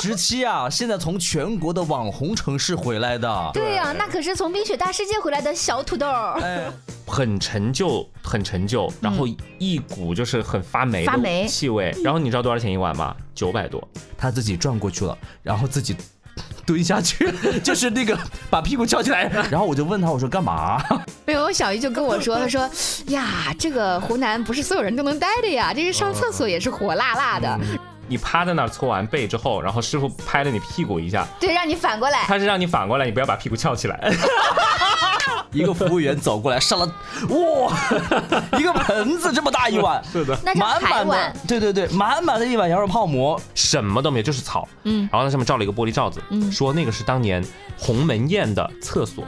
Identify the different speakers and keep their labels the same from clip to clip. Speaker 1: 时期啊，现在从全国的网红城市回来的，
Speaker 2: 对
Speaker 3: 啊
Speaker 2: 呀、那可是从冰雪大世界回来的小土豆儿。
Speaker 1: 哎，
Speaker 4: 很陈旧，很陈
Speaker 3: 嗯
Speaker 4: 旧，然后一股就是很发霉
Speaker 2: 发霉
Speaker 4: 的气味。然后你知道多少钱一碗吗？九百多。
Speaker 1: 他自己转过去了，然后自己蹲下去， 就是那个把屁股翘起来。然后我就问他，我说干嘛？
Speaker 3: 没有，小姨就跟我说，她说呀，这个湖南不是所有人都能待的呀，这是上厕所也是火辣辣的，
Speaker 1: 嗯
Speaker 4: 你趴在那儿搓完背之后，然后师傅拍了你屁股一下，
Speaker 3: 对，让你反过来。
Speaker 4: 他是让你反过来，你不要把屁股翘 起来。
Speaker 1: 一个服务员走过来上了，哇， 一个盆子这么大一碗，
Speaker 4: 是的，
Speaker 3: 那叫
Speaker 1: 满
Speaker 3: 海
Speaker 1: 满的
Speaker 3: 碗，，
Speaker 1: 对对对，满满的一碗羊肉泡馍，
Speaker 4: 什么都没有，就是草。
Speaker 3: 嗯
Speaker 4: 然后那上面罩了一个玻璃罩子，
Speaker 3: 嗯
Speaker 4: 说那个是当年鸿门宴的厕所。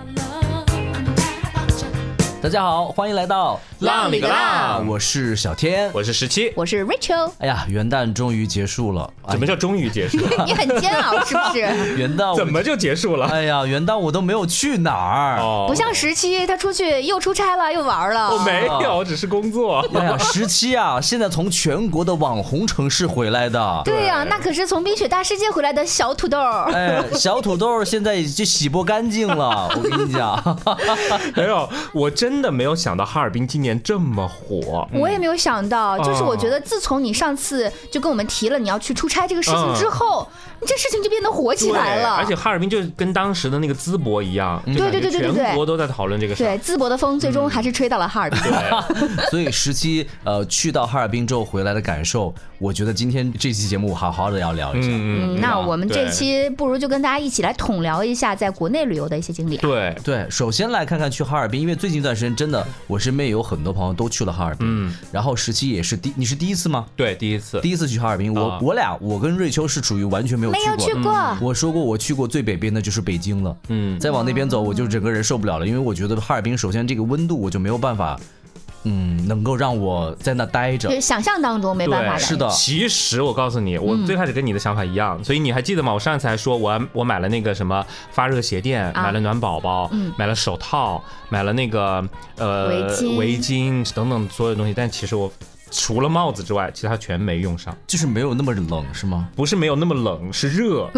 Speaker 1: 大家好，欢迎来到啊
Speaker 3: 浪里个浪
Speaker 1: 我是小天。
Speaker 4: 我是十七。
Speaker 3: 我是 Rachel，
Speaker 1: 哎呀，元旦终于结束了，
Speaker 4: 怎么叫终于结束？
Speaker 3: 你很煎 熬是不是？
Speaker 1: 哎元旦我
Speaker 4: 怎？么就结束了？
Speaker 1: 哎呀，元旦我都没有去哪儿。
Speaker 4: 哦
Speaker 3: 不像十七，他出去又出差了，又玩了。
Speaker 4: 我哦没有，只是工作。
Speaker 1: 哎呀，十七啊，现在从全国的网红城市回来的。
Speaker 3: 对呀、那可是从冰雪大世界回来的小土豆儿。
Speaker 1: 哎，小土豆现在已经洗不干净 了，我跟你讲，
Speaker 4: 没有，我真的没有想到哈尔滨今年这么火。
Speaker 3: 我也没有想到，就是
Speaker 4: 嗯哦
Speaker 3: 我觉得自从你上次就跟我们提了你要去出差这个事情之后，你这事情就变得火起来了。
Speaker 4: 嗯而且哈尔滨就跟当时的那个淄博一样，就
Speaker 3: 对
Speaker 4: 感觉
Speaker 3: 对对对对
Speaker 4: 全国都在讨论这个事
Speaker 3: 对，
Speaker 4: 儿。
Speaker 3: 淄博的风最
Speaker 4: 嗯
Speaker 3: 终还是吹到了哈尔滨。
Speaker 1: 所以十七呃去到哈尔滨之后回来的感受，我觉得今天这期节目我好好的要聊一下。
Speaker 4: 嗯
Speaker 3: 嗯，
Speaker 4: 嗯，
Speaker 3: 那我们这
Speaker 4: 对
Speaker 3: 期不如就跟大家一起来统聊一下在国内旅游的一些经历。
Speaker 4: 对，
Speaker 1: 对，首先来看看去哈尔滨，因为最近一段时间真的，我身边有很多朋友都去了哈尔滨，
Speaker 4: 嗯，
Speaker 1: 然后十七也是第，你是第一次吗？
Speaker 4: 对，第一次，
Speaker 1: 第一次去哈尔滨，我、
Speaker 4: 啊
Speaker 1: 我俩我跟瑞秋是属于完全没有去
Speaker 3: 没
Speaker 1: 过
Speaker 3: 有
Speaker 1: 的，
Speaker 3: 去过，
Speaker 1: 我说过，我去过最北边的就是北京了。
Speaker 4: 嗯，
Speaker 1: 再往那边走，
Speaker 3: 啊
Speaker 1: 我就整个人受不了了，因为我觉得哈尔滨首先这个温度我就没有办法，嗯，能够让我在那待着
Speaker 3: 就。是想象当中没办法嗯
Speaker 4: 对
Speaker 1: 是的，
Speaker 4: 其实我告诉你，我最开始跟你的想法一样，所以你还记得吗？我上一次还说我我买了那个什么发热鞋垫，
Speaker 3: 啊
Speaker 4: 买了暖宝宝，买了手套，买了那个
Speaker 3: 嗯
Speaker 4: 呃
Speaker 3: 围巾
Speaker 4: 围巾等等所有东西，但其实我。除了帽子之外，其他全没用上。
Speaker 1: 就是没有那么冷，是吗？
Speaker 4: 不是没有那么冷，是热，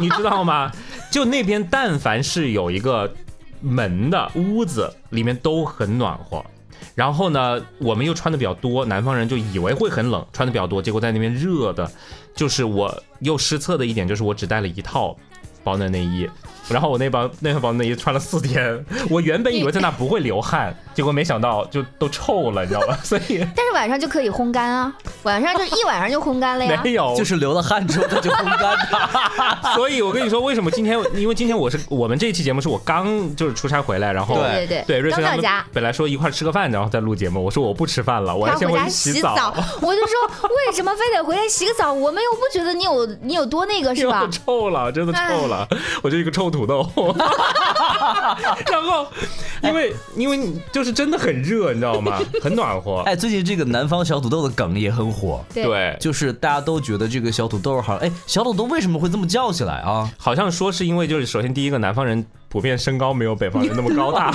Speaker 4: 你知道吗？就那边，但凡是有一个门的屋子，里面都很暖和。然后呢，我们又穿的比较多，南方人就以为会很冷，穿的比较多，结果在那边热的，就是我又失策的一点就是我只带了一套保暖内衣。然后我那包那套保暖内衣穿了四天，我原本以为在那不会流汗，结果没想到就都臭了，你知道吧？所以
Speaker 3: 但是晚上就可以烘干啊，晚上就一晚上就烘干了哎呀。
Speaker 4: 没有，
Speaker 1: 就是流了汗之后它就烘干它。
Speaker 4: 所以我跟你说，为什么今天？因为今天我是我们这一期节目是我刚就是出差回来，然后
Speaker 3: 对对
Speaker 4: 对瑞秋
Speaker 3: 刚
Speaker 4: 他
Speaker 3: 到
Speaker 4: 们
Speaker 3: 家，
Speaker 4: 本来说一块儿吃个饭，然后再录节目，我说我不吃饭了，我
Speaker 3: 他要
Speaker 4: 要先
Speaker 3: 回家
Speaker 4: 去
Speaker 3: 洗
Speaker 4: 澡，
Speaker 3: 我就说为什么非得回来洗个澡？我们又不觉得你有你有多那个是
Speaker 4: 因为
Speaker 3: 吧
Speaker 4: 我？臭了，真的臭了， 我就一个臭土豆。然后，因为因为你就是真的很热，你知道吗？很暖和。
Speaker 1: 哎，最近这个南方小土豆的梗也很火，
Speaker 3: 对
Speaker 4: 对，
Speaker 1: 就是大家都觉得这个小土豆好。哎，小土豆为什么会这么叫起来啊？
Speaker 4: 好像说是因为就是首先第一个南方人普遍身高没有北方人那么 高大，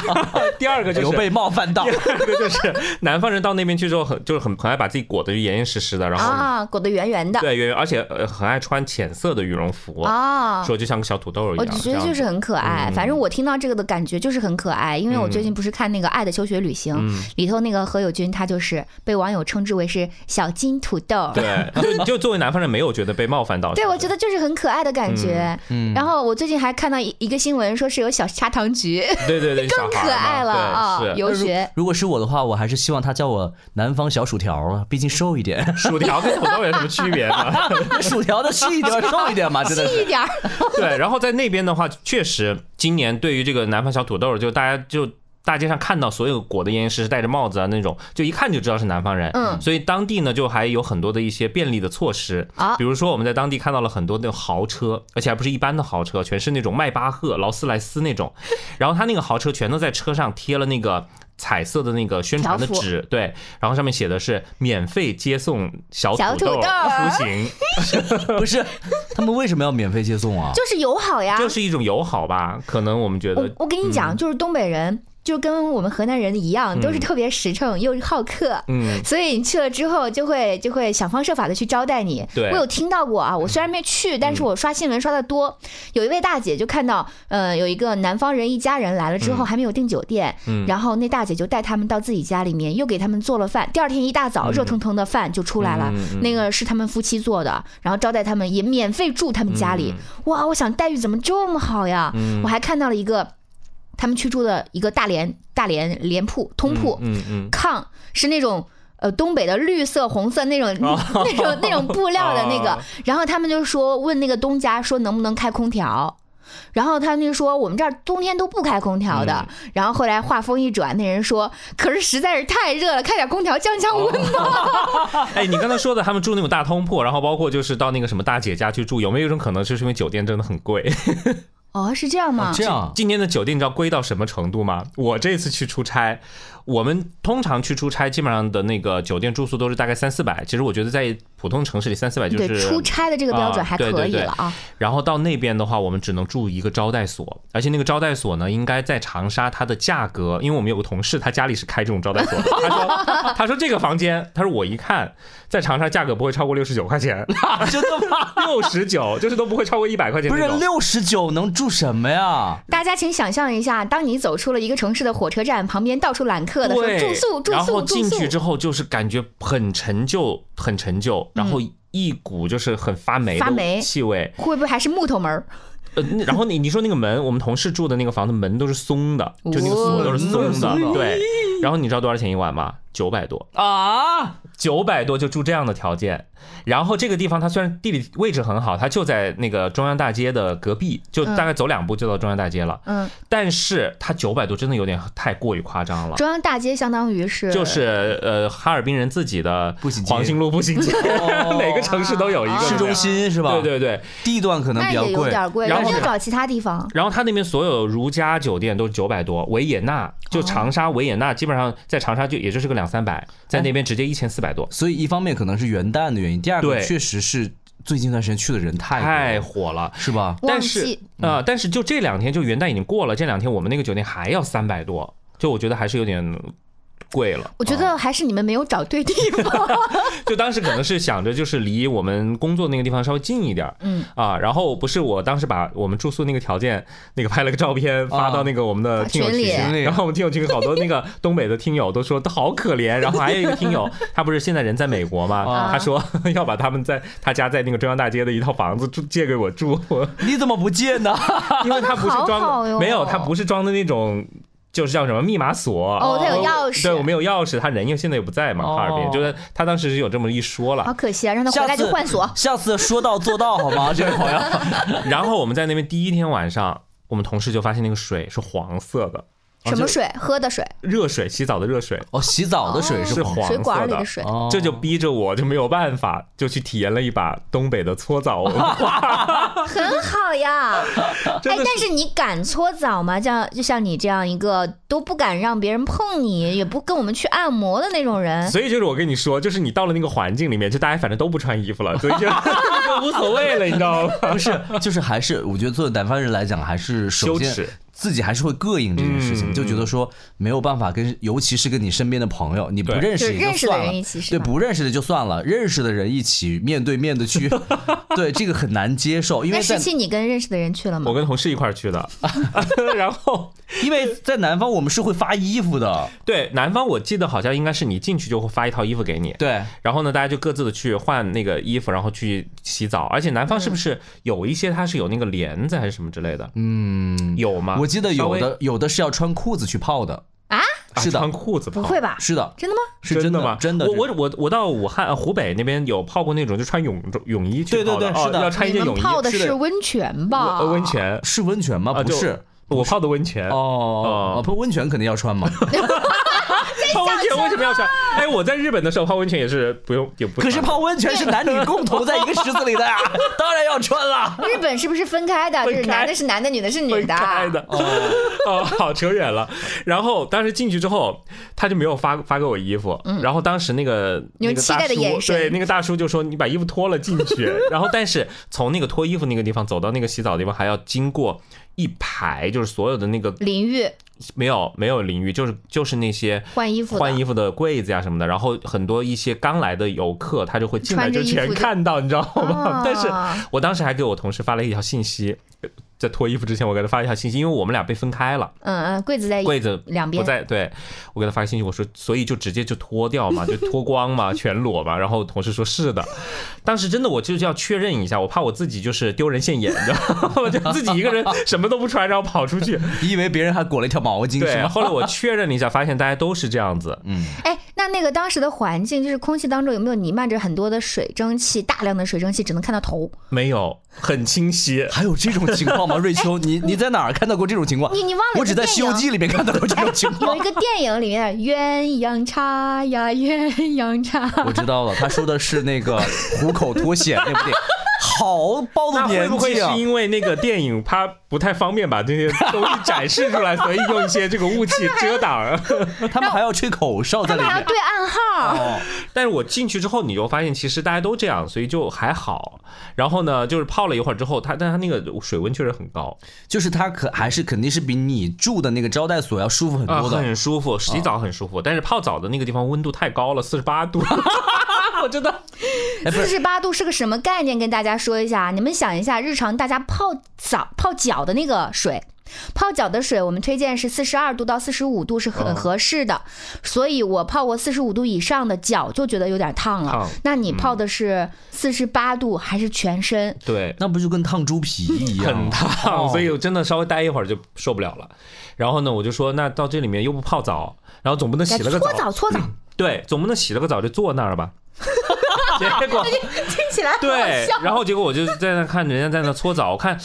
Speaker 4: 第二
Speaker 3: 哎
Speaker 4: 个就是
Speaker 1: 有哎被冒犯 到
Speaker 4: 第。二个就是南方人到那边去之后很，就是很很爱把自己裹得严严实实的，然后、
Speaker 3: 啊，裹得圆圆的
Speaker 4: 对，而且呃很爱穿浅色的羽绒服，
Speaker 3: 啊。
Speaker 4: 说就像个小土豆一
Speaker 3: 我
Speaker 4: 样。
Speaker 3: 觉得就
Speaker 4: 这
Speaker 3: 是
Speaker 4: 样
Speaker 3: 很可爱，
Speaker 4: 嗯
Speaker 3: 反正我听到这个的感觉就是很可爱，因为我最近不是看那个《爱的休学旅行》
Speaker 4: 嗯
Speaker 3: 里头那个何猷君，她就是被网友称之为是小金土豆。
Speaker 4: 对， 就就作为南方人没有觉得被冒犯 到。
Speaker 3: 对，我觉
Speaker 4: 得
Speaker 3: 得就是很可爱的感觉。
Speaker 1: 嗯
Speaker 3: 然后我最近还看到一一个新闻，说是有小砂糖橘，
Speaker 4: 对对对，
Speaker 3: 更
Speaker 4: 小孩
Speaker 3: 可
Speaker 4: 儿嘛
Speaker 3: 爱了啊、
Speaker 4: 对，是
Speaker 3: 游学。
Speaker 1: 如果是我的话，我还是希望他叫我南方小薯条了，毕竟瘦一 点。
Speaker 4: 薯条跟土豆有什么区别呢？
Speaker 1: 薯条的是一点瘦一点 嘛，真的是。
Speaker 3: 一点儿，
Speaker 4: 对，然后在那边的话，确实今年对于这个南方小土豆，就大家就。大街上看到所有裹得严严实实、戴着帽子啊那种，就一看就知道是南方人。
Speaker 3: 嗯
Speaker 4: 所以当地呢就还有很多的一些便利的措施
Speaker 3: 啊
Speaker 4: 比如说我们在当地看到了很多那种豪车，而且还不是一般的豪车，全是那种迈巴赫、劳斯莱斯那种。然后他那个豪车全都在车上贴了那个彩色的那个宣传的
Speaker 3: 条幅
Speaker 4: 纸，对，然后上面写的是免费接送小
Speaker 3: 小
Speaker 4: 土豆
Speaker 3: 土豆儿
Speaker 4: 出行，
Speaker 1: 不是，他们为什么要免费接送啊？
Speaker 3: 就是友好呀。
Speaker 4: 这是一种友好吧？可能我们觉得
Speaker 3: 哦
Speaker 4: 嗯
Speaker 3: 我我跟你讲，就是东北人。就跟我们河南人一样，都是特别实诚又好客。
Speaker 4: 嗯，
Speaker 3: 所以你去了之后，就会就会想方设法的去招待你。
Speaker 4: 对嗯
Speaker 3: 我有听到过啊，我虽然没去，但是我刷新闻刷的多。有一位大姐就看到，呃，有一个南方人一家人来了之后还没有订酒店，
Speaker 4: 嗯
Speaker 3: 然后那大姐就带他们到自己家里面，又给他们做了饭。第二天一大早，热腾腾的饭就出来了，
Speaker 4: 嗯嗯
Speaker 3: 那个是他们夫妻做的，然后招待他们，也免费住他们家
Speaker 4: 嗯
Speaker 3: 里。哇，我想待遇怎么这么好呀？我还看到了一个他们去住的一个大连大连连铺通铺，
Speaker 4: 嗯 嗯
Speaker 3: 炕是那种。呃，东北的绿色、红色那种、那种、那种布料的那个
Speaker 4: 哦，
Speaker 3: 然后他们就说问那个东家说能不能开空调，然后他们就说我们这儿冬天都不开空调的，
Speaker 4: 嗯
Speaker 3: 然后后来话锋一转，那人说可是实在是太热了，开点空调降降温吧。
Speaker 4: 嗯。哎，你刚才说的他们住那种大通铺，然后包括就是到那个什么大姐家去住，有没有一种可能，就是因为酒店真的很贵？
Speaker 3: 哦，是这样吗？
Speaker 1: 这样
Speaker 4: 今年的酒店你知道贵到什么程度吗？我这次去出差，我们通常去出差，基本上的那个酒店住宿都是大概三四百。其实我觉得在普通城市里，三四百就
Speaker 3: 对，
Speaker 4: 是
Speaker 3: 出差的这个标准
Speaker 4: 啊
Speaker 3: 还
Speaker 4: 对对
Speaker 3: 可以
Speaker 4: 对
Speaker 3: 了啊。
Speaker 4: 然后到那边的话，我们只能住一个招待所，而且那个招待所呢，应该在长沙，它的价格，因为我们有个同事，他家里是开这种招待所的，他说，他说这个房间，他说我一看，在长沙价格不会超过六十九块钱，真的吗？六十九，就是都不会超过一百块钱
Speaker 1: 不
Speaker 4: 那
Speaker 1: 是
Speaker 4: 种，
Speaker 1: 六十九能住什么呀？
Speaker 3: 大家请想象一下，当你走出了一个城市的火车站，旁边到处揽客的时候，
Speaker 4: 对，
Speaker 3: 住宿住
Speaker 4: 然
Speaker 3: 宿
Speaker 4: 后
Speaker 3: 住
Speaker 4: 进去
Speaker 3: 宿，
Speaker 4: 之后就是感觉很陈旧，很陈旧，然后一股就是很发霉
Speaker 3: 嗯发霉
Speaker 4: 的气味，
Speaker 3: 会不会还是木头门儿？
Speaker 4: 呃，那然后你你说那个门，我们同事住的那个房子门都是松的，就那个锁都是松
Speaker 1: 哦
Speaker 4: 的，对。然后你知道多少钱一晚吗？九百多，
Speaker 1: 啊，
Speaker 4: 九百多就住这样的条件。然后这个地方它虽然地理位置很好，它就在那个中央大街的隔壁，就
Speaker 1: 嗯
Speaker 4: 大概走两步就到中央大街了。
Speaker 3: 嗯，
Speaker 4: 但是它九百多真的有点太过于夸张了。
Speaker 3: 中央大街相当于是
Speaker 4: 就是呃，哈尔滨人自己的
Speaker 1: 步行街
Speaker 4: 黄兴路步行 街，哪个城市都有一个
Speaker 1: 啊市中心是吧？
Speaker 4: 对，对对，
Speaker 1: 地段可能
Speaker 3: 那
Speaker 1: 比较
Speaker 3: 也有
Speaker 1: 贵。
Speaker 3: 点贵，
Speaker 4: 然
Speaker 3: 那
Speaker 4: 后
Speaker 3: 就
Speaker 4: 呢
Speaker 3: 找其他地方。
Speaker 4: 然后他那边所有如家酒店都是九百多，维也纳就
Speaker 1: 哦
Speaker 4: 长沙维也纳基本上在长沙就也就是个两三百，在
Speaker 1: 哎
Speaker 4: 那边直接一千四百多，
Speaker 1: 所以一方面可能是元旦的原因，第二个
Speaker 4: 对
Speaker 1: 确实是最近一段时间去的人太多
Speaker 4: 太
Speaker 1: 了嗯
Speaker 4: 火了。
Speaker 1: 是吧？
Speaker 3: 忘
Speaker 4: 但是
Speaker 3: 记
Speaker 4: 啊、但是就这两天就元旦已经过了，这两天我们那个酒店还要三百多，就我觉得还是有点贵了。
Speaker 3: 我觉得还是你们没有找对地方。
Speaker 4: 就当时可能是想着就是离我们工作那个地方稍微近一点儿，
Speaker 3: 嗯
Speaker 4: 啊，然后不是我当时把我们住宿那个条件那个拍了个照片发到那个我们的听友
Speaker 3: 群里
Speaker 4: 群，
Speaker 1: 群里
Speaker 4: 然后我们听友群好多那个东北的听友都说都好可怜，然后还有一个听友他不是现在人在美国嘛
Speaker 3: 啊，
Speaker 4: 他说 要把他们在他家在那个中央大街的一套房子住借给我住，
Speaker 1: 你怎么不见 呢？
Speaker 4: 因为他不是
Speaker 3: 那好好
Speaker 4: 装
Speaker 3: 哟
Speaker 4: 的没有他不是装的那种。就是叫什么密码锁
Speaker 3: 哦他有钥匙
Speaker 4: 对我没有钥匙，他人又现在也不在嘛，
Speaker 1: 哦
Speaker 4: 哈尔滨，就是他当时是有这么一说了
Speaker 3: 好，可惜啊，让他回来就换锁。
Speaker 1: 下次哦说到做到好吗？这位 朋友，
Speaker 4: 然后我们在那边第一天晚上，我们同事就发现那个水是黄色的，
Speaker 3: 什么水？喝的水，
Speaker 4: 热水，洗澡的热水
Speaker 1: 哦，洗澡的水是
Speaker 4: 是
Speaker 1: 黄
Speaker 4: 黄
Speaker 3: 水管
Speaker 4: 色
Speaker 3: 里的水。
Speaker 1: 哦
Speaker 4: 这就逼着我就没有办法，就去体验了一把东北的搓澡文化。
Speaker 3: 很好呀，
Speaker 4: 真
Speaker 3: 哎，
Speaker 4: 的
Speaker 3: 但是你敢搓澡吗？像就像你这样一个都不敢让别人碰你，也不跟我们去按摩的那种人，
Speaker 4: 所以就是我跟你说，就是你到了那个环境里面，就大家反正都不穿衣服了，所以就就无所谓了，你知道吗？
Speaker 1: 不是， 就是还是我觉得作为南方人来讲，还是首
Speaker 4: 羞
Speaker 1: 先
Speaker 4: 耻
Speaker 1: 自己还是会膈应这件事情，
Speaker 4: 嗯
Speaker 1: 就觉得说没有办法跟，尤其是跟你身边的朋友，你不
Speaker 4: 对
Speaker 1: 认
Speaker 3: 就
Speaker 1: 识
Speaker 3: 是
Speaker 1: 也
Speaker 3: 认
Speaker 1: 就
Speaker 3: 识的
Speaker 1: 算
Speaker 3: 人
Speaker 1: 了
Speaker 3: 一。起是
Speaker 1: 对
Speaker 3: 吧？
Speaker 1: 不认识的就算了，认识的人一起面对面的 去，对这个很难接受，因
Speaker 3: 那
Speaker 1: 为
Speaker 3: 十
Speaker 1: 在
Speaker 3: 七，你跟认识的人去了
Speaker 4: 我
Speaker 3: 吗？
Speaker 4: 跟同事一块儿去的，然后
Speaker 1: 因为在南方我们是会发衣服的，
Speaker 4: 对南方，我记得好像应该是你进去就会发一套衣服给你，
Speaker 1: 对，
Speaker 4: 然后呢，大家就各自的去换那个衣服，然后去洗澡。而且南方是不是有一些它是有那个帘子还是什么之类的？嗯，有吗？
Speaker 1: 我记得
Speaker 4: 稍
Speaker 1: 有
Speaker 4: 微
Speaker 1: 的有的是要穿裤子去泡的，
Speaker 3: 啊，
Speaker 4: 啊
Speaker 1: 是的
Speaker 4: 穿裤子泡
Speaker 3: 不会吧？
Speaker 1: 是的，
Speaker 3: 真的吗？
Speaker 1: 是真
Speaker 4: 吗？
Speaker 1: 真的，
Speaker 4: 我我我我到武汉、呃湖北那边有泡过那种，就穿泳泳衣去
Speaker 1: 对对
Speaker 4: 泡的，
Speaker 1: 对
Speaker 4: 哦
Speaker 1: 是的
Speaker 4: 要穿一
Speaker 3: 你
Speaker 4: 件
Speaker 3: 们
Speaker 4: 泳衣。
Speaker 3: 泡的
Speaker 1: 是的
Speaker 3: 是温泉吧？
Speaker 4: 呃温。泉，
Speaker 1: 是温泉吗？
Speaker 4: 啊
Speaker 1: 不，
Speaker 4: 就是呃我泡的温泉。
Speaker 1: 哦，不温泉肯定要穿嘛。
Speaker 4: 泡温泉为什么要穿？哎，我在日本的时候泡温泉也是不用，也不
Speaker 1: 可是
Speaker 4: 穿
Speaker 1: 泡温泉是男女共同在一个池子里 的呀，当然要穿啦。
Speaker 3: 日本是不是分开的？就
Speaker 4: 分开
Speaker 3: 是男的是男的，女的是女
Speaker 4: 分
Speaker 3: 的。
Speaker 4: 开的。哦，好扯远了。然后当时进去之后，他就没有发发给我衣服。然后当时那个
Speaker 3: 你
Speaker 4: 那
Speaker 3: 用嗯
Speaker 4: 个
Speaker 3: 期
Speaker 4: 大
Speaker 3: 待的
Speaker 4: 叔
Speaker 3: 眼神
Speaker 4: 对那个大叔就说：“你把衣服脱了进去。” 然后但是从那个脱衣服那个地方走到那个洗澡的地方，还要经过一排，就是所有的那个
Speaker 3: 淋浴
Speaker 4: 没有没有淋浴，就是就是那些
Speaker 3: 换衣服的
Speaker 4: 换衣服的柜子呀、什么的。然后很多一些刚来的游客，他就会进来
Speaker 3: 穿着
Speaker 4: 就
Speaker 3: 衣服
Speaker 4: 全
Speaker 3: 就
Speaker 4: 看到，你知道
Speaker 3: 啊
Speaker 4: 吗？但是我当时还给我同事发了一条信息，呃在脱衣服之前，我给他发了一条信息，因为我们俩被分开了。
Speaker 3: 嗯嗯，柜子在
Speaker 4: 柜子
Speaker 3: 两边
Speaker 4: 不在，对我给他发信息，我说，所以就直接就脱掉嘛，就脱光嘛，全裸嘛。然后同事说是的，当时真的我就是要确认一下，我怕我自己就是丢人现眼，你知道吗？ 我就自己一个人什么都不穿，然后跑出去。
Speaker 1: 你以为别人还裹了一条毛巾是
Speaker 4: 对，啊
Speaker 1: 吗？
Speaker 4: 后来我确认了一下，发现大家都是这样子。
Speaker 1: 嗯，
Speaker 3: 哎，那那个当时的环境，就是空气当中有没有弥漫着很多的水蒸气，大量的水蒸气，只能看到头？
Speaker 4: 没有，很清晰。
Speaker 1: 还有这种情况 吗？瑞秋，你你在哪儿看到过这种情况？
Speaker 3: 你你忘了
Speaker 1: 我只在《西游记》里面看到过这种情
Speaker 3: 有
Speaker 1: 况
Speaker 3: 一。个电影里面的鸳鸯叉呀，鸳鸯叉，
Speaker 1: 我知道了，他说的是那个虎口脱险那 部电影，好暴
Speaker 4: 那
Speaker 1: 露
Speaker 4: 会
Speaker 1: 年
Speaker 4: 不会
Speaker 1: 纪
Speaker 4: 是
Speaker 1: 啊！
Speaker 4: 因为那个电影它不太方便把这些东西展示出来，所以用一些这个雾气遮挡？
Speaker 1: 他们还要吹口哨在
Speaker 3: 他
Speaker 1: 里
Speaker 3: 们还要
Speaker 1: 面。
Speaker 3: 对暗号。
Speaker 1: 哦，
Speaker 4: 但是我进去之后，你就发现其实大家都这样，所以就还好。然后呢，就是泡了一会儿之后，它但它那个水温确实很高，
Speaker 1: 就是他可还是肯定是比你住的那个招待所要舒服很
Speaker 4: 啊，
Speaker 1: 多的。
Speaker 4: 很舒服，洗澡很舒服。但是泡澡的那个地方温度太高了，四十八 度，我真的
Speaker 1: 哎，不
Speaker 3: 四
Speaker 1: 是，
Speaker 3: 十八度是个什么概念？跟大家说一下，啊你们想一下，日常大家泡澡、泡脚的那个水，泡脚的水，我们推荐是四十二度到四十五度是很
Speaker 4: 嗯
Speaker 3: 合适的。所以我泡过四十五度以上的脚就觉得有点烫了。
Speaker 4: 烫嗯
Speaker 3: 那你泡的是四十八度还是全身？
Speaker 4: 对。
Speaker 1: 那不就跟烫猪皮一样？
Speaker 4: 很烫，
Speaker 1: 哦
Speaker 4: 所以我真的稍微待一会儿就受不了了。然后呢，我就说那到这里面又不泡澡，然后总不能洗了个
Speaker 3: 哎搓澡搓澡，
Speaker 4: 对，总不能洗了个澡就坐那儿 吧。结果
Speaker 3: 听起来好
Speaker 4: 对，
Speaker 3: 笑。
Speaker 4: 然后结果我就在那看人家在那搓澡，我看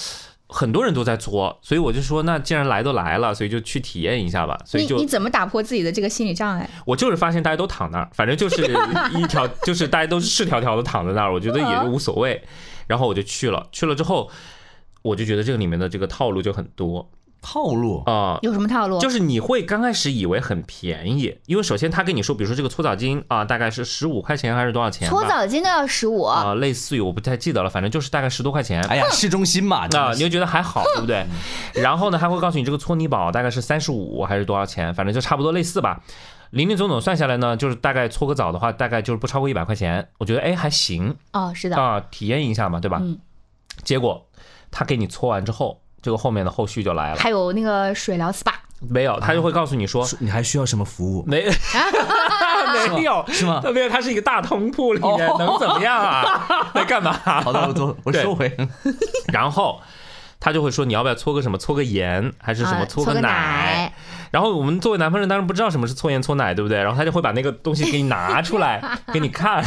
Speaker 4: 很多人都在搓，所以我就说那既然来都来了，所以就去体验一下吧。所以
Speaker 3: 你
Speaker 4: 就
Speaker 3: 你怎么打破自己的这个心理障碍？
Speaker 4: 我就是发现大家都躺那儿，反正就是一条，就是大家都是赤条条的躺在那儿，我觉得也就无所谓。然后我就去了，去了之后，我就觉得这个里面的这个套路就很多
Speaker 1: 套路。
Speaker 4: 啊、
Speaker 3: 有什么套路？
Speaker 4: 就是你会刚开始以为很便宜，因为首先他跟你说，比如说这个搓澡巾啊，大概是十五块钱还是多少钱吧？
Speaker 3: 搓澡巾都要十五、
Speaker 4: 啊，类似于我不太记得了，反正就是大概十多块钱。
Speaker 1: 哎呀，市中心嘛，真
Speaker 4: 啊，
Speaker 1: 的
Speaker 4: 你
Speaker 1: 是
Speaker 4: 就觉得还 好，对不对？然后呢，他会告诉你这个搓泥宝大概是三十五还是多少钱，反正就差不多类似吧。零零总总算下来呢，就是大概搓个澡的话，大概就是不超过一百块钱，我觉得哎还行
Speaker 3: 哦，是的，
Speaker 4: 啊，体验一下嘛，对吧？
Speaker 3: 嗯
Speaker 4: 结果他给你搓完之后，这个后面的后续就来了，
Speaker 3: 还有那个水疗 SPA，
Speaker 4: 没有，他就会告诉你说
Speaker 3: 啊
Speaker 1: 说你还需要什么服务？
Speaker 4: 没没有
Speaker 1: 是吗？
Speaker 4: 没有，它是一个大通铺里
Speaker 3: 哦
Speaker 4: 面，能怎么 样啊？在干嘛？
Speaker 1: 好的，我 走，我
Speaker 4: 对
Speaker 1: 收回。
Speaker 4: 然后他就会说你要不要搓个什么，搓个盐还是什么，
Speaker 3: 啊
Speaker 4: 搓
Speaker 3: 搓个
Speaker 4: 奶。然后我们作为南方人，当然不知道什么是搓盐搓奶，对不对？然后他就会把那个东西给你拿出 来给你看，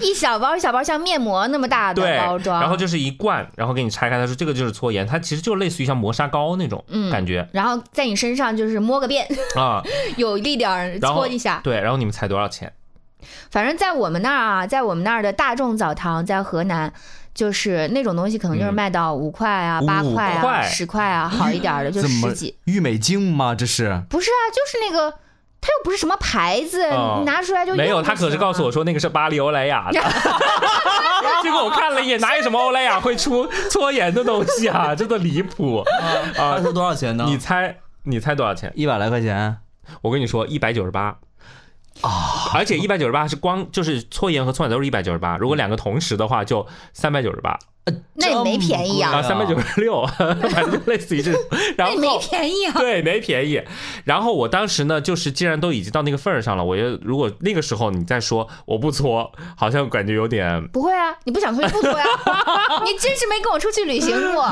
Speaker 3: 一小包一小包像面膜那么大的
Speaker 4: 对，
Speaker 3: 包装，
Speaker 4: 然后就是一罐，然后给你拆开，他说这个就是搓盐，它其实就类似于像磨砂膏那种
Speaker 3: 嗯
Speaker 4: 感觉
Speaker 3: 然后在你身上就是摸个遍，
Speaker 4: 啊。
Speaker 3: 有力点儿
Speaker 4: 然后
Speaker 3: 搓一下。
Speaker 4: 对，然后你们猜多少钱？
Speaker 3: 反正，在我们那儿啊，在我们那儿的大众澡堂，在河南，就是那种东西可能就是卖到五块啊、
Speaker 4: 嗯
Speaker 3: 八、
Speaker 4: 五
Speaker 3: 块啊、
Speaker 4: 块
Speaker 3: 十块 啊，好一点儿的就
Speaker 1: 怎么
Speaker 3: 十几。
Speaker 1: 郁美净吗？这是
Speaker 3: 不是啊，就是那个，它又不是什么牌子，
Speaker 4: 哦
Speaker 3: 你拿出来就用
Speaker 4: 没有，
Speaker 3: 就
Speaker 4: 他可是
Speaker 3: 行
Speaker 4: 告诉
Speaker 3: 了
Speaker 4: 我说那个是巴黎
Speaker 3: 啊
Speaker 4: 欧莱雅 的。 结果我看了一眼，哪有什么欧莱雅会出搓盐的东西啊？真的离谱！
Speaker 3: 嗯
Speaker 1: 啊，他说多少钱呢
Speaker 4: 你猜，你猜多少钱？
Speaker 1: 一百来块钱，
Speaker 4: 我跟你说，一百九十八啊！而且一百九十八是光就是搓盐和搓奶都是一百九十八，如果两个同时的话就三百九十八
Speaker 3: 那也没便宜啊
Speaker 4: 啊，三百九
Speaker 1: 十。
Speaker 4: 十六， 反正就类似于这种。
Speaker 3: 那
Speaker 4: 然
Speaker 3: 也没
Speaker 4: 后
Speaker 3: 便宜啊。
Speaker 4: 对，没便宜。然后我当时呢，就是既然都已经到那个份儿上了，我觉得如果那个时候你再说我不搓，好像感觉有点。
Speaker 3: 不会啊，你不想搓就不 搓呀、你真是没跟我出去旅行过。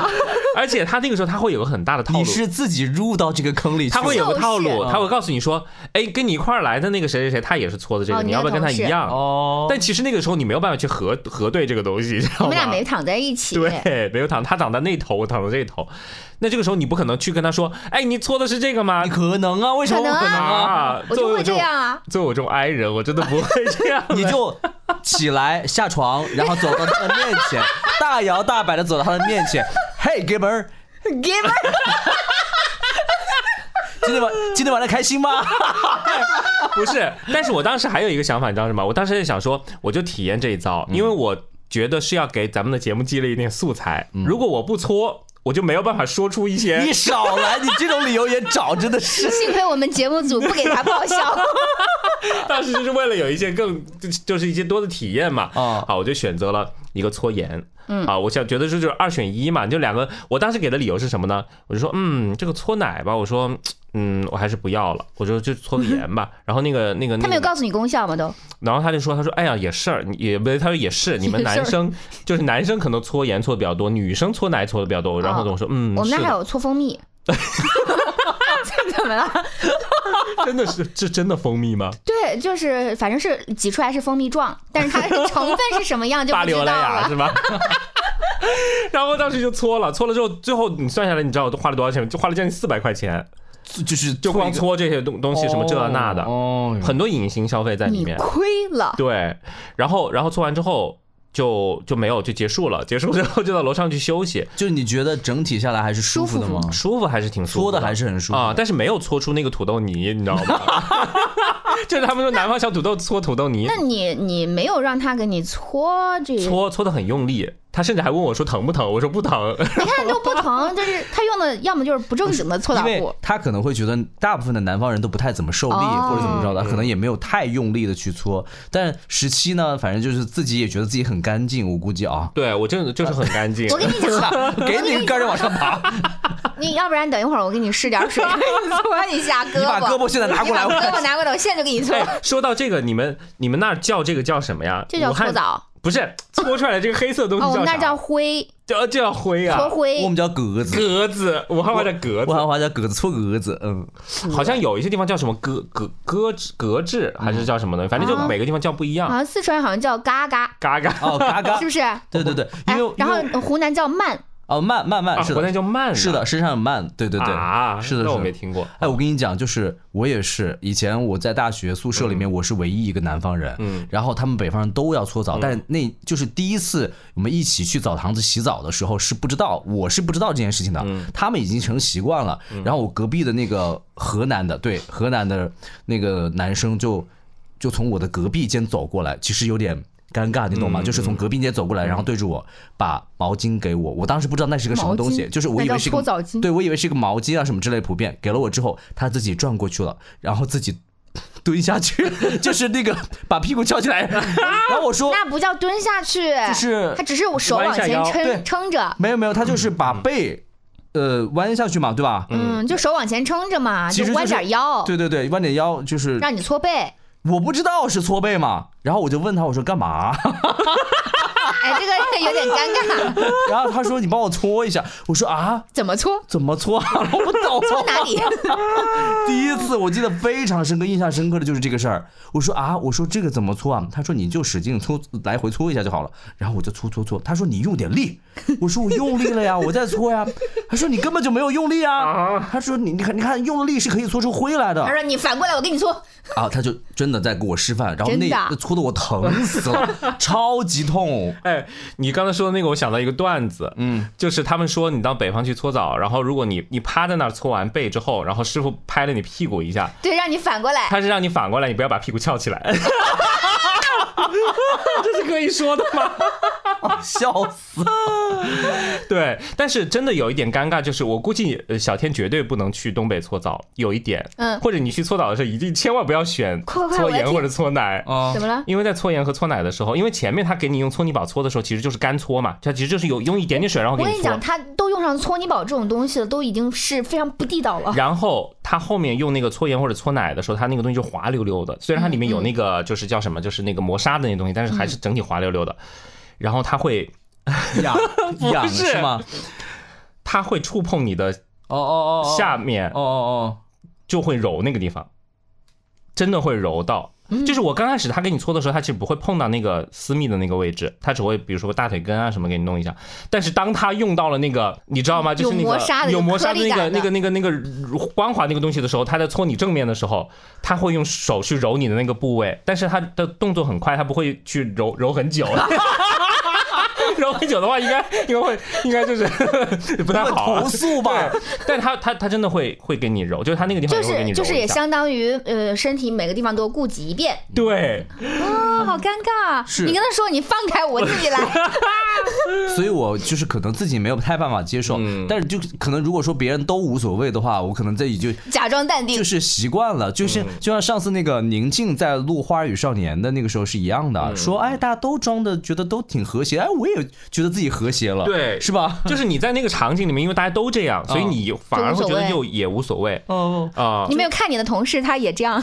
Speaker 4: 而且他那个时候他会有个很大的套
Speaker 1: 你
Speaker 4: 路，
Speaker 1: 是自己入到这个坑里去
Speaker 4: 他
Speaker 1: 了，
Speaker 4: 会有个套
Speaker 3: 就
Speaker 4: 路，
Speaker 1: 是
Speaker 4: 他会告诉你说，哎，跟你一块儿来的那个谁谁谁，他也是搓的这个，
Speaker 3: 哦
Speaker 4: 你
Speaker 3: 你
Speaker 4: 要不要
Speaker 3: 的
Speaker 4: 跟他
Speaker 3: 同
Speaker 4: 一
Speaker 3: 事
Speaker 4: 样？
Speaker 1: 哦，
Speaker 4: 但其实那个时候你没有办法去核核对这个东西，你知
Speaker 3: 你
Speaker 4: 道吗？
Speaker 3: 们俩没躺在一起，
Speaker 4: 对，没有躺，他躺在那头，我躺在这头。那这个时候你不可能去跟他说，哎，你搓的是这个吗
Speaker 1: 你？可能啊，为什么
Speaker 3: 可能
Speaker 1: 不
Speaker 3: 啊
Speaker 1: 可能啊？。
Speaker 4: 啊，
Speaker 3: 我
Speaker 4: 作
Speaker 3: 就
Speaker 4: 为
Speaker 3: 会
Speaker 4: 我这
Speaker 3: 这
Speaker 4: 种，
Speaker 3: 样啊。
Speaker 4: 作为我这种 i 人，我真的不会这 样
Speaker 1: 你就起来下床，然后走到他的面前，大摇大摆的走到他的面前，嘿，哥们儿，
Speaker 3: Give
Speaker 1: 今天晚今天玩的开心吗？
Speaker 4: 不是，但是我当时还有一个想法，你知道什么？我当时在想说，我就体
Speaker 1: 嗯
Speaker 4: 验这一招，因为我觉得是要给咱们的节目积累一点素材。如果我不搓，我就没有办法说出一些
Speaker 1: 嗯你少来，你这种理由也找，真的是。
Speaker 3: 幸亏我们节目组不给他报销。
Speaker 1: 嗯
Speaker 4: 当时就是为了有一些更就就是一些多的体验嘛。
Speaker 1: 啊
Speaker 4: 好，我就选择了一个搓盐。嗯，啊，我想觉得这就是二选一嘛，就两个。我当时给的理由是什么呢？我就说，嗯，这个搓奶吧，我说，嗯，我还是不要了，我说就搓个盐吧。然后那个那个
Speaker 3: 他
Speaker 4: 那
Speaker 3: 没有
Speaker 4: 个，
Speaker 3: 告诉你功效吗？都
Speaker 4: 然后他就说，他说，哎呀，也是，你也不，他说也是，你们
Speaker 3: 也是
Speaker 4: 男生就是男生可能搓盐搓的比较多，女生搓奶搓的比较多。然后我说，嗯，
Speaker 3: 哦我们那
Speaker 4: 是
Speaker 3: 还
Speaker 4: 的
Speaker 3: 有搓 蜂蜜。这怎么了？
Speaker 4: 真的是这真的蜂蜜吗？
Speaker 3: 对，就是反正是挤出来是蜂蜜状，但是它的成分是什么样就
Speaker 4: 巴
Speaker 3: 不
Speaker 4: 黎
Speaker 3: 知
Speaker 4: 欧
Speaker 3: 道啊
Speaker 4: 莱雅
Speaker 3: 了。
Speaker 4: 是吧？ 然后当时就搓了，搓了之后，最后你算下来，你知道我都花了多少钱吗？就花了将近四百块钱，
Speaker 1: 就是
Speaker 4: 就光
Speaker 1: 一个
Speaker 4: 搓这些东东西，什么这那的，
Speaker 1: 哦，哦
Speaker 4: 很多隐形消费在里
Speaker 3: 你
Speaker 4: 面。
Speaker 3: 亏了，
Speaker 4: 对，然后然后搓完之后就就没有就结束了，结束之后就到楼上去休息，
Speaker 1: 就你觉得整体下来还是舒服的吗？
Speaker 4: 舒服还是挺舒服
Speaker 1: 搓的还是很舒服
Speaker 4: 啊，但是没有搓出那个土豆泥，你知道吗？ 就是他们说南方小土豆搓土豆泥，
Speaker 3: 那你你没有让他给你搓这个，
Speaker 4: 搓搓的很用力，他甚至还问我说疼不疼，我说不疼。，
Speaker 3: 你看都不疼，就是他用的要么就是不正经的搓
Speaker 1: 因
Speaker 3: 澡
Speaker 1: 为
Speaker 3: 布，
Speaker 1: 他可能会觉得大部分的南方人都不太怎么受力，
Speaker 3: 哦
Speaker 1: 或者怎么着的，可能也没有太用力的去搓。但十七呢，反正就是自己也觉得自己很干净，我估计啊
Speaker 4: 对我真的就是很干净。
Speaker 3: 我 跟你讲，
Speaker 1: 给你个杆儿往上爬，
Speaker 3: 你要不然等一会儿我给你试点水， 搓一下胳膊。
Speaker 1: 你把胳膊现在拿 过来，
Speaker 3: 你把胳
Speaker 1: 我
Speaker 3: 膊拿过来，我现在就给你搓。
Speaker 4: 哎，说到这个，你们你们那儿叫这个叫什么呀？
Speaker 3: 这叫
Speaker 4: 武汉
Speaker 3: 搓，澡
Speaker 4: 不是搓出来的这个黑色的东
Speaker 3: 哦，
Speaker 4: 西
Speaker 3: 我们
Speaker 4: 叫
Speaker 3: 那
Speaker 4: 啥？
Speaker 3: 儿叫灰
Speaker 4: 叫叫灰啊
Speaker 3: 搓，
Speaker 1: 我
Speaker 3: 灰
Speaker 1: 们，叫格子，
Speaker 4: 格子，武汉话叫格
Speaker 1: 武
Speaker 4: 子，
Speaker 1: 汉话叫格子搓格子，嗯，
Speaker 4: 好像有一些地方叫什么格格格制格制，还是叫什么
Speaker 1: 啊
Speaker 4: 呢？反正就每个地方叫不一
Speaker 3: 好
Speaker 4: 样。
Speaker 3: 像四川好像叫嘎嘎，
Speaker 4: 嘎嘎，
Speaker 1: 哦，嘎啊嘎
Speaker 3: 是，不是？哎，
Speaker 1: 对对对，因为
Speaker 3: 然
Speaker 1: 因为
Speaker 3: 后湖南叫慢，
Speaker 1: 哦慢慢慢
Speaker 4: 啊，
Speaker 1: 是
Speaker 4: 国内
Speaker 1: 的，
Speaker 4: 叫慢，
Speaker 1: 是的，身上有慢，对对对，
Speaker 4: 啊，
Speaker 1: 是的
Speaker 4: 那
Speaker 1: 是
Speaker 4: 我
Speaker 1: 的
Speaker 4: 没听过。
Speaker 1: 哎，我跟你讲，就是我也是，以前我在大学宿舍里面，我是唯一一个南方人，
Speaker 4: 嗯
Speaker 1: 然后他们北方人都要搓澡，但那就是第一次我们一起去澡堂子洗澡的时候是不知道，我是不知道这件事情的，他们已经成习惯了。然后我隔壁的那个河南的，对河南的那个男生就就从我的隔壁间走过来，其实有点。尴尬，你懂吗？就是从隔壁间走过来，然后对着我把毛巾给我，我当时不知道那是个什么
Speaker 3: 毛
Speaker 1: 东西，
Speaker 3: 巾
Speaker 1: 就是我
Speaker 3: 那
Speaker 1: 以为
Speaker 3: 叫
Speaker 1: 是个
Speaker 3: 搓澡巾
Speaker 1: 对我以为是个毛巾啊什么之类的普遍，给了我之后，他自己转过去了，然后自己蹲下去， 就是那个把屁股翘起来， 然后我说
Speaker 3: 那不叫蹲下去，
Speaker 1: 就是
Speaker 3: 他只是我手往
Speaker 4: 弯下
Speaker 3: 前
Speaker 4: 腰
Speaker 1: 对
Speaker 3: 撑撑着，
Speaker 1: 没有没有，他就是把背呃弯下去嘛，对吧？
Speaker 3: 嗯，就手往前撑着嘛，
Speaker 1: 其实
Speaker 3: 弯
Speaker 1: 就是
Speaker 3: 点腰，
Speaker 1: 对对对，弯点腰就是
Speaker 3: 让你搓背。
Speaker 1: 我不知道是搓背嘛，然后我就问他我说干嘛，
Speaker 3: 哎，这个 有点 尴尬，
Speaker 1: 然后他说你帮我搓一下，我说啊
Speaker 3: 怎么搓？
Speaker 1: 怎么搓啊， 我不懂，
Speaker 3: 搓哪 里？
Speaker 1: 第一次我记得非常深刻，印象深刻的就是这个事儿。我说啊，我说这个怎么搓啊？他说你就使劲搓，来回搓一下就好了。然后我就搓搓搓，他说你用点 力。我说我用力了呀，我在搓呀。他说你根本就没有用力啊。他说你你看你看用了力是可以搓出灰 来的
Speaker 3: 他说你反过来，我给你搓。
Speaker 1: 啊。他就真的在给我示范，然后
Speaker 3: 真的啊
Speaker 1: 那搓的我疼死 了，超级痛。
Speaker 4: 哎，你刚才说的那个，我想到一个段子，嗯，就是他们说你到北方去搓澡，然后如果你你趴在那儿搓完背之后，然后师傅拍了你屁股一下，
Speaker 3: 对，让你反过来。
Speaker 4: 他是让你反过来，你不要把屁股翘 起来。 这是可以说的吗？
Speaker 1: 笑 死！
Speaker 4: 对，但是真的有一点尴尬，就是我估计呃小天绝对不能去东北搓澡，有一点，
Speaker 3: 嗯
Speaker 4: 或者你去搓澡的时候，一定千万不要选
Speaker 3: 快快快
Speaker 4: 搓
Speaker 3: 我要
Speaker 4: 盐
Speaker 3: 听
Speaker 4: 或者搓奶，
Speaker 1: 啊
Speaker 3: 怎么了？
Speaker 4: 因为在搓盐和搓奶的时候，因为前面他给你用搓泥宝搓的时候，其实就是干搓嘛，它其实就是有用一点点水然
Speaker 3: 我
Speaker 4: 后给
Speaker 3: 跟
Speaker 4: 你
Speaker 3: 你
Speaker 4: 搓
Speaker 3: 讲，，他都用上搓泥宝这种东西了，都已经是非常不地道了。
Speaker 4: 然后他后面用那个搓盐或者搓奶的时候，他那个东西就滑溜溜的，虽然它里面
Speaker 3: 嗯
Speaker 4: 有那个就是叫什么，就是那个磨砂的那东西，但是还是整体滑溜溜的。然后他会
Speaker 1: 痒痒
Speaker 4: 是
Speaker 1: 是吗？
Speaker 4: 他会触碰你的
Speaker 1: 哦哦哦，
Speaker 4: 下面
Speaker 1: 哦，哦哦，
Speaker 4: 就会揉那个地方，真的会揉到。就是我刚开始他给你搓的时候，他其实不会碰到那个私密的那个位置，他只会比如说大腿根啊什么给你弄一下。但是当他用到了那个，你知道吗？就是那
Speaker 3: 有
Speaker 4: 个
Speaker 3: 磨砂的
Speaker 4: 有磨砂的那
Speaker 3: 有颗
Speaker 4: 个
Speaker 3: 粒感的
Speaker 4: 那个那个那个光滑那个东西的时候，他在搓你正面的时候，他会用手去揉你的那个部位，但是他的动作很快，他不会去揉揉很久。揉很久的话，应该应该会应该就是不太
Speaker 1: 他们
Speaker 4: 好啊、
Speaker 1: 投诉吧。
Speaker 4: 对，但他他他真的会会给你揉，就是他那个地方
Speaker 3: 就
Speaker 4: 也会给你
Speaker 3: 是
Speaker 4: 揉
Speaker 3: 就是
Speaker 4: 一
Speaker 3: 也
Speaker 4: 下
Speaker 3: 相当于呃身体每个地方都顾及一遍
Speaker 4: 对，
Speaker 3: 啊、好尴尬！
Speaker 1: 嗯是
Speaker 3: 你跟他说你放开我自己来，
Speaker 1: 所以我就是可能自己没有太办法接受，
Speaker 4: 嗯
Speaker 1: 但是就可能如果说别人都无所谓的话，我可能自己就
Speaker 3: 假装淡定
Speaker 1: 就。是习惯了，
Speaker 4: 嗯
Speaker 1: 就是就像上次那个宁静在录《花儿与少年》的那个时候是一样
Speaker 4: 嗯
Speaker 1: 的，说哎大家都装的觉得都挺和谐，哎我也觉得自己和谐了，
Speaker 4: 对
Speaker 1: 是吧？
Speaker 4: 就是你在那个场景里面，因为大家都这样，所以
Speaker 3: 哦
Speaker 4: 你反而会觉得
Speaker 3: 就无所
Speaker 4: 就也无所谓
Speaker 1: 哦，
Speaker 4: 啊
Speaker 3: 你。没有看你的同事他也这样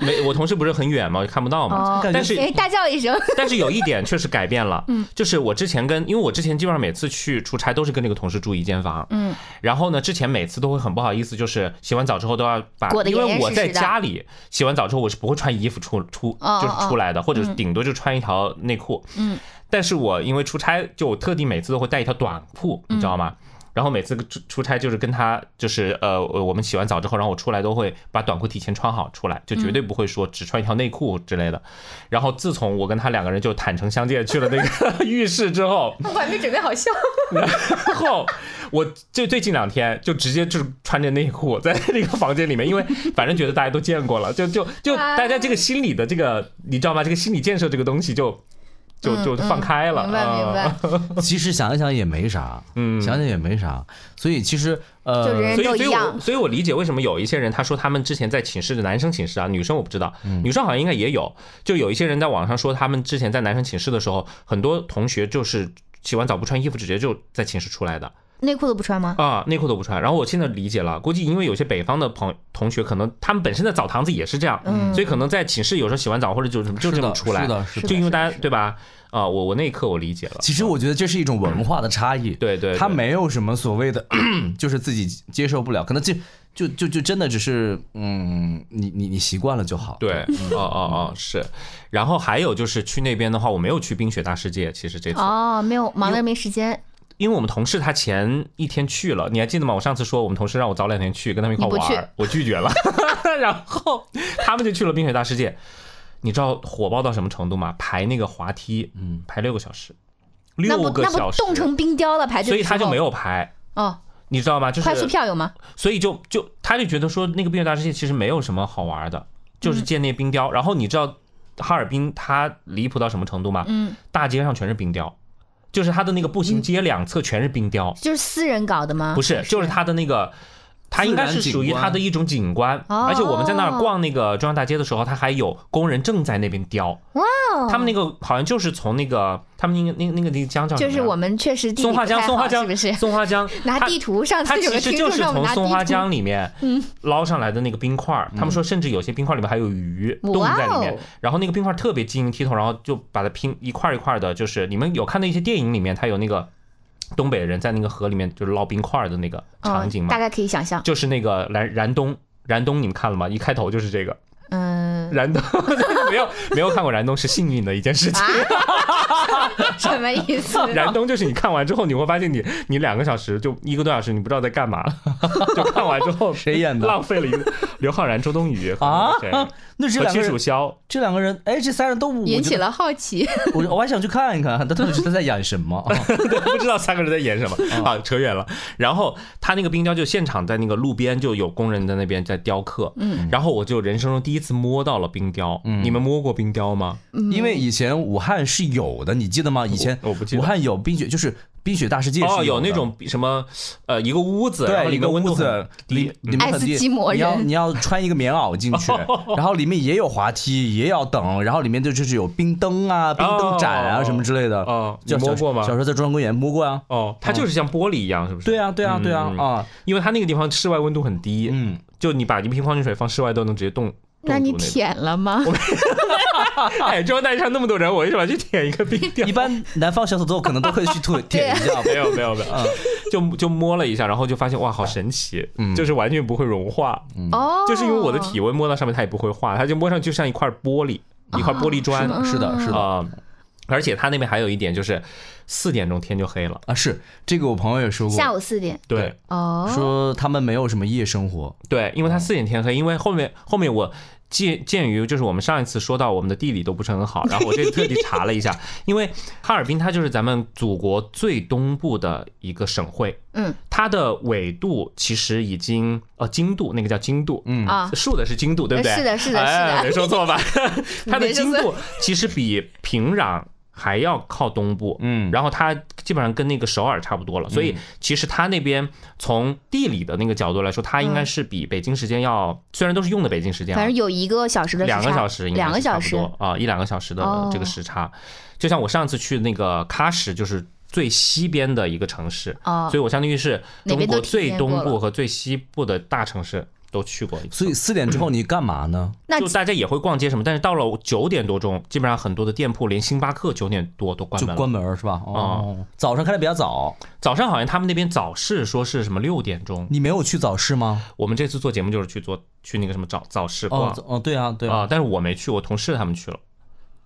Speaker 4: 没，我同事不是很远嘛，就看不到嘛
Speaker 3: 哦。
Speaker 1: 感觉
Speaker 4: 但是
Speaker 3: 哎大叫一声，
Speaker 4: 但是有一点确实改变 了，嗯，就是我之前跟，因为我之前基本上每次去出差都是跟那个同事住一间房，嗯，然后呢，之前每次都会很不好意思，就是洗完澡之后都要把，
Speaker 3: 裹得
Speaker 4: 因
Speaker 3: 严
Speaker 4: 为
Speaker 3: 严实
Speaker 4: 我在
Speaker 3: 实的
Speaker 4: 家里洗完澡之后我是不会穿衣服出出
Speaker 3: 哦
Speaker 4: 就是出来的，或者是顶多就穿一条内裤，嗯，但是我因为出差，就我特地每次都会带一条短裤，
Speaker 3: 嗯
Speaker 4: 你知道吗？然后每次出出差就是跟他就是呃，我我们洗完澡之后，然后我出来都会把短裤提前穿好出来，就绝对
Speaker 3: 嗯
Speaker 4: 不会说只穿一条内裤之类的。然后自从我跟他两个人就坦诚相见去了那个 浴室之后，
Speaker 3: 我还没准备好笑。
Speaker 4: 然后我就最近两天就直接就是穿着内裤在那个房间里面，因为反正觉得大家都见过了，就就就
Speaker 3: 啊
Speaker 4: 大家这个心理的这个你知道吗？这个心理建设这个东西就就就放开了，
Speaker 3: 嗯明白明白
Speaker 4: 啊，
Speaker 1: 其实想一想也没啥，
Speaker 4: 嗯
Speaker 1: 想想也没啥，所以其实呃，
Speaker 3: 就人
Speaker 4: 所以，
Speaker 3: 都
Speaker 4: 所
Speaker 3: 一
Speaker 4: 以我
Speaker 3: 样
Speaker 4: 所以我理解为什么有一些人他说他们之前在寝室的男生寝室啊，女生我不知道，女生好
Speaker 3: 嗯
Speaker 4: 像应该也有。就有一些人在网上说他们之前在男生寝室的时候，很多同学就是洗完澡不穿衣服直接就在寝室出来的
Speaker 3: 内裤都不穿吗？
Speaker 4: 啊，内裤都不穿。然后我现在理解了，估计因为有些北方的朋同学可能他们本身在澡堂子也是这样，所以可能在寝室有时候洗完澡或者就是就这么
Speaker 1: 的
Speaker 4: 出来，
Speaker 1: 是的是的
Speaker 4: 就因为大家对吧？啊，我我那一刻我理解了，
Speaker 1: 其实我觉得这是一种文化的差异，
Speaker 4: 对对对
Speaker 1: 他没有什么所谓的， 就是自己接受不了，可能就就就就真的只是嗯，你你你习惯了就好，
Speaker 4: 对，哦哦哦，是。然后还有就是去那边的话，我没有去冰雪大世界，其实这次，
Speaker 3: 哦，没有，忙着没时间，
Speaker 4: 因为我们同事他前一天去了，你还记得吗？我上次说我们同事让我早两天去，跟他们一块
Speaker 3: 你不
Speaker 4: 玩
Speaker 3: 去
Speaker 4: 儿，我拒绝 了，然后他们就去了冰雪大世界。你知道火爆到什么程度吗？排那个滑梯，嗯，排六个小时，
Speaker 3: 那
Speaker 4: 六
Speaker 3: 不
Speaker 4: 个
Speaker 3: 那不
Speaker 4: 小时，
Speaker 3: 冻成冰雕了，排队
Speaker 4: 所
Speaker 3: 的
Speaker 4: 以
Speaker 3: 时
Speaker 4: 他就
Speaker 3: 候
Speaker 4: 没有排，
Speaker 3: 哦。
Speaker 4: 你知道吗？就是
Speaker 3: 快速票有吗？
Speaker 4: 所以就就他就觉得说那个冰雪大世界其实没有什么好玩的，就是建那冰雕。然后你知道哈尔滨它离谱到什么程度吗？
Speaker 3: 嗯，
Speaker 4: 大街上全是冰雕，就是它的那个步行街两侧全是冰雕，
Speaker 3: 就是私人搞的吗？
Speaker 4: 不是，就是它的那个。它应该是属于它的一种景观，
Speaker 3: 哦
Speaker 4: 而且我们在那儿逛那个中央大街的时候，它还有工人正在那边雕。
Speaker 3: 哦
Speaker 4: 哇、他们那个好像就是从那个他们那个那个那个地江叫什么
Speaker 3: 就
Speaker 4: 来着？
Speaker 3: 是我们确实地理
Speaker 4: 松花
Speaker 3: 不
Speaker 4: 江，
Speaker 3: 太
Speaker 4: 松花
Speaker 3: 好
Speaker 4: 江
Speaker 3: 是不是？
Speaker 4: 松花江
Speaker 3: 拿
Speaker 4: 它
Speaker 3: 地图， 上
Speaker 4: 它
Speaker 3: 次有
Speaker 4: 其
Speaker 3: 个
Speaker 4: 实
Speaker 3: 听
Speaker 4: 就
Speaker 3: 众
Speaker 4: 是
Speaker 3: 让我
Speaker 4: 从
Speaker 3: 们拿
Speaker 4: 松花
Speaker 3: 地图，嗯
Speaker 4: 江里 面捞上来的那个冰块儿，他们说甚至有些冰块里面还有鱼
Speaker 3: 哇哦
Speaker 4: 冻在里面，然后那个冰块特别晶莹剔透，然后就把它拼一块儿一块儿的，就是你们有看到一些电影里面，它有那个东北人在那个河里面就是捞冰块儿的那个场
Speaker 3: 嗯，
Speaker 4: 景嘛
Speaker 3: 大，概可以想象。
Speaker 4: 就是那个燃燃冬。燃冬，你们看了吗？一开头就是这个
Speaker 3: 嗯，
Speaker 4: 燃冬，没有没有看过燃冬是幸运的一件 事情。
Speaker 3: 啊什么意思？
Speaker 4: 燃冬就是你看完之后，你会发现你你两个小时就一个多小时，你不知道在干嘛，就看完之后
Speaker 1: 谁演的
Speaker 4: 浪费了一个刘昊然、周冬雨和
Speaker 1: 啊
Speaker 4: 谁
Speaker 1: 那这
Speaker 4: 和
Speaker 1: 两个
Speaker 4: 屈
Speaker 1: 人
Speaker 4: 楚萧，
Speaker 1: 这两个人，哎，这三人都
Speaker 3: 引起，了好奇，
Speaker 1: 我觉得我我还想去看一看， 他到底是在演什么？
Speaker 4: 对不知道三个人在 演什么
Speaker 1: 哦
Speaker 4: 啊，扯远了。然后他那个冰雕就现场在那个路边就有工人在那边在雕刻，嗯，然后我就人生中第一次摸到了冰雕，
Speaker 1: 嗯
Speaker 4: 你们摸过冰雕吗？
Speaker 3: 嗯
Speaker 1: 因为以前武汉是有的，你记得吗？以前
Speaker 4: 我不记得
Speaker 1: 武汉有冰雪，就是冰雪大世界是
Speaker 4: 哦，有
Speaker 1: 的
Speaker 4: 那种什么呃一个屋子，然后
Speaker 1: 对，
Speaker 4: 里
Speaker 1: 一个
Speaker 4: 面温
Speaker 1: 屋
Speaker 4: 度
Speaker 1: 子
Speaker 4: 很
Speaker 1: 里
Speaker 4: 低，
Speaker 1: 里面很
Speaker 3: 爱斯
Speaker 1: 低，
Speaker 3: 基摩
Speaker 1: 你要
Speaker 3: 人
Speaker 1: 你要穿一个棉袄进 去，
Speaker 4: 哦
Speaker 1: 然后里面也有滑梯，也要等，然后里面就就是有冰灯啊、冰灯展啊
Speaker 4: 哦
Speaker 1: 什么之类的。
Speaker 4: 哦你
Speaker 1: 叫
Speaker 4: 摸
Speaker 1: 小时
Speaker 4: 过吗
Speaker 1: 小时候在中央公园摸过啊。
Speaker 4: 哦，它就是像玻璃一样，是不是？
Speaker 1: 对啊，对啊，对啊
Speaker 4: 嗯嗯
Speaker 1: 啊！
Speaker 4: 因为它那个地方室外温度很低，
Speaker 1: 嗯，
Speaker 4: 就你把一瓶矿泉水放室外都能直接冻。
Speaker 3: 那你
Speaker 4: 冻住种？
Speaker 3: 舔了吗？
Speaker 4: 哎，中央大街上那么多人，我为什么要去舔一个冰 雕？
Speaker 1: 一般南方小土豆可能都会去 吐舔一下吧。
Speaker 4: 没有没有没有，
Speaker 1: 嗯
Speaker 4: 就就摸了一下，然后就发现哇，好神奇，
Speaker 1: 嗯
Speaker 4: 就是完全不会融化，
Speaker 3: 哦，
Speaker 4: 就是因为我的体温摸到上面它也不会化，它就摸上去像一块玻璃，一
Speaker 3: 哦
Speaker 4: 块玻璃砖
Speaker 1: 是的，是
Speaker 3: 嗯
Speaker 1: 的，是的。
Speaker 4: 啊。而且它那边还有一点就是，四点钟天就黑了，
Speaker 1: 啊，是这个，我朋友也说过，
Speaker 3: 下午四点
Speaker 4: 对。
Speaker 3: 哦，
Speaker 1: 说他们没有什么夜生活，
Speaker 4: 对，因为它四点天黑，因为后面后面我鉴鉴于就是我们上一次说到我们的地理都不是很好，然后我这次特地查了一下， 因为哈尔滨它就是咱们祖国最东部的一个省会，
Speaker 3: 嗯，
Speaker 4: 它的纬度其实已经呃经度那个叫经度，嗯
Speaker 3: 啊
Speaker 4: 竖的是经度对不对？
Speaker 3: 是的是的
Speaker 4: 哎
Speaker 3: 是的
Speaker 4: 没说错吧？ 它的
Speaker 3: 没说
Speaker 4: 经
Speaker 3: 错
Speaker 4: 度其实比平壤还要靠东部，
Speaker 1: 嗯
Speaker 4: 然后它基本上跟那个首尔差不多了，所以其实它那边从地理的那个角度来说，它应该是比北京时间要，虽然都是用的北京时间
Speaker 3: 嗯
Speaker 4: 啊，
Speaker 3: 反正有一个小时的时
Speaker 4: 两个
Speaker 3: 差
Speaker 4: 小时应该
Speaker 3: 两个
Speaker 4: 是差
Speaker 3: 小
Speaker 4: 不
Speaker 3: 时
Speaker 4: 多，啊，一两个小时的这
Speaker 3: 哦
Speaker 4: 个时差。就像我上次去那个喀什，就是最西边的一个城市，
Speaker 3: 哦
Speaker 4: 所以我相当于是
Speaker 3: 哪
Speaker 4: 中
Speaker 3: 边都
Speaker 4: 国
Speaker 3: 体
Speaker 4: 最
Speaker 3: 验
Speaker 4: 东
Speaker 3: 过
Speaker 4: 部
Speaker 3: 了
Speaker 4: 和最西部的大城市都去过一次。
Speaker 1: 所以四点之后你干嘛呢？
Speaker 3: 那
Speaker 4: 就大家也会逛街什么，但是到了九点多钟，基本上很多的店铺连星巴克九点多都关
Speaker 1: 就
Speaker 4: 门了。
Speaker 1: 关门儿是
Speaker 4: 啊
Speaker 1: 吧？哦，早上开的比较早，
Speaker 4: 早上好像他们那边早市说是什么六点钟，
Speaker 1: 你没有去早市吗？
Speaker 4: 我们这次做节目就是去做去那个什么早早市逛
Speaker 1: 哦
Speaker 4: 啊、
Speaker 1: 哦，对啊对啊，
Speaker 4: 但是我没去，我同事他们去了，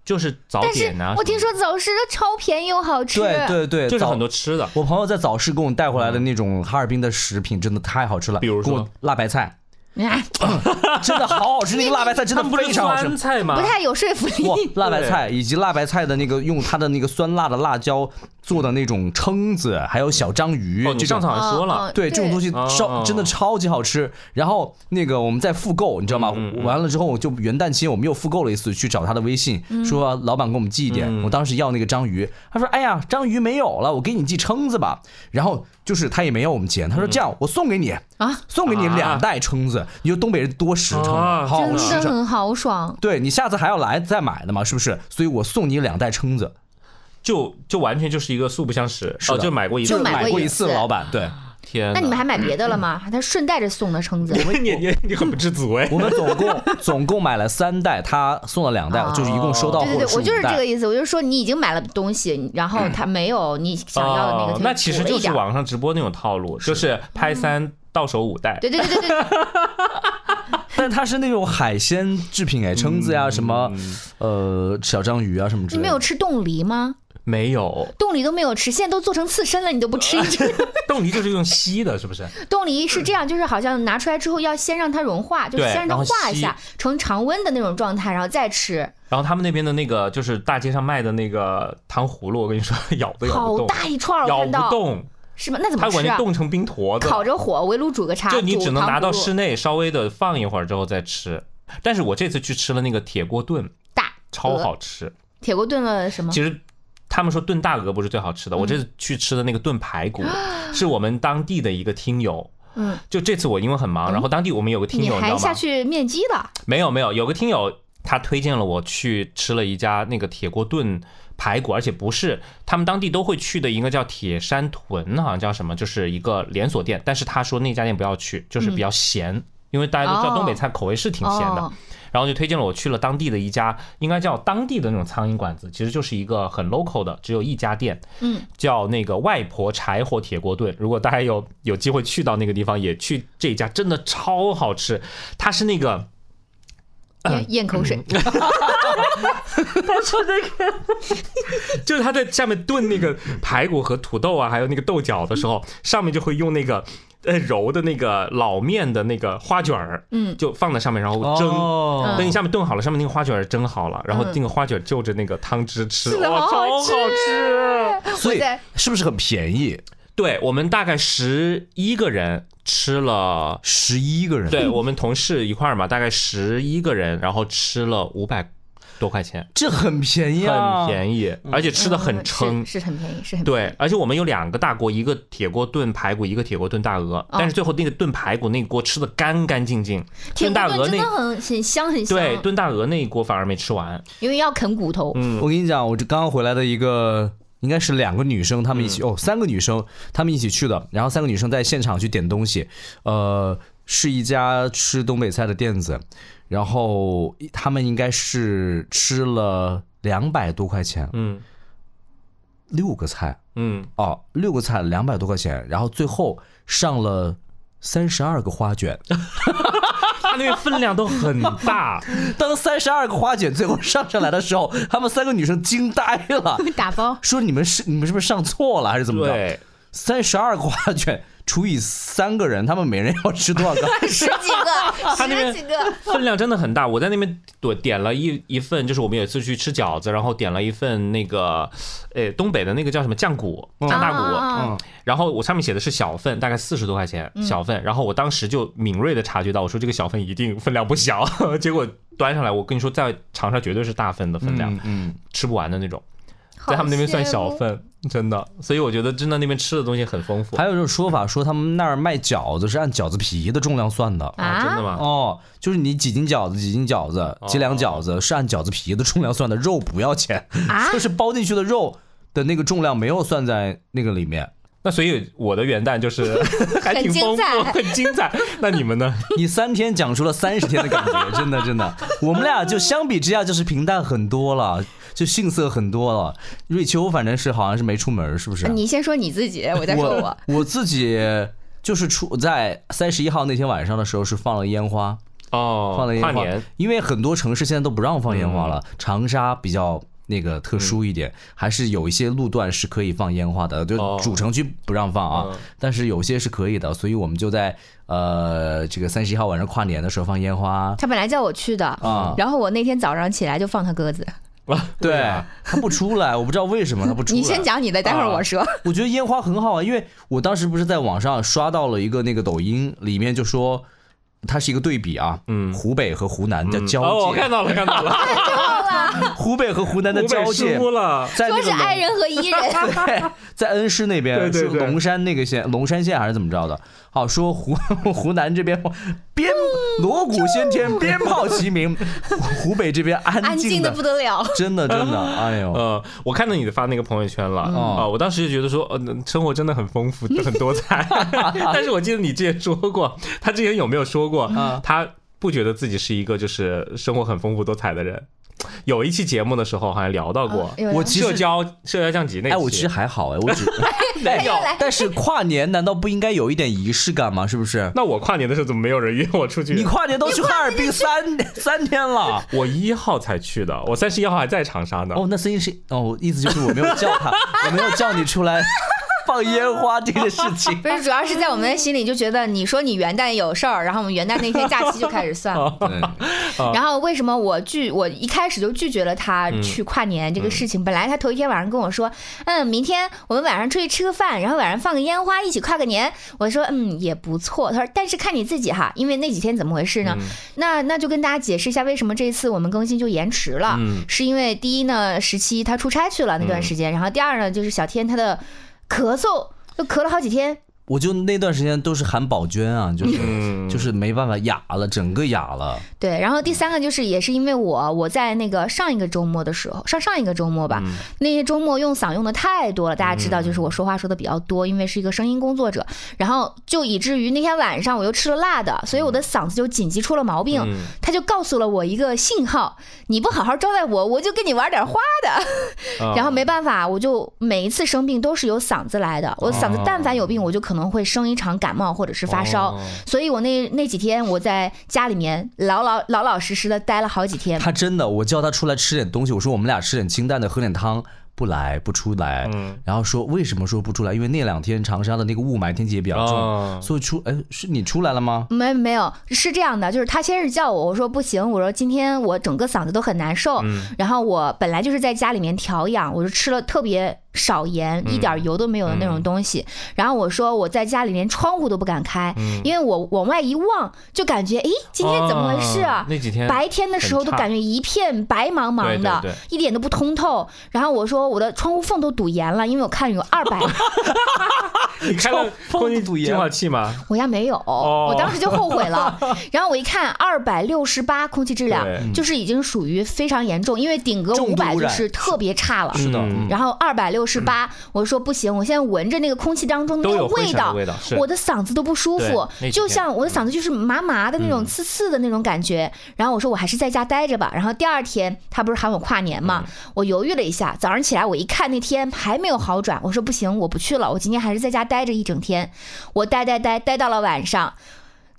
Speaker 4: 就是早
Speaker 3: 但是
Speaker 4: 点啊，
Speaker 3: 我听说早市都超便宜又好吃，
Speaker 1: 对对对，
Speaker 4: 就是
Speaker 1: 早
Speaker 4: 很多吃的，
Speaker 1: 我朋友在早市给我们带回来的那种哈尔滨的食品，真的太好吃了。
Speaker 4: 比如说
Speaker 1: 给我辣白菜，
Speaker 3: 啊
Speaker 1: 真的好好吃，那个辣白菜真
Speaker 4: 他
Speaker 1: 的
Speaker 4: 嗯们不是
Speaker 1: 非常好
Speaker 4: 川
Speaker 1: 吃。
Speaker 4: 菜吗？
Speaker 3: 不太有说服力。
Speaker 1: 哇，辣白菜以及辣白菜的那个用它的那个酸辣的辣椒做的那种蛏子，还有小章鱼，
Speaker 4: 哦，
Speaker 1: 这
Speaker 4: 你
Speaker 1: 种
Speaker 4: 上次好像说了，
Speaker 3: 嗯
Speaker 1: 对这种东西
Speaker 4: 哦
Speaker 1: 超真的超级好吃。然后那个我们在复购，你知道吗？
Speaker 4: 嗯
Speaker 1: 完了之后，我就元旦期间我们又复购了一次，去找他的微信，
Speaker 3: 嗯
Speaker 1: 说老板给我们寄一
Speaker 4: 嗯
Speaker 1: 点。我当时要那个章鱼，他说：“哎呀，章鱼没有了，我给你寄蛏子吧。”然后就是他也没要我们钱，他说：“这样我送给你
Speaker 3: 嗯啊，
Speaker 1: 送给你
Speaker 4: 啊
Speaker 1: 两袋蛏子，你就东北人多实诚，
Speaker 4: 啊
Speaker 1: 好好
Speaker 3: 真
Speaker 1: 实
Speaker 3: 的
Speaker 1: 诚。”
Speaker 3: 很豪爽，
Speaker 1: 对你下次还要来再买的嘛，是不是？所以我送你两袋蛏子，
Speaker 4: 就就完全就是一个素不相识，
Speaker 1: 是
Speaker 4: 哦，
Speaker 1: 的
Speaker 4: 就买过一
Speaker 3: 就
Speaker 4: 次，
Speaker 3: 买
Speaker 1: 买
Speaker 3: 过一
Speaker 1: 一次，
Speaker 3: 次
Speaker 1: 老板。对，
Speaker 4: 天哪，
Speaker 3: 那你们还买别
Speaker 4: 嗯
Speaker 3: 的了吗？他顺带着送的蛏子，
Speaker 4: 你你你很不 知足哎，
Speaker 1: 我们总共总共买了三袋，他送了两袋，
Speaker 3: 哦
Speaker 1: 就是一共收到
Speaker 3: 对对
Speaker 1: 货
Speaker 3: 对，
Speaker 1: 是
Speaker 3: 我就是
Speaker 1: 五袋
Speaker 3: 这个意思，我就说你已经买了东西，然后他没有你想要的那
Speaker 4: 嗯哦
Speaker 3: 个，
Speaker 4: 那其实
Speaker 3: 就
Speaker 4: 就是网上直播那种套路，就是拍三到手五袋，
Speaker 3: 嗯对对对对 对，
Speaker 1: 但它是那种海鲜制品哎，蛏子呀、什么，呃，小章鱼啊什么之
Speaker 3: 嗯你
Speaker 1: 类
Speaker 3: 没有
Speaker 1: 的。
Speaker 3: 吃冻梨吗？
Speaker 4: 没有，
Speaker 3: 冻梨都没有吃，现在都做成刺身了，你都不吃一只。
Speaker 4: 冻梨就是用吸的，是不是？
Speaker 3: 冻梨是这样，就是好像拿出来之后要先让它融化，就是
Speaker 4: 嗯对
Speaker 3: 先让它
Speaker 4: 然后
Speaker 3: 化一
Speaker 4: 吸
Speaker 3: 下，成常温的那种状态，然后再吃。
Speaker 4: 然后他们那边的那个就是大街上卖的那个糖葫芦，我跟你说 咬都咬不
Speaker 3: 好
Speaker 4: 动，
Speaker 3: 大一串儿，
Speaker 4: 咬
Speaker 3: 我看
Speaker 4: 不
Speaker 3: 到
Speaker 4: 动，
Speaker 3: 是吗？那怎
Speaker 4: 它
Speaker 3: 么
Speaker 4: 完
Speaker 3: 吃
Speaker 4: 全
Speaker 3: 啊？
Speaker 4: 冻成冰坨子了，
Speaker 3: 烤着火，围炉煮个茶，
Speaker 4: 就你
Speaker 3: 煮
Speaker 4: 只能
Speaker 3: 糖
Speaker 4: 拿
Speaker 3: 葫
Speaker 4: 到
Speaker 3: 芦
Speaker 4: 室内稍微的放一会儿之后再吃。但是我这次去吃了那个铁锅炖，
Speaker 3: 大
Speaker 4: 超
Speaker 3: 鹅
Speaker 4: 好吃。
Speaker 3: 铁锅炖了什么？
Speaker 4: 其实他们说炖大鹅不是最好吃
Speaker 3: 嗯
Speaker 4: 的，我这次去吃的那个炖排 骨是我们当地的一个听友。
Speaker 3: 嗯，
Speaker 4: 就这次我因为很忙，然后当地我们有个听
Speaker 3: 你
Speaker 4: 友，你知
Speaker 3: 还
Speaker 4: 道
Speaker 3: 下
Speaker 4: 吗？
Speaker 3: 去面基了？
Speaker 4: 没有没有，有个听友他推荐了我去吃了一家那个铁锅炖排骨，而且不是他们当地都会去的一个叫铁山屯，好像叫什么，就是一个连锁店。但是他说那家店不要去，就是比较咸，因为大家都知道
Speaker 3: 哦
Speaker 4: 东北菜口味是挺咸的。
Speaker 3: 哦
Speaker 4: 然后就推荐了我去了当地的一家，应该叫当地的那种苍蝇馆子，其实就是一个很 local 的，只有一家店，
Speaker 3: 嗯，
Speaker 4: 叫那个外婆柴火铁锅炖。如果大家有有机会去到那个地方，也去这一家，真的超好吃。它是那个，嗯
Speaker 3: 咽咽口水，
Speaker 4: 就是他在下面炖那个排骨和土豆啊，还有那个豆角的时候，
Speaker 3: 嗯
Speaker 4: 上面就会用那个呃揉的那个老面的那个花卷儿，
Speaker 3: 嗯，
Speaker 4: 就放在上面，然后蒸。
Speaker 1: 哦
Speaker 4: 等你下面炖好了，上面那个花卷儿蒸好了，然后
Speaker 3: 嗯
Speaker 4: 那个花卷儿就着那个汤汁吃，
Speaker 3: 是的
Speaker 4: 哇，
Speaker 3: 好
Speaker 4: 超
Speaker 3: 好
Speaker 4: 好
Speaker 3: 吃
Speaker 4: 吃！
Speaker 1: 所以
Speaker 3: 在
Speaker 1: 是不是很便宜？
Speaker 4: 对我们大概十一个人吃了，
Speaker 1: 十一个人，
Speaker 4: 对，
Speaker 3: 嗯
Speaker 4: 我们同事一块儿嘛，大概十一个人，然后吃了五百多块钱，
Speaker 1: 这很便宜啊，宜。
Speaker 4: 很便宜，而且吃的很
Speaker 3: 嗯
Speaker 4: 撑。
Speaker 3: 是是很便宜，是很便宜。
Speaker 4: 对，而且我们有两个大锅，一个铁锅炖排骨，一个铁锅炖大鹅。但是最后那个炖排骨那锅吃的干干净净，
Speaker 3: 铁
Speaker 4: 炖大
Speaker 3: 锅
Speaker 4: 鹅
Speaker 3: 炖真
Speaker 4: 那
Speaker 3: 的很很香很香，
Speaker 4: 对嗯炖大鹅那一锅反而没吃完。
Speaker 3: 因为要啃骨头。
Speaker 1: 我跟你讲，我这刚刚回来的一个。应该是两个女生，她们一起、哦，三个女生，她们一起去的。然后三个女生在现场去点东西，呃，是一家吃东北菜的店子，然后她们应该是吃了两百多块钱，
Speaker 4: 嗯
Speaker 1: 六个菜，
Speaker 4: 嗯，
Speaker 1: 哦，六个菜两百多块钱，然后最后上了三十二个花卷。
Speaker 4: 它那个分量都很大，
Speaker 1: 当三十二个花卷最后上上来的时候，她们三个女生惊呆了，
Speaker 3: 打包
Speaker 1: 说：“你们是你们是不是上错了还是怎么着
Speaker 4: 对，？”
Speaker 1: 三十二个花卷 除以三个人，他们每人要吃多少 个？
Speaker 2: 十几 个，
Speaker 4: 那边
Speaker 2: 十几个，
Speaker 4: 分量真的很大。我在那边我点了一一份，就是我们有一次去吃饺子，然后点了一份那个，呃，东北的那个叫什么酱骨，
Speaker 1: 嗯
Speaker 4: 酱大骨。嗯
Speaker 3: 啊
Speaker 4: 然后我上面写的是小份，大概四十多块钱
Speaker 2: 嗯
Speaker 4: 小份。然后我当时就敏锐的察觉到，我说这个小份一定分量不小。 结果端上来，我跟你说，在长沙绝对是大份的分量，
Speaker 1: 嗯嗯，
Speaker 4: 吃不完的那种，
Speaker 2: 好
Speaker 4: 在他们那边算小
Speaker 2: 羡慕。
Speaker 4: 份，真的。所以我觉得真的那边吃的东西很丰富。
Speaker 1: 还有一种说法说他们那儿卖饺子是按饺子皮的重量算的。
Speaker 4: 啊，真
Speaker 3: 啊！
Speaker 4: 的吗？
Speaker 1: 哦，就是你几斤饺子，几斤饺子，几两饺子是按饺子皮的重量算的，肉不要钱，
Speaker 3: 啊
Speaker 1: 就是包进去的肉的那个重量没有算在那个里面。
Speaker 4: 那所以我的元旦就是 还挺丰富，
Speaker 2: 很精彩
Speaker 4: 很精彩。那你们呢？
Speaker 1: 你三天讲出了三十天的感觉，真的真的，我们俩就相比之下就是平淡很多了，就逊色很多了。瑞秋反正是好像是没出门，是不是？
Speaker 3: 你先说你自己，我再说我
Speaker 1: 我。我自己就是出在三十一号那天晚上的时候是放了烟花，
Speaker 4: 哦，
Speaker 1: 放了烟
Speaker 4: 跨
Speaker 1: 花，
Speaker 4: 年，
Speaker 1: 因为很多城市现在都不让放烟花了，长沙比较。那个特殊一点，还是有一些路段是可以放烟花的，
Speaker 4: 哦
Speaker 1: 就主城区不让放啊，
Speaker 4: 嗯
Speaker 1: 但是有些是可以的，所以我们就在呃这个三十一号晚上跨年的时候放烟花
Speaker 3: 他本来叫我去的，
Speaker 1: 啊，
Speaker 3: 然后我那天早上起来就放他鸽子。
Speaker 1: 对，他不出来，我不知道为什么他不出来。啊
Speaker 3: 你先讲你的，待会儿我说。
Speaker 1: 我觉得烟花很好啊，因为我当时不是在网上刷到了一个那个抖音，里面就说它是一个对比啊，
Speaker 4: 嗯
Speaker 1: 湖北和湖南的
Speaker 4: 嗯
Speaker 1: 交
Speaker 4: 哦，我
Speaker 1: 界，
Speaker 4: 看到了，看到了，
Speaker 1: 湖北和湖南的
Speaker 4: 湖北
Speaker 1: 交界哦
Speaker 4: 失，误了。
Speaker 1: 在那
Speaker 3: 说
Speaker 1: 个
Speaker 3: 是爱
Speaker 1: 龙
Speaker 3: 人和伊人，
Speaker 1: 对，在恩施那边
Speaker 4: 对对对
Speaker 1: 是龙山那个县，龙山县还是怎么着的？好说湖 湖南这边鞭锣鼓喧 天，鞭炮齐鸣，湖北这边安
Speaker 3: 安静
Speaker 1: 静
Speaker 3: 的
Speaker 1: 的
Speaker 3: 不，得了。
Speaker 1: 真的 真的，哎呦，
Speaker 4: 呃，我看到你的发那个朋友圈了啊、
Speaker 1: 嗯
Speaker 4: 我当时就觉得说，呃，生活真的很丰富，很 多彩。 但是我记得你之前说过，他之前有没有说过，
Speaker 1: 嗯
Speaker 4: 他不觉得自己是一个就是生活很丰富多彩的人？有一期节目的时候好像聊到过，
Speaker 3: 有人
Speaker 1: 我其
Speaker 4: 社
Speaker 1: 实
Speaker 4: 交社交降级那期，
Speaker 1: 哎，我其实还好哎，我 只。
Speaker 4: 没有。
Speaker 1: 但是跨年难道不应该有一点仪式感吗？是不是？
Speaker 4: 那我跨年的时候怎么没有人约我出 去？
Speaker 1: 你跨年都去哈尔滨三三天了。
Speaker 4: 我一号才去的，我三十一号还在长沙呢。
Speaker 1: 哦，那声音是哦，意思就是我没有叫他，我没有叫你出来放烟花这件事情。
Speaker 3: 不是，主要是在我们的心里就觉得，你说你元旦有事儿，然后我们元旦那天假期就开 始算了。
Speaker 1: 对，啊
Speaker 3: 然后为什么我拒我一开始就拒绝了他
Speaker 1: 嗯
Speaker 3: 去跨年这个事情？本来他头一天晚上跟我说，嗯，明天我们晚上出去吃个饭，然后晚上放个烟花，一起跨个年。我说，嗯，也不错。他说，但是看你自己哈，因为那几天怎么回事呢？那那就跟大家解释一下，为什么这一次我们更新就延迟了？
Speaker 4: 嗯
Speaker 3: 是因为第一呢，十七他出差去了那段时间，然后第二呢，就是小天他的咳嗽。就咳了好几天，
Speaker 1: 我就那段时间都是喊宝娟啊，就是、
Speaker 4: 嗯
Speaker 1: 就是没办法哑了，整个哑了。
Speaker 3: 对，然后第三个就是也是因为我，我在那个上一个周末的时候，上上一个周末吧，那些周末用嗓用的太多了，大家知道，就是我说话说的比较多，因为是一个声音工作者，然后就以至于那天晚上我又吃了辣的，所以我的嗓子就紧急出了毛病。
Speaker 4: 嗯
Speaker 3: 他就告诉了我一个信号，你不好好招待我，我就跟你玩点花的。
Speaker 4: 啊
Speaker 3: 然后没办法，我就每一次生病都是由嗓子来的，我嗓子但凡有病，我就可能会生一场感冒或者是发烧。
Speaker 4: 哦
Speaker 3: 所以我那那几天我在家里面老老老老实实的待了好几天。
Speaker 1: 他真的，我叫他出来吃点东西，我说我们俩吃点清淡的，喝点汤，不来不出来。
Speaker 4: 嗯
Speaker 1: 然后说为什么说不出来？因为那两天长沙的那个雾霾天气也比较重，
Speaker 4: 哦
Speaker 1: 所以出哎是你出来了吗？
Speaker 3: 没没有，是这样的，就是他先是叫我，我说不行，我说今天我整个嗓子都很难受，然后我本来就是在家里面调养，我就吃了特别少盐，一点油都没有的那种东西，然后我说我在家里连窗户都不敢开，因为我往外一望就感觉，诶，今天怎么回事啊
Speaker 4: 哦？那几天
Speaker 3: 白天的时候
Speaker 4: 很
Speaker 3: 都
Speaker 4: 差
Speaker 3: 感觉一片白茫茫的，
Speaker 4: 对对对
Speaker 3: 一点都不通透。然后我说我的窗户缝都堵严了，因为我看有二 百，
Speaker 4: 你开了空气净化器吗？
Speaker 3: 我家没有，
Speaker 4: 哦
Speaker 3: 我当时就后悔 了。然后我一看二百六十八空气质量
Speaker 4: 对，
Speaker 3: 就是已经属于非常严重，因为顶格
Speaker 1: 重度
Speaker 3: 五百
Speaker 1: 污
Speaker 3: 就
Speaker 1: 染
Speaker 3: 是特别差了。
Speaker 1: 是的，
Speaker 4: 嗯
Speaker 3: 然后二百六十八，我说不行，我现在闻着那个空气当中的
Speaker 4: 都
Speaker 3: 那个
Speaker 4: 有灰
Speaker 3: 味
Speaker 4: 尘的
Speaker 3: 道，
Speaker 4: 味道是
Speaker 3: 我的嗓子都不舒
Speaker 4: 对
Speaker 3: 服
Speaker 4: 那几，
Speaker 3: 就
Speaker 4: 天嗯
Speaker 3: 像我的嗓子就是麻麻的那种刺刺的那种感觉。然后我说我还是在家待着吧。然后第二天他不是喊我跨年嘛，
Speaker 4: 嗯
Speaker 3: 我犹豫了一下，早上起来我一看那天还没有好转，我说不行，我不去了，我今天还是在家待着一整天。我待待待待到了晚上，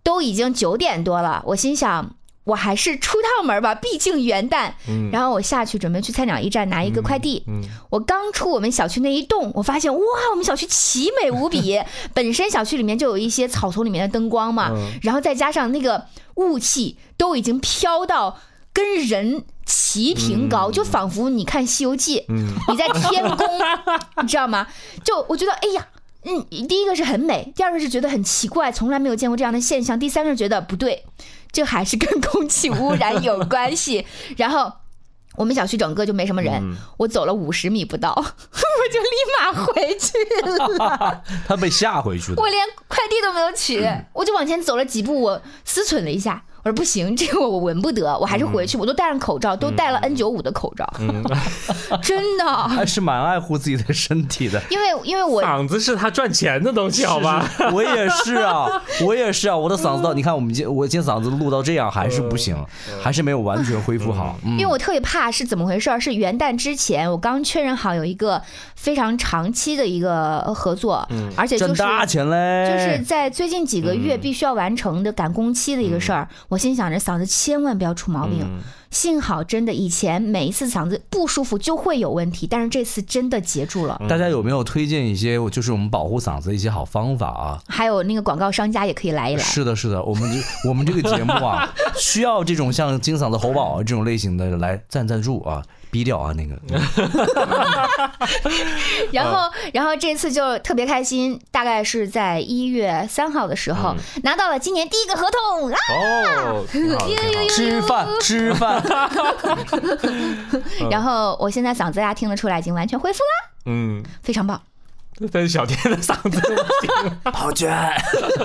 Speaker 3: 都已经九点多了，我心想。我还是出趟门吧，毕竟元旦。
Speaker 4: 嗯
Speaker 3: 然后我下去准备去菜鸟驿站拿一个快递，
Speaker 4: 嗯
Speaker 3: 我刚出我们小区那一栋，我发现哇，我们小区奇美无比。本身小区里面就有一些草丛里面的灯光嘛，
Speaker 4: 嗯
Speaker 3: 然后再加上那个雾气都已经飘到跟人齐平高，就仿佛你看《西游记》
Speaker 4: 嗯
Speaker 3: 你在天宫，你知道吗？就我觉得，哎呀。嗯，第一个是很美，第二个是觉得很奇怪，从来没有见过这样的现象，第三个是觉得不对，这还是跟空气污染有关系。然后我们小区整个就没什么人，
Speaker 4: 嗯
Speaker 3: 我走了五十米不到， 我就立马回去了，
Speaker 1: 他被吓回去的
Speaker 3: 我。连快递都没有取，我就往前走了几步，我思忖了一下。我说不行，这个我闻不得，我还是回去。我都戴上口罩，都戴了 N 9 5的口罩， 真的。
Speaker 1: 还是蛮爱护自己的身体的。
Speaker 3: 因为因为 我
Speaker 4: 嗓子是他赚钱的东西，好吧？
Speaker 1: 是，是 我也是啊，我也是啊，我的嗓子到，你看我们今我今天嗓子录到这样还是不行，还是没有完全恢复好。嗯
Speaker 3: 因为我特别怕是怎么回事儿？是元旦之前，我刚确认好有一个非常长期的一个呃合作，而且就
Speaker 1: 挣
Speaker 3: 是
Speaker 1: 大钱嘞！
Speaker 3: 就是在最近几个月必须要完成的赶工期的一个事儿。我心想着嗓子千万不要出毛病，幸好真的以前每一次嗓子不舒服就会有问题，但是这次真的截住了。
Speaker 1: 大家有没有推荐一些就是我们保护嗓子的一些好方法啊？
Speaker 3: 还有那个广告商家也可以来一来，
Speaker 1: 是的，是的，我们这我们这个节目 啊，需要这种像金嗓子喉宝啊这种类型的来赞赞助啊，逼掉啊那个。
Speaker 3: 嗯然后，然后这次就特别开心，大概是在一月三号的时候、拿到了今年第一个合同啊！
Speaker 4: 哦，挺好的，挺好的
Speaker 1: 吃饭，吃 饭，
Speaker 3: 然后我现在嗓子大家听得出来已经完全恢复了，
Speaker 4: 嗯，
Speaker 3: 非常棒。
Speaker 4: 但是小天的嗓子
Speaker 1: 跑圈。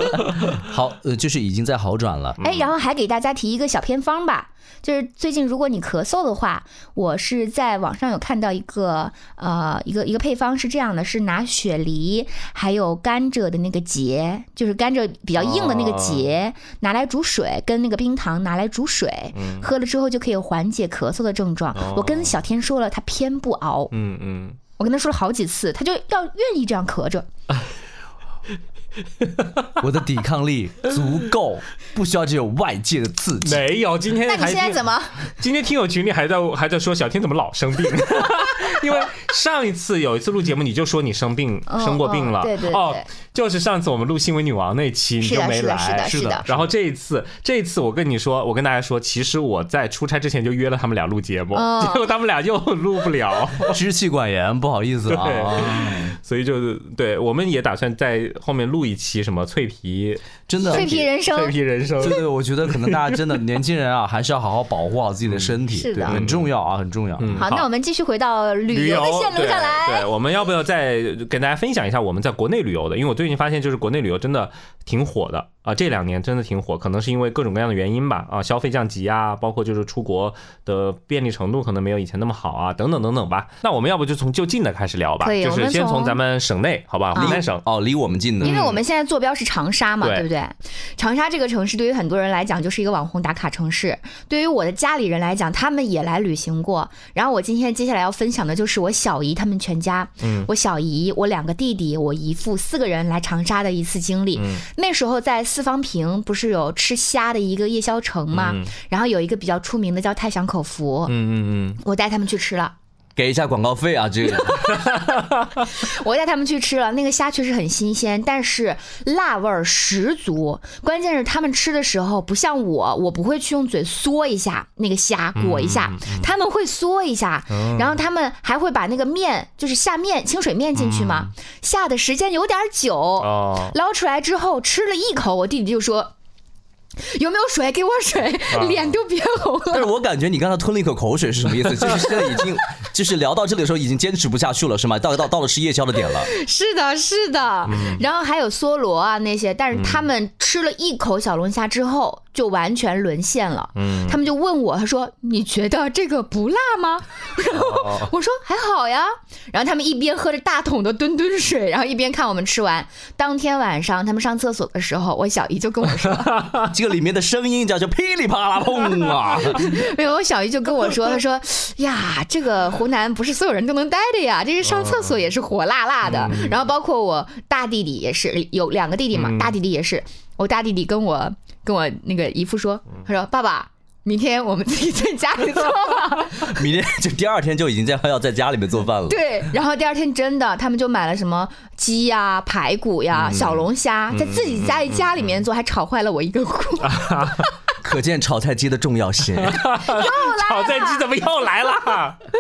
Speaker 1: 好，呃，就是已经在好转了。
Speaker 3: 哎，然后还给大家提一个小偏方吧，就是最近如果你咳嗽的话，我是在网上有看到一个呃一个一个配方是这样的，是拿雪梨还有甘蔗的那个结，就是甘蔗比较硬的那个结，拿来煮水，跟那个冰糖拿来煮水，喝了之后就可以缓解咳嗽的症状。我跟小天说了，他偏不熬，
Speaker 4: 嗯嗯，
Speaker 3: 我跟他说了好几次，他就要愿意这样咳着。
Speaker 1: 我的抵抗力足够，不需要这种外界的刺激。
Speaker 4: 没有，今天
Speaker 3: 那你
Speaker 4: 还
Speaker 3: 现在
Speaker 4: 听
Speaker 3: 怎么？
Speaker 4: 今天听友群里还在还在说小天怎么老生病， 因为上一次有一次录节目你就说你生病、
Speaker 3: 嗯
Speaker 4: 生过病了，
Speaker 3: 嗯对对对
Speaker 4: 哦，就是上次我们录新闻女王那期你
Speaker 3: 是
Speaker 4: 就
Speaker 3: 的
Speaker 4: 没
Speaker 3: 是的是
Speaker 4: 来，
Speaker 3: 的是的
Speaker 4: 然后这一次这一次我跟你说，我跟大家说，其实我在出差之前就约了他们俩录节目，
Speaker 3: 嗯
Speaker 4: 结果他们俩又录不了，
Speaker 1: 支气管炎，不好意思
Speaker 4: 对
Speaker 1: 啊，
Speaker 4: 所以就是对我们也打算在后面录一期什么脆皮
Speaker 1: 真的
Speaker 3: 脆。皮人生
Speaker 4: 脆皮人生
Speaker 1: 对。对，我觉得可能大家真 的年轻人啊，还是要好好保护好自己的身体，
Speaker 3: 是的
Speaker 1: 对，很重要啊，很重要。
Speaker 4: 嗯
Speaker 3: 好，那我们继续回到旅游的线路
Speaker 4: 对
Speaker 3: 上来。
Speaker 4: 对，我们要不要再跟大家分享一下我们在国内旅游的？因为我最近发现，就是国内旅游真的挺火的啊、这两年真的挺火，可能是因为各种各样的原因吧，啊，消费降级啊，包括就是出国的便利程度可能没有以前那么好啊，等等等等吧。那我们要不就从就近的开始聊吧，
Speaker 3: 可以
Speaker 4: 就
Speaker 3: 我
Speaker 4: 是
Speaker 3: 们
Speaker 4: 先从
Speaker 3: 从啊
Speaker 4: 咱们省内，好吧，湖南省。
Speaker 1: 哦，离我们近的，
Speaker 3: 因为我们现在坐标是长沙嘛，
Speaker 4: 嗯对
Speaker 3: 对不对？长沙这个城市对于很多人来讲就是一个网红打卡城市，对于我的家里人来讲，他们也来旅行过。然后我今天接下来要分享的就是我小姨他们全家，
Speaker 4: 嗯
Speaker 3: 我小姨、我两个弟弟、我姨父四个人来长沙的一次经
Speaker 4: 嗯
Speaker 3: 历。那时候在四方坪不是有吃虾的一个夜宵城嘛，然后有一个比较出名的叫太祥口福，
Speaker 4: 嗯嗯嗯嗯，
Speaker 3: 我带他们去吃了。
Speaker 1: 给一下广告费啊，这个
Speaker 3: 我带他们去吃了，那个虾确实很新鲜，但是辣味儿十足。关键是他们吃的时候不像我，我不会去用嘴嗦一下那个虾裹一下，他们会嗦一下，然后他们还会把那个面就是下面清水面进去嘛，下的时间有点久，
Speaker 4: 哦，
Speaker 3: 捞出来之后吃了一口，我弟弟就说。有没有水？给我水，脸都憋红了。
Speaker 1: 但是我感觉你刚才吞了一口口水是什么 意思？就是现在已经，就是聊到这里的时候已经坚持不下去了，是吗？到到到了吃夜宵的点了，
Speaker 3: 是的，是的。然后还有梭罗啊那些，但是他们吃了一口小龙虾之后，就完全沦陷了。他们就问我，他说：“你觉得这个不辣吗？” 然后我说：“还好呀。”然后他们一边喝着大桶的吨吨水，然后一边看我们吃完。当天晚上他们上厕所的时候，我小姨就跟我说，
Speaker 1: 这个里面的声音叫做噼里啪啦砰 啊，
Speaker 3: 没有，我小姨就跟我说，她说呀，这个湖南不是所有人都能待的呀，这个上厕所也是火辣辣的。然后包括我大弟弟也是，有两个弟弟嘛，大弟弟也是，我大弟弟跟我跟我那个姨父说，他说爸爸。
Speaker 5: 明天我们自己在家里做。
Speaker 1: 明天就第二天就已经这样要在家里面做饭了。
Speaker 5: 对，然后第二天真的，他们就买了什么鸡呀、排骨呀、小龙虾，在自己家里家里面做，还炒坏了我一个 锅。
Speaker 1: 可见炒菜机的重要性。
Speaker 4: 炒菜机怎么又来 了？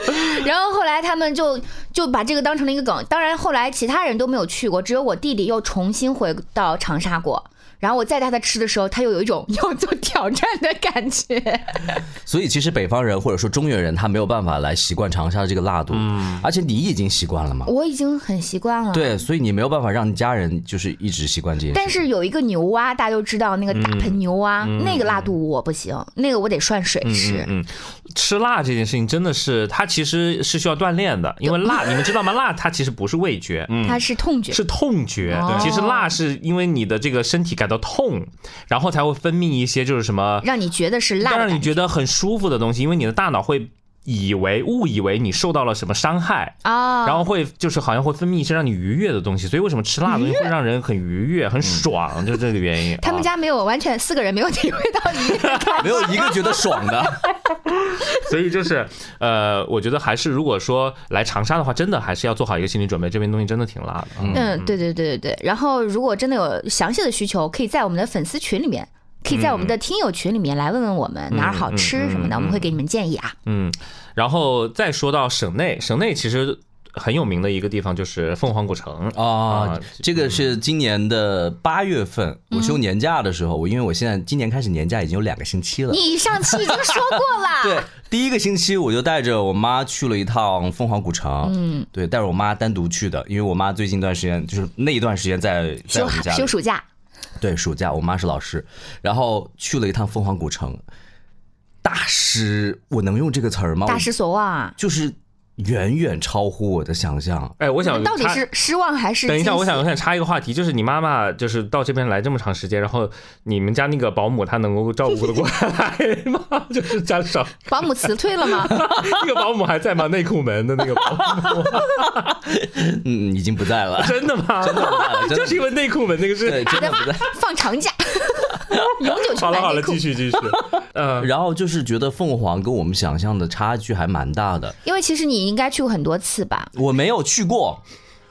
Speaker 5: 然后后来他们就就把这个当成了一个梗，当然后来其他人都没有去过，只有我弟弟又重新回到长沙过。然后我再带他吃的时候，他又有一种 要做挑战的感觉。
Speaker 1: 所以其实北方人或者说中原人，他没有办法来习惯长沙的这个辣度，而且你已经习惯了嘛。
Speaker 5: 我已经很习惯了。
Speaker 1: 对，所以你没有办法让家人就是一直习惯这件事。
Speaker 5: 但是有一个牛蛙，大家都知道那个大盆牛蛙，嗯那个辣度我不行，那个我得涮水吃。
Speaker 4: 嗯，吃辣这件事情真的是，它其实是需要锻炼的，因为辣，你们知道吗？辣它其实不是味觉，
Speaker 3: 嗯
Speaker 5: 它是痛觉，
Speaker 4: 是痛觉
Speaker 5: 哦。
Speaker 4: 其实辣是因为你的这个身体感到痛，然后才会分泌一些就是什么，
Speaker 5: 让你觉得是辣的
Speaker 4: 让
Speaker 5: 感
Speaker 4: 你觉得很舒服的东西，因为你的大脑会以为误以为你受到了什么伤害，
Speaker 5: 啊。
Speaker 4: 然后会就是好像会分泌一些让你愉悦的东西，所以为什么吃辣的东西会让人很愉悦、很 爽，就是这个原因。
Speaker 5: 他们
Speaker 4: 啊，
Speaker 5: 家没有完全四个人没有体会到一个感觉。
Speaker 1: 没有一个觉得爽 的。
Speaker 4: 所以就是呃，我觉得还是如果说来长沙的话，真的还是要做好一个心理准备，这边东西真的挺辣的。嗯
Speaker 5: 嗯，对对对对对。然后，如果真的有详细的需求，可以在我们的粉丝群里面，可以在我们的听友群里面来问问我们哪儿好吃什么的，我们会给你们建议啊。
Speaker 4: 嗯，然后再说到省内，省内其实很有名的一个地方就是凤凰古城
Speaker 1: 啊
Speaker 4: 啊，
Speaker 1: 这个是今年的八月份，
Speaker 5: 嗯
Speaker 1: 我休年假的时候，我因为我现在今年开始年假已经有两个星期了。
Speaker 5: 你啊上期已经说过了，
Speaker 1: 对，第一个星期我就带着我妈去了一趟凤凰古城，嗯，对，带着我妈单独去的，因为我妈最近一段时间就是那一段时间在在
Speaker 5: 休
Speaker 1: 我们家里
Speaker 5: 休，暑假，
Speaker 1: 对，暑假我妈是老师，然后去了一趟凤凰古城，大失，我能用这个词儿吗？
Speaker 5: 大失所望啊！
Speaker 1: 就是远远超乎我的想象，
Speaker 4: 哎，我想
Speaker 5: 到底
Speaker 4: 插
Speaker 5: 是失望还是？
Speaker 4: 等一下，我想我想插一个话题，就是你妈妈就是到这边来这么长时间，然后你们家那个保姆她能够照顾的过来吗？ 就是家长
Speaker 5: 保姆辞退了吗？
Speaker 4: 那个保姆还在吗？内裤门的那个 保姆，
Speaker 1: 嗯，已经不在了
Speaker 4: 真的吗？真
Speaker 1: 的真的
Speaker 4: 就是因为内裤门那个
Speaker 1: 对，
Speaker 4: 是。
Speaker 1: 真的不 在。
Speaker 5: 放长假， 永久去
Speaker 4: 好了
Speaker 5: 买
Speaker 4: 好了，
Speaker 5: 内裤
Speaker 4: 继。续继续。嗯，
Speaker 1: 然后就是觉得凤凰跟我们想象的差距还蛮大的。
Speaker 5: 因为其实你应该去过很多次吧？
Speaker 1: 我没有去过，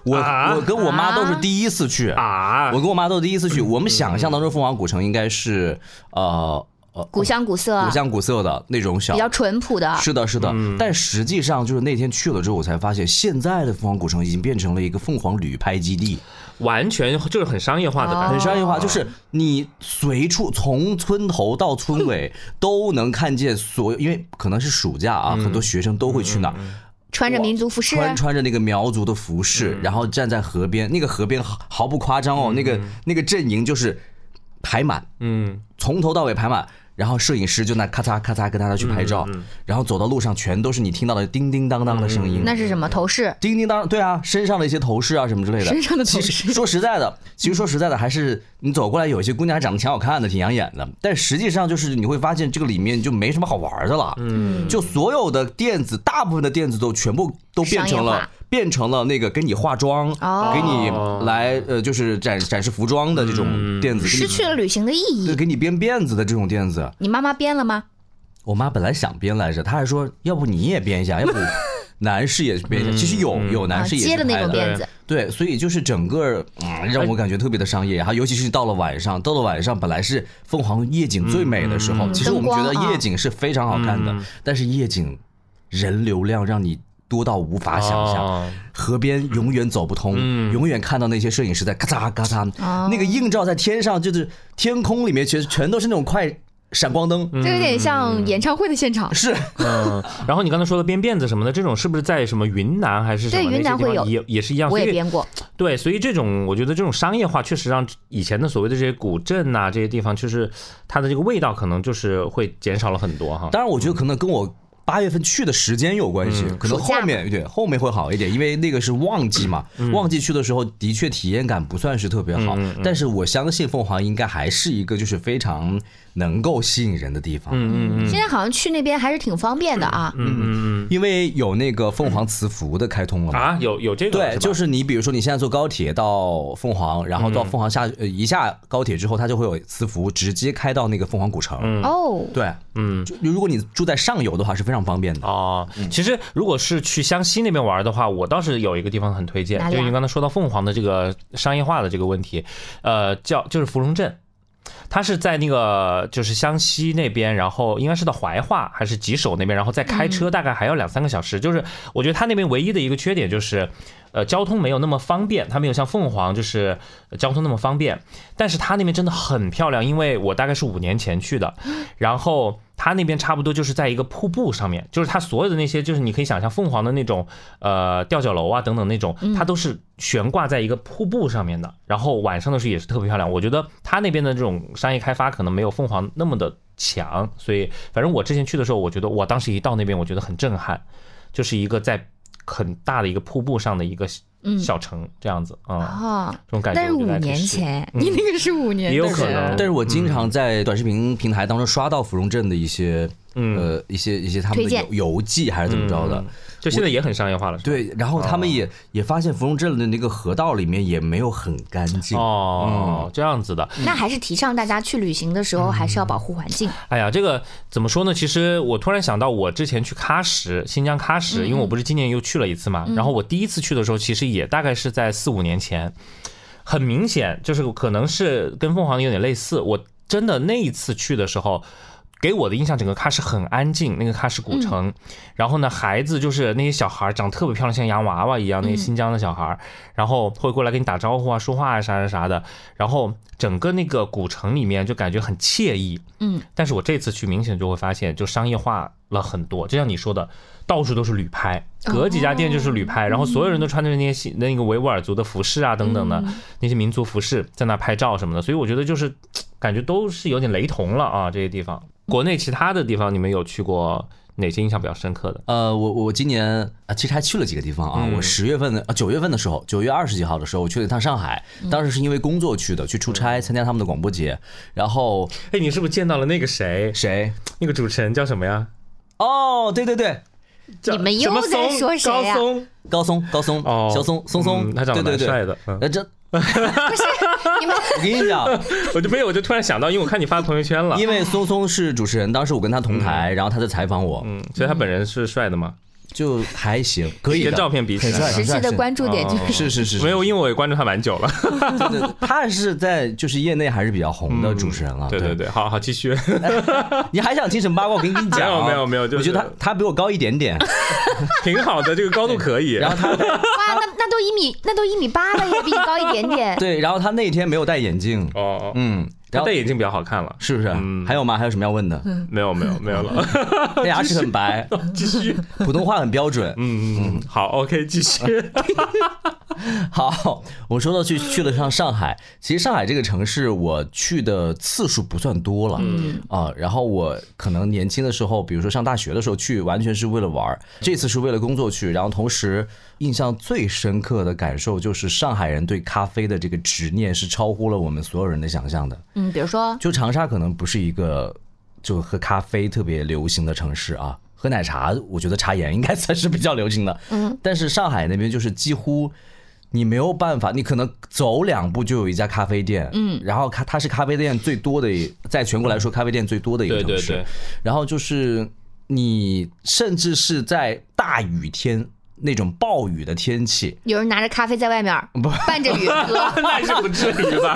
Speaker 1: 我、
Speaker 4: 啊
Speaker 1: 我跟我妈都是第一次去，
Speaker 4: 啊
Speaker 1: 我，跟我妈都是第一次去。我们想象当中凤凰古城应该是呃呃
Speaker 5: 古香古色，
Speaker 4: 啊
Speaker 1: 古香古色的那种小
Speaker 5: 比。较淳朴的，
Speaker 1: 是的，是的，但实际上就是那天去了之后，我才发现现在的凤凰古城已经变成了一个凤凰旅拍基地，
Speaker 4: 完全就是很商业化的感
Speaker 1: 很
Speaker 4: 觉。
Speaker 1: 商业化，就是你随处从村头到村尾都能看见所有，因为可能是暑假啊，很多学生都会去那儿，
Speaker 5: 穿着民族服饰，
Speaker 1: 穿穿着那个苗族的服饰，然后站在河边，那个河边毫毫不夸张哦，那个那个阵营就是排满，
Speaker 4: 嗯，
Speaker 1: 从头到尾排满。然后摄影师就那咔嚓咔嚓跟大家去拍照，然后走到路上全都是你听到的叮叮当当的声音，
Speaker 5: 那是什么头饰？
Speaker 1: 叮叮当，对啊，身上的一些头饰啊什么之类的。
Speaker 5: 身上的头
Speaker 1: 其
Speaker 5: 饰
Speaker 1: 实说实在的，其实说实在的，还是你走过来有一些姑娘还长得挺好看的，挺养眼的。但实际上就是你会发现这个里面就没什么好玩的了。嗯，就所有的店子，大部分的店子都全部都变
Speaker 5: 商
Speaker 1: 成
Speaker 5: 业
Speaker 1: 了
Speaker 5: 化。
Speaker 1: 变成了那个给你化妆，
Speaker 5: 哦
Speaker 1: 给你来呃，就是展展示服装的这种店子，给
Speaker 5: 失
Speaker 1: 你
Speaker 5: 去了旅行的意
Speaker 1: 对
Speaker 5: 义。
Speaker 1: 给你编辫子的这种店子。
Speaker 5: 你妈妈编了吗？
Speaker 1: 我妈本来想编来着，她还说，要不你也编一 下，要不男士也编一下。其实有有
Speaker 5: 啊，
Speaker 1: 男士也
Speaker 5: 接
Speaker 1: 是
Speaker 5: 的那
Speaker 1: 拍
Speaker 5: 种
Speaker 1: 的
Speaker 5: 辫子，
Speaker 1: 对，所以就是整个、嗯、让我感觉特别的商业，哈，尤其是到了晚上，到了晚上本来是凤凰夜景最美的时候，其实我们觉得夜景是非常好看的，但是夜景人流量让你。多到无法啊想象，
Speaker 4: 哦
Speaker 1: 河边永远走不通，永远看到那些摄影师在咔嚓咔嚓，那个映照在天上，就是天空里面全全都是那种快闪光灯，
Speaker 5: 这有点像演唱会的现场。
Speaker 1: 是
Speaker 4: 嗯，然后你刚才说的编辫子什么的，这种是不是在什么云南还是什么
Speaker 5: 对
Speaker 4: 那些
Speaker 5: 云南
Speaker 4: 地方
Speaker 5: 会有
Speaker 4: 也也是一样？
Speaker 5: 我
Speaker 4: 所
Speaker 5: 也
Speaker 4: 以
Speaker 5: 编过，
Speaker 4: 对，所以这种我觉得这种商业化确实让以前的所谓的这些古镇呐、这些地方，就是它的这个味道可能就是会减少了很多哈。
Speaker 1: 当然，我觉得可能跟我八月份去的时间有关系，
Speaker 4: 嗯
Speaker 1: 可能
Speaker 5: 暑假
Speaker 1: 后面对后面会好一点，因为那个是旺季嘛，
Speaker 4: 嗯
Speaker 1: 旺季去的时候的确体验感不算是特别好，但是我相信凤凰应该还是一个就是非常能够吸引人的地方，
Speaker 4: 嗯嗯
Speaker 5: 现在好像去那边还是挺方便的啊。
Speaker 4: 嗯嗯
Speaker 1: 因为有那个凤凰磁浮的开通了
Speaker 4: 嗯
Speaker 1: 嘛。
Speaker 4: 啊，有有这个
Speaker 1: 对，就是是你，比如说你现在坐高铁到凤凰，然后到凤凰下、
Speaker 4: 嗯
Speaker 1: 呃一下高铁之后，它就会有磁浮直接开到那个凤凰古城。
Speaker 4: 嗯
Speaker 5: 哦，
Speaker 1: 对，
Speaker 4: 嗯
Speaker 1: 就如果你住在上游的话，是非常方便的。
Speaker 4: 哦，
Speaker 5: 嗯
Speaker 4: 其实如果是去湘西那边玩的话，我倒是有一个地方很推荐
Speaker 5: 哪，里
Speaker 4: 就
Speaker 5: 啊
Speaker 4: 是您刚才说到凤凰的这个商业化的这个问题，呃，叫就是芙蓉镇。它是在那个就是湘西那边，然后应该是到怀化还是吉首那边，然后再开
Speaker 5: 嗯
Speaker 4: 车大概还要两三个小时。就是我觉得它那边唯一的一个缺点就是，呃，交通没有那么方便，它没有像凤凰就是呃交通那么方便。但是它那边真的很漂亮，因为我大概是五年前去的，然后它那边差不多就是在一个瀑布上面，就是它所有的那些就是你可以想象凤凰的那种呃吊脚楼啊等等那种，
Speaker 5: 嗯
Speaker 4: 它都是悬挂在一个瀑布上面的。然后晚上的时候也是特别漂亮，我觉得它那边的这种商业开发可能没有凤凰那么的强，所以反正我之前去的时候，我觉得我当时一到那边，我觉得很震撼，就是一个在很大的一个瀑布上的一个
Speaker 5: 嗯
Speaker 4: 小城这样子啊、
Speaker 5: 哦，
Speaker 4: 这种感觉。
Speaker 5: 但是
Speaker 4: 我觉
Speaker 5: 五
Speaker 4: 得还挺
Speaker 5: 年
Speaker 4: 适
Speaker 5: 前，
Speaker 4: 嗯
Speaker 5: 你那个是五年前，
Speaker 4: 也有可能
Speaker 1: 但是我经常在短视频平台当中刷到芙蓉镇的一些，呃，一些一些他们
Speaker 5: 推
Speaker 1: 的
Speaker 5: 荐
Speaker 1: 游游记还是怎么着的。
Speaker 4: 嗯啊就现在也很商业化了，是吧
Speaker 1: 对，然后他们也、也发现芙蓉镇的那个河道里面也没有很干净。
Speaker 4: 哦，这样子的。
Speaker 5: 那还是提倡大家去旅行的时候还是要保护环境。
Speaker 4: 哎呀，这个怎么说呢？其实我突然想到，我之前去喀什，新疆喀什，因为我不是今年又去了一次嘛。然后我第一次去的时候，其实也大概是在四五年前，很明显就是可能是跟凤凰有点类似。我真的那一次去的时候。给我的印象，整个喀什很安静，那个喀什古城，然后呢，孩子就是那些小孩儿长得特别漂亮，像洋娃娃一样，那些新疆的小孩儿，然后会过来跟你打招呼啊、说话啊、啥啥啥的，然后整个那个古城里面就感觉很惬意，
Speaker 5: 嗯，
Speaker 4: 但是我这次去明显就会发现，就商业化了很多，就像你说的，到处都是旅拍，
Speaker 5: 哦
Speaker 4: 隔几家店就是旅拍，然后所有人都穿着那些西那个维吾尔族的服饰啊等等
Speaker 5: 嗯
Speaker 4: 的那些民族服饰，在那拍照什么的，所以我觉得就是感觉都是有点雷同了啊，这些地方。国内其他的地方你们有去过哪些印象比较深刻的？
Speaker 1: 呃，我我今年啊，其实还去了几个地方
Speaker 4: 嗯
Speaker 1: 啊。我十月份的啊，九月份的时候，九月二十几号的时候，我去了一趟上海，当时是因为工作去的，去出
Speaker 4: 嗯
Speaker 1: 差参加他们的广播节。然后
Speaker 4: 哎，你是不是见到了那个谁？
Speaker 1: 谁？
Speaker 4: 那个主持人叫什么呀？
Speaker 1: 哦，对对对，
Speaker 4: 叫
Speaker 5: 你们又
Speaker 4: 什么
Speaker 5: 在
Speaker 4: 松
Speaker 5: 说谁啊呀
Speaker 4: 高松
Speaker 1: 高松高松，
Speaker 4: 哦，
Speaker 1: 小松松松，
Speaker 4: 嗯他长得
Speaker 1: 对对
Speaker 4: 蛮
Speaker 1: 对
Speaker 4: 帅的。嗯
Speaker 1: 呃，这不是 你们，我跟你讲，
Speaker 4: 我就没有，我就突然想到，因为我看你发朋友圈 了，
Speaker 1: 因为松松是主持人，当时我跟他同台，然后他在采访我，
Speaker 4: 嗯，所以他本人是帅的嘛，
Speaker 1: 就还行，可以的
Speaker 4: 跟照片比起
Speaker 1: 很帅
Speaker 4: 来，
Speaker 5: 实际的关注点就是
Speaker 4: 哦
Speaker 1: 是是是，
Speaker 4: 没有，因为我也关注他蛮久了。
Speaker 1: 对对对他是在就是业内还是比较红的主持人了。
Speaker 4: 嗯对对
Speaker 1: 对，
Speaker 4: 对，好好继续。
Speaker 1: 你还想听什么八卦？我跟你讲啊，
Speaker 4: 没有没有没有
Speaker 1: 我
Speaker 4: 就是
Speaker 1: 觉得他他比我高一点 点，
Speaker 4: 挺好的，这个高度可以。
Speaker 1: 然后他
Speaker 5: 哇，那那都一米，那都一米八了，也比你高一点点。
Speaker 1: 对，然后他那天没有戴眼镜，
Speaker 4: 哦，哦
Speaker 1: 嗯，
Speaker 4: 他
Speaker 1: 然后嗯
Speaker 4: 戴眼嗯镜比较好看了。
Speaker 1: 是不是？还有吗？还有什么要问的？
Speaker 4: 没有没有没有 了，
Speaker 1: 他牙齿很 白，
Speaker 4: 继续。
Speaker 1: 普通话很标准，
Speaker 4: 嗯嗯，好，OK，继续。
Speaker 1: 好，我说到去去了趟上海，其实上海这个城市我去的次数不算多了，嗯啊，然后我可能年轻的时候，比如说上大学的时候去，完全是为了玩儿，这次是为了工作去，然后同时印象最深刻的感受就是上海人对咖啡的这个执念是超乎了我们所有人的想象的，
Speaker 5: 嗯，比如说，
Speaker 1: 就长沙可能不是一个就喝咖啡特别流行的城市啊，喝奶茶，我觉得茶颜应该算是比较流行的。嗯，但是上海那边就是几乎你没有办法，你可能走两步就有一家咖啡店，嗯，然后它它是咖啡店最多的，在全国来说咖啡店最多的一个
Speaker 4: 对
Speaker 1: 城
Speaker 4: 对
Speaker 1: 市。
Speaker 4: 对
Speaker 1: 然后就是你甚至是在大雨天那种暴雨的天气，
Speaker 5: 有人拿着咖啡在外面
Speaker 4: 嗯
Speaker 5: 儿伴着雨喝，
Speaker 4: 那是不至于吧？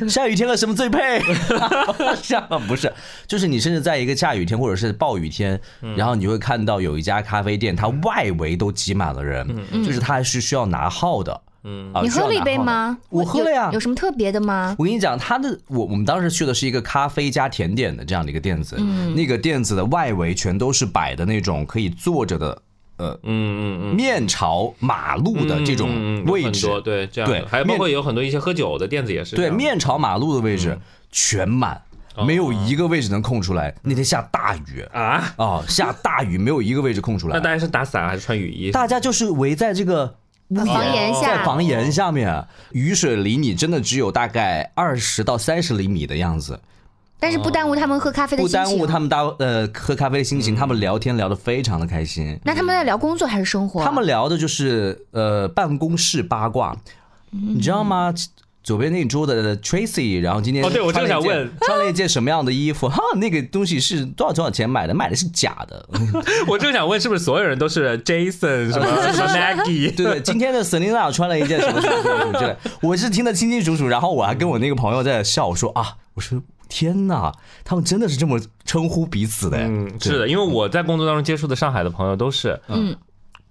Speaker 1: 嗯 下雨天和什么最配？ 下不是，就是你甚至在一个下雨天或者是暴雨天，
Speaker 4: 嗯
Speaker 1: 然后你就会看到有一家咖啡店，它外围都挤满了人，
Speaker 4: 嗯
Speaker 1: 就是它还是需要拿号的。嗯，
Speaker 5: 嗯你喝了一杯吗？
Speaker 1: 我喝了呀
Speaker 5: 有有什么特别的吗？
Speaker 1: 我跟你讲，它的我我们当时去的是一个咖啡加甜点的这样的一个店子，
Speaker 5: 嗯
Speaker 1: 那个店子的外围全都是摆的那种可以坐着的，呃，
Speaker 4: 嗯嗯嗯。
Speaker 1: 面朝马路的这
Speaker 4: 嗯
Speaker 1: 种
Speaker 4: 嗯有
Speaker 1: 位
Speaker 4: 很
Speaker 1: 置，
Speaker 4: 多对这样的，
Speaker 1: 对
Speaker 4: 还有包
Speaker 1: 面
Speaker 4: 啊括有很多一些喝酒的店子也是这
Speaker 1: 对
Speaker 4: 样的
Speaker 1: 面朝马路的位置全满。没有一个位置能空出来。那天下大雨
Speaker 4: 啊，
Speaker 1: 啊，下大雨没有一个位置空出
Speaker 4: 那
Speaker 1: 来，
Speaker 4: 大家是打伞还是穿雨衣？
Speaker 1: 大家就是围在这个屋檐
Speaker 5: 房檐下
Speaker 1: 在房檐下面，啊雨水离你真的只有大概二十到三十厘米的样子，
Speaker 5: 但是不耽误他们喝咖啡的
Speaker 1: 不
Speaker 5: 心情。
Speaker 1: 耽误他们大呃喝咖啡的心情，他们聊天聊得非常的开心。
Speaker 5: 那他们在聊工作还是生活？
Speaker 1: 他们聊的就是呃办公室八卦，你知道吗？左边那桌的 Tracy，然后今天
Speaker 4: 哦对我
Speaker 1: 穿了
Speaker 4: 正
Speaker 1: 一
Speaker 4: 想
Speaker 1: 件
Speaker 4: 问
Speaker 1: 穿了一件什么样的衣服？哈，那个东西是多少多少钱买的？买的是假的。
Speaker 4: 我正想问，是不是所有人都是 Jason 什么什么 Maggie？
Speaker 1: 对对，今天的 Selina 穿了一件什么什么什么之类， 我是听得清清楚楚，然后我还跟我那个朋友在笑，我说啊，我说天哪，他们真的是这么称呼彼此的，
Speaker 4: 嗯，是的，因为我在工作当中接触的上海的朋友都是，嗯，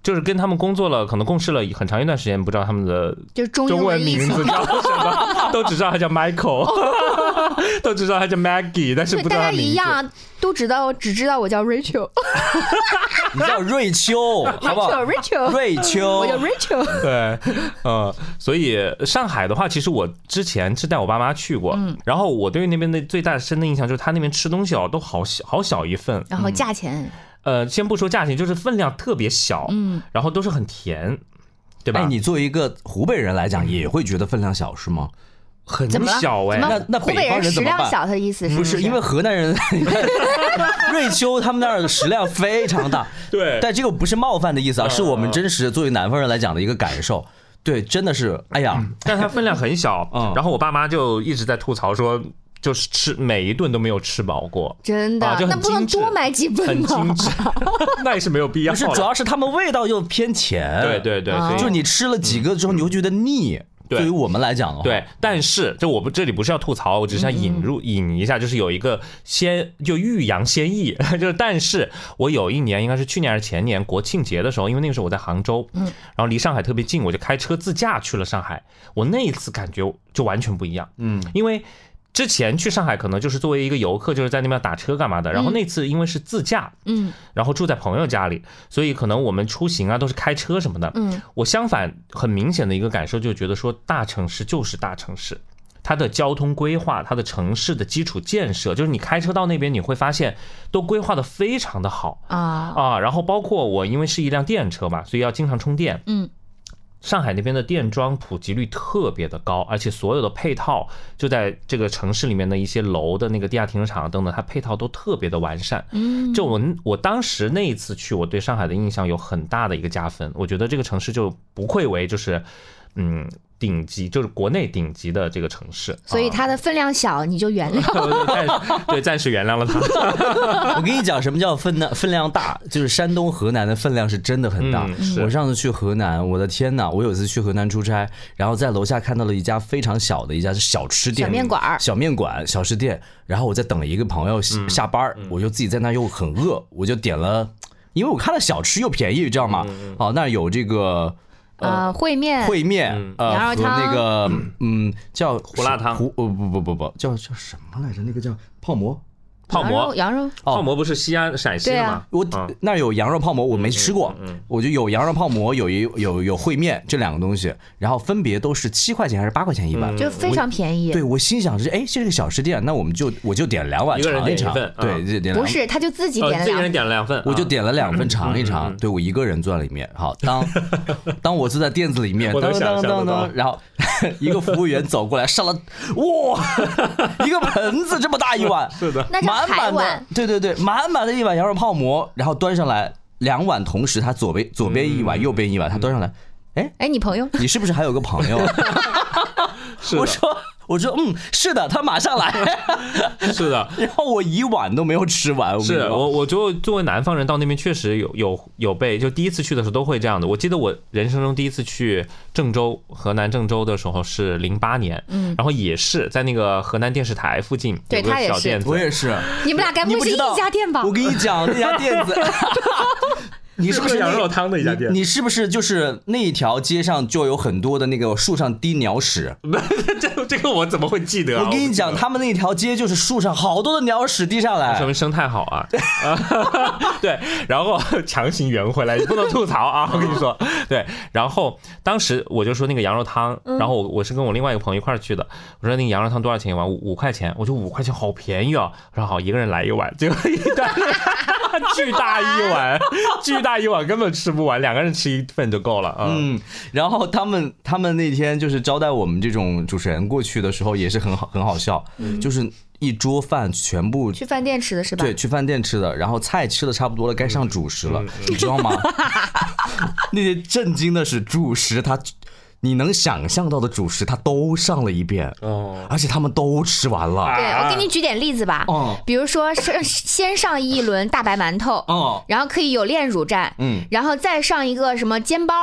Speaker 4: 就是跟他们工作了，可能共事了很长一段时间，不知道他们的
Speaker 5: 就是中
Speaker 4: 中
Speaker 5: 文
Speaker 4: 文
Speaker 5: 的意
Speaker 4: 名
Speaker 5: 思
Speaker 4: 字叫什 么，都只知道他叫 Michael，都只知道他叫 Maggie，但是
Speaker 5: 对，
Speaker 4: 不知
Speaker 5: 大
Speaker 4: 道他
Speaker 5: 家
Speaker 4: 名字。
Speaker 5: 一样，都知道，只知道我叫 Rachel，
Speaker 1: 你叫瑞 秋，好嗯不好？
Speaker 5: Rachel，Rachel，
Speaker 1: 瑞秋
Speaker 5: 我，叫 Rachel。
Speaker 4: 对，呃，所以上海的话，其实我之前是带我爸妈去过，
Speaker 5: 嗯
Speaker 4: 然后我对那边的最大深的印象就是他那边吃东西哦，都好小好小一份，
Speaker 5: 然后价钱，
Speaker 4: 呃，先不说价钱，就是分量特别小，嗯，然后都是很甜，对吧？
Speaker 1: 哎，你作为一个湖北人来讲，也会觉得分量小是吗？
Speaker 4: 很
Speaker 5: 怎么了
Speaker 4: 小哎、
Speaker 5: 怎么
Speaker 1: 那那
Speaker 5: 湖北
Speaker 1: 北方
Speaker 5: 人
Speaker 1: 人
Speaker 5: 食
Speaker 1: 怎么
Speaker 5: 量
Speaker 1: 办
Speaker 5: 小，他的意思是
Speaker 1: 不是，因为河南 人瑞秋他们那儿的食量非常大，
Speaker 4: 对
Speaker 1: 但这个不是冒犯的意思啊，
Speaker 4: 嗯
Speaker 1: 是我们真实作为南方人来讲的一个感受。对，真的是，哎呀，
Speaker 4: 但它分量很小，
Speaker 1: 嗯
Speaker 4: 然后我爸妈就一直在吐槽说，就是吃每一顿都没有吃饱过，
Speaker 5: 真的
Speaker 4: 啊就，很
Speaker 5: 那不能
Speaker 4: 精致
Speaker 5: 多买几 份
Speaker 4: 很精
Speaker 5: 吗？
Speaker 4: 致，那也是没有必要
Speaker 1: 不是，主
Speaker 4: 了。
Speaker 1: 要是他们味道又偏甜。
Speaker 4: 对，对对，所以
Speaker 1: 就你吃了几个之后，你会觉得腻。
Speaker 4: 对
Speaker 1: 对于我们来讲的话，
Speaker 4: 对，但是就我不这里不是要吐槽，我只是想
Speaker 1: 嗯
Speaker 4: 引入引一下，就是有一个先就欲扬先抑， 就是但是我有一年应该是去年还是前年国庆节的时候，因为那个时候我在杭州，嗯，然后离上海特别近，我就开车自驾去了上海。我那一次感觉就完全不一样，嗯，因为。之前去上海可能就是作为一个游客，就是在那边打车干嘛的。
Speaker 1: 嗯
Speaker 4: 然后那次因为是自驾，
Speaker 5: 嗯，
Speaker 4: 然后住在朋友家里，所以可能我们出行啊都是开车什么的。
Speaker 5: 嗯，
Speaker 4: 我相反很明显的一个感受就觉得说，大城市就是大城市，它的交通规划、它的城市的基础建设，就是你开车到那边你会发现都规划的非常的好
Speaker 5: 啊，
Speaker 4: 啊。然后包括我因为是一辆电车嘛，所以要经常充电。
Speaker 5: 嗯。
Speaker 4: 上海那边的电桩普及率特别的高，而且所有的配套就在这个城市里面的一些楼的那个地下停车场等等，它配套都特别的完善。嗯，就我我当时那一次去，我对上海的印象有很大的一个加分。我觉得这个城市就不愧为就是，嗯，顶级，就是国内顶级的这个城市。
Speaker 5: 所以它的分量小，你就原
Speaker 4: 啊
Speaker 5: 谅。
Speaker 4: 暂时 对暂时原谅了 他。
Speaker 1: 我跟你讲，什么叫分量分量大？就是山东、河南的分量是真的很大。
Speaker 4: 嗯是
Speaker 1: 我上次去河南，我的天呐！我有一次去河南出差，然后在楼下看到了一家非常小的一家是小吃店、
Speaker 5: 小面馆儿
Speaker 1: 小面馆、小吃店。然后我在等一个朋友
Speaker 4: 嗯
Speaker 1: 下下班儿，我就自己在那又很饿，我就点了，因为我看了小吃又便宜，你知道吗？
Speaker 4: 嗯
Speaker 1: 哦，那儿有这个。
Speaker 5: 呃，烩面，
Speaker 1: 烩面，呃，
Speaker 5: 羊肉
Speaker 1: 和
Speaker 5: 汤
Speaker 1: 那个，嗯，叫胡
Speaker 4: 嗯辣汤
Speaker 1: 胡，呃，不不不不，叫叫什么来着？那个叫泡馍。
Speaker 4: 泡
Speaker 5: 羊肉，
Speaker 4: 馍，嗯
Speaker 5: 羊肉，
Speaker 4: 泡馍不是西安陕西的
Speaker 5: 啊
Speaker 4: 吗？
Speaker 1: 我
Speaker 4: 嗯
Speaker 1: 那儿有羊肉泡馍，我没吃过，我就有羊肉泡馍，有一有有烩面这两个东西，然后分别都是七块钱还是八块钱一碗。
Speaker 5: 嗯
Speaker 4: 嗯
Speaker 5: 就非常便宜。
Speaker 1: 对，我心想是，哎，这是个小吃店，那我们就我就点两碗
Speaker 4: 一个人
Speaker 1: 尝
Speaker 4: 点一
Speaker 1: 尝
Speaker 4: 份，嗯
Speaker 1: 对，就点两
Speaker 5: 不是，他就自己
Speaker 4: 呃
Speaker 5: 点了
Speaker 4: 这个
Speaker 5: 两
Speaker 4: 人点了两份，
Speaker 1: 我就
Speaker 4: 啊嗯
Speaker 1: 点了两份尝一尝，对我一个人坐在里面。好，当 当我坐在店子里面，
Speaker 4: 我能
Speaker 1: 当
Speaker 4: 想
Speaker 1: 当
Speaker 4: 象
Speaker 1: 当
Speaker 4: 得到
Speaker 1: 当，然 后一个服务员走过来上了，哇，一个盆子这么大一 碗，是的，
Speaker 5: 那叫
Speaker 1: 满
Speaker 5: 海
Speaker 1: 满的
Speaker 5: 碗，
Speaker 1: 对对对，满满的一碗羊肉泡馍，然后端上来两碗，同时他左边左边一
Speaker 4: 嗯
Speaker 1: 碗，右边一碗，他端上来，哎，
Speaker 5: 哎，你朋友
Speaker 1: 你是不是还有个朋友啊？
Speaker 4: 是
Speaker 1: 我
Speaker 4: 的，
Speaker 1: 说。我说嗯，是的，他马上来，
Speaker 4: 是 的。
Speaker 1: 然后我一碗都没有吃完。我跟你
Speaker 4: 是
Speaker 1: 说
Speaker 4: 我，我就作为南方人到那边确实有有有被，就第一次去的时候都会这样的。我记得我人生中第一次去郑州，河南郑州的时候是零八年，嗯，然后也是在那个河南电视台附近
Speaker 5: 对
Speaker 4: 有个
Speaker 5: 他也
Speaker 4: 小
Speaker 5: 是
Speaker 4: 店子
Speaker 1: 我，也是，
Speaker 5: 你们俩该
Speaker 1: 你
Speaker 5: 不
Speaker 1: 不
Speaker 5: 会
Speaker 1: 知
Speaker 5: 是
Speaker 1: 道
Speaker 5: 一家店吧
Speaker 1: 我？跟你讲，那家店子，你是不是
Speaker 4: 喝
Speaker 1: 那
Speaker 4: 羊肉汤的一家店
Speaker 1: 你？你是不是就是那一条街上就有很多的那个树上滴鸟屎？
Speaker 4: 这这个我怎么会记得啊？
Speaker 1: 我跟你讲，
Speaker 4: 不记得
Speaker 1: 他们那条街就是树上好多的鸟屎滴下
Speaker 4: 说
Speaker 1: 来。
Speaker 4: 明生态好啊。 对，然后强行圆回来，你不能吐槽啊！
Speaker 5: 嗯
Speaker 4: 我跟你说，对，然后当时我就说那个羊肉汤，
Speaker 5: 嗯
Speaker 4: 然后我我是跟我另外一个朋友一块儿去的，我说那个羊肉汤多少钱一碗？五五块钱，我说五块钱好便宜哦。我说好，一个人来一碗，结果一单 巨大一碗， 巨大一碗根本吃不完，两个人吃一份就够了。嗯，
Speaker 1: 嗯，然后他们他们那天就是招待我们这种主持人过去的时候，也是很好很好笑，就是一桌饭全部
Speaker 5: 去饭店吃的是吧？
Speaker 1: 对，嗯去饭店吃的，然后菜吃的差不多了，该上主食了，你知 道吗？那些震惊的是主食，他你能想象到的主食，他都上了一遍，
Speaker 4: 哦，
Speaker 1: 而且他们都吃完了。
Speaker 5: 对，哎
Speaker 4: 啊
Speaker 5: 我给你举点例子吧。
Speaker 1: 哦
Speaker 5: 比如说是先上一轮大白馒头，
Speaker 1: 哦，
Speaker 5: 然后可以有炼乳蘸，
Speaker 1: 嗯，
Speaker 5: 然后再上一个什么煎包。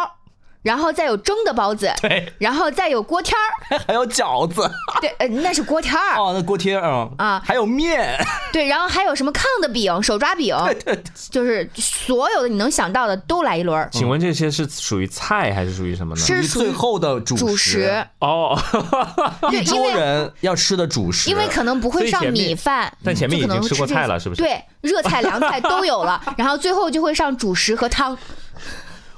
Speaker 5: 然后再有蒸的包子，
Speaker 1: 对，
Speaker 5: 然后再有锅贴儿，
Speaker 1: 还有饺子，
Speaker 5: 对，呃，那是锅贴儿，
Speaker 1: 哦，那锅贴啊，
Speaker 5: 啊
Speaker 1: 还有面，
Speaker 5: 对，然后还有什么炕的饼、手抓饼， 就是所有的你能想到的都来一轮儿，
Speaker 4: 请问这些是属于菜还是属于什么呢？
Speaker 5: 是属
Speaker 1: 最
Speaker 5: 于
Speaker 1: 后的主
Speaker 5: 主
Speaker 1: 食，
Speaker 5: 食，
Speaker 4: 哦，
Speaker 1: 一
Speaker 5: 对，因
Speaker 1: 桌
Speaker 5: 为
Speaker 1: 人要吃的主食，
Speaker 5: 因为可能不
Speaker 4: 所
Speaker 5: 会
Speaker 4: 以
Speaker 5: 上
Speaker 4: 前面
Speaker 5: 米饭，
Speaker 4: 但前面
Speaker 5: 就可
Speaker 4: 已经
Speaker 5: 能
Speaker 4: 吃过
Speaker 5: 这
Speaker 4: 菜
Speaker 5: 些
Speaker 4: 了是不是
Speaker 5: 对，热 菜、凉菜都有 了，然后最后就会上主食和汤，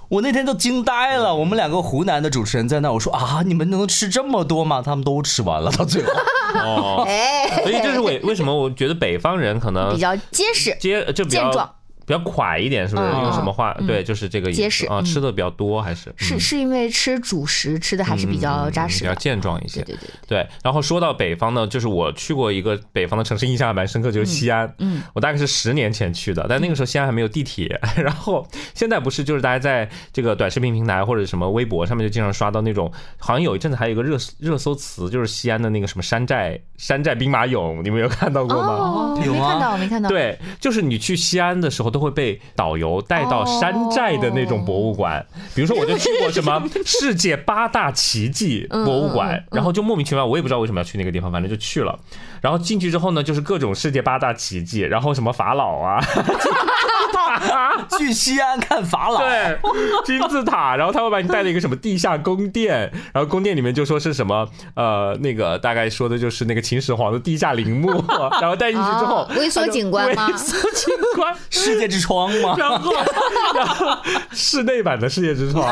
Speaker 1: 我那天都惊呆了，我们两个湖南的主持人在那，我说啊，你们能吃这么多吗？他们都吃完了，到最 后。
Speaker 4: 哦，
Speaker 5: 哎，
Speaker 4: 所以这是为为什么我觉得北方人可能
Speaker 5: 比较结实，
Speaker 4: 接就比较
Speaker 5: 健壮
Speaker 4: 比较垮一点，是不是？
Speaker 5: 嗯
Speaker 4: 用什么话？对，就是这个意思
Speaker 5: 结实
Speaker 4: 啊，
Speaker 5: 嗯
Speaker 4: 吃的比较多还是
Speaker 5: 是是因为吃主食吃的还是比较扎
Speaker 4: 嗯
Speaker 5: 实
Speaker 4: 比较
Speaker 5: 的，
Speaker 4: 健壮一些
Speaker 5: 对。对对，
Speaker 4: 对，然后说到北方呢，就是我去过一个北方的城市，印象还蛮深刻，就是西安。
Speaker 5: 嗯，
Speaker 4: 我大概是十年前去的，但那个时候西安还没有地铁。 然后现在不是，就是大家在这个短视频平台或者什么微博上面就经常刷到那种，好像有一阵子还有一个热热搜词，就是西安的那个什么山寨山寨兵马俑，你们有看到嗯过吗？
Speaker 5: 哦，
Speaker 1: 有
Speaker 5: 没
Speaker 1: 啊
Speaker 5: 看到，没看到，
Speaker 4: 对，就是你去西安的时候，都会被导游带到山寨的那种博物馆。
Speaker 5: 哦
Speaker 4: 比如说，我就去过什 么世界八大奇迹
Speaker 5: 嗯
Speaker 4: 博物馆，然后就莫名其妙，我也不知道为什么要去那个地方，反正就去了。然后进去之后呢，就是各种世界八大奇迹，然后什么法老啊，
Speaker 1: 去西安看法老，
Speaker 4: 对，金字塔，然后他会把你带到一个什么地下宫殿，然后宫殿里面就说是什么呃那个大概说的就是那个秦始皇的地下陵墓， 然后带进去之后
Speaker 5: 哦，微缩
Speaker 4: 他就
Speaker 5: 景观吗
Speaker 4: 微缩景观。
Speaker 1: 世界之窗吗？
Speaker 4: 然后，然后 室内版的世界之 窗，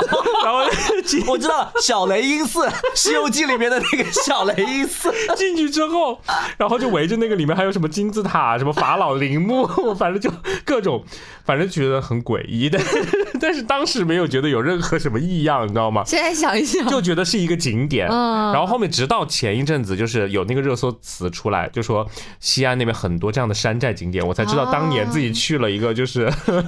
Speaker 4: 然后进
Speaker 1: 我知道了，小雷音 寺，《西游记》里面的那个小雷音寺，
Speaker 4: 进去之后，然后就围着那个里面还有什么金字塔、什么法老陵墓，反正就各种，反正觉得很诡异，但是但是当时没有觉得有任何什么异样，你知道吗？
Speaker 5: 现在想一想，
Speaker 4: 就觉得是一个景点，
Speaker 5: 嗯
Speaker 4: 然后后面直到前一阵子，就是有那个热搜词出来，就说西安那边很多这样的山寨景点，我才知道当年自己去了一个就是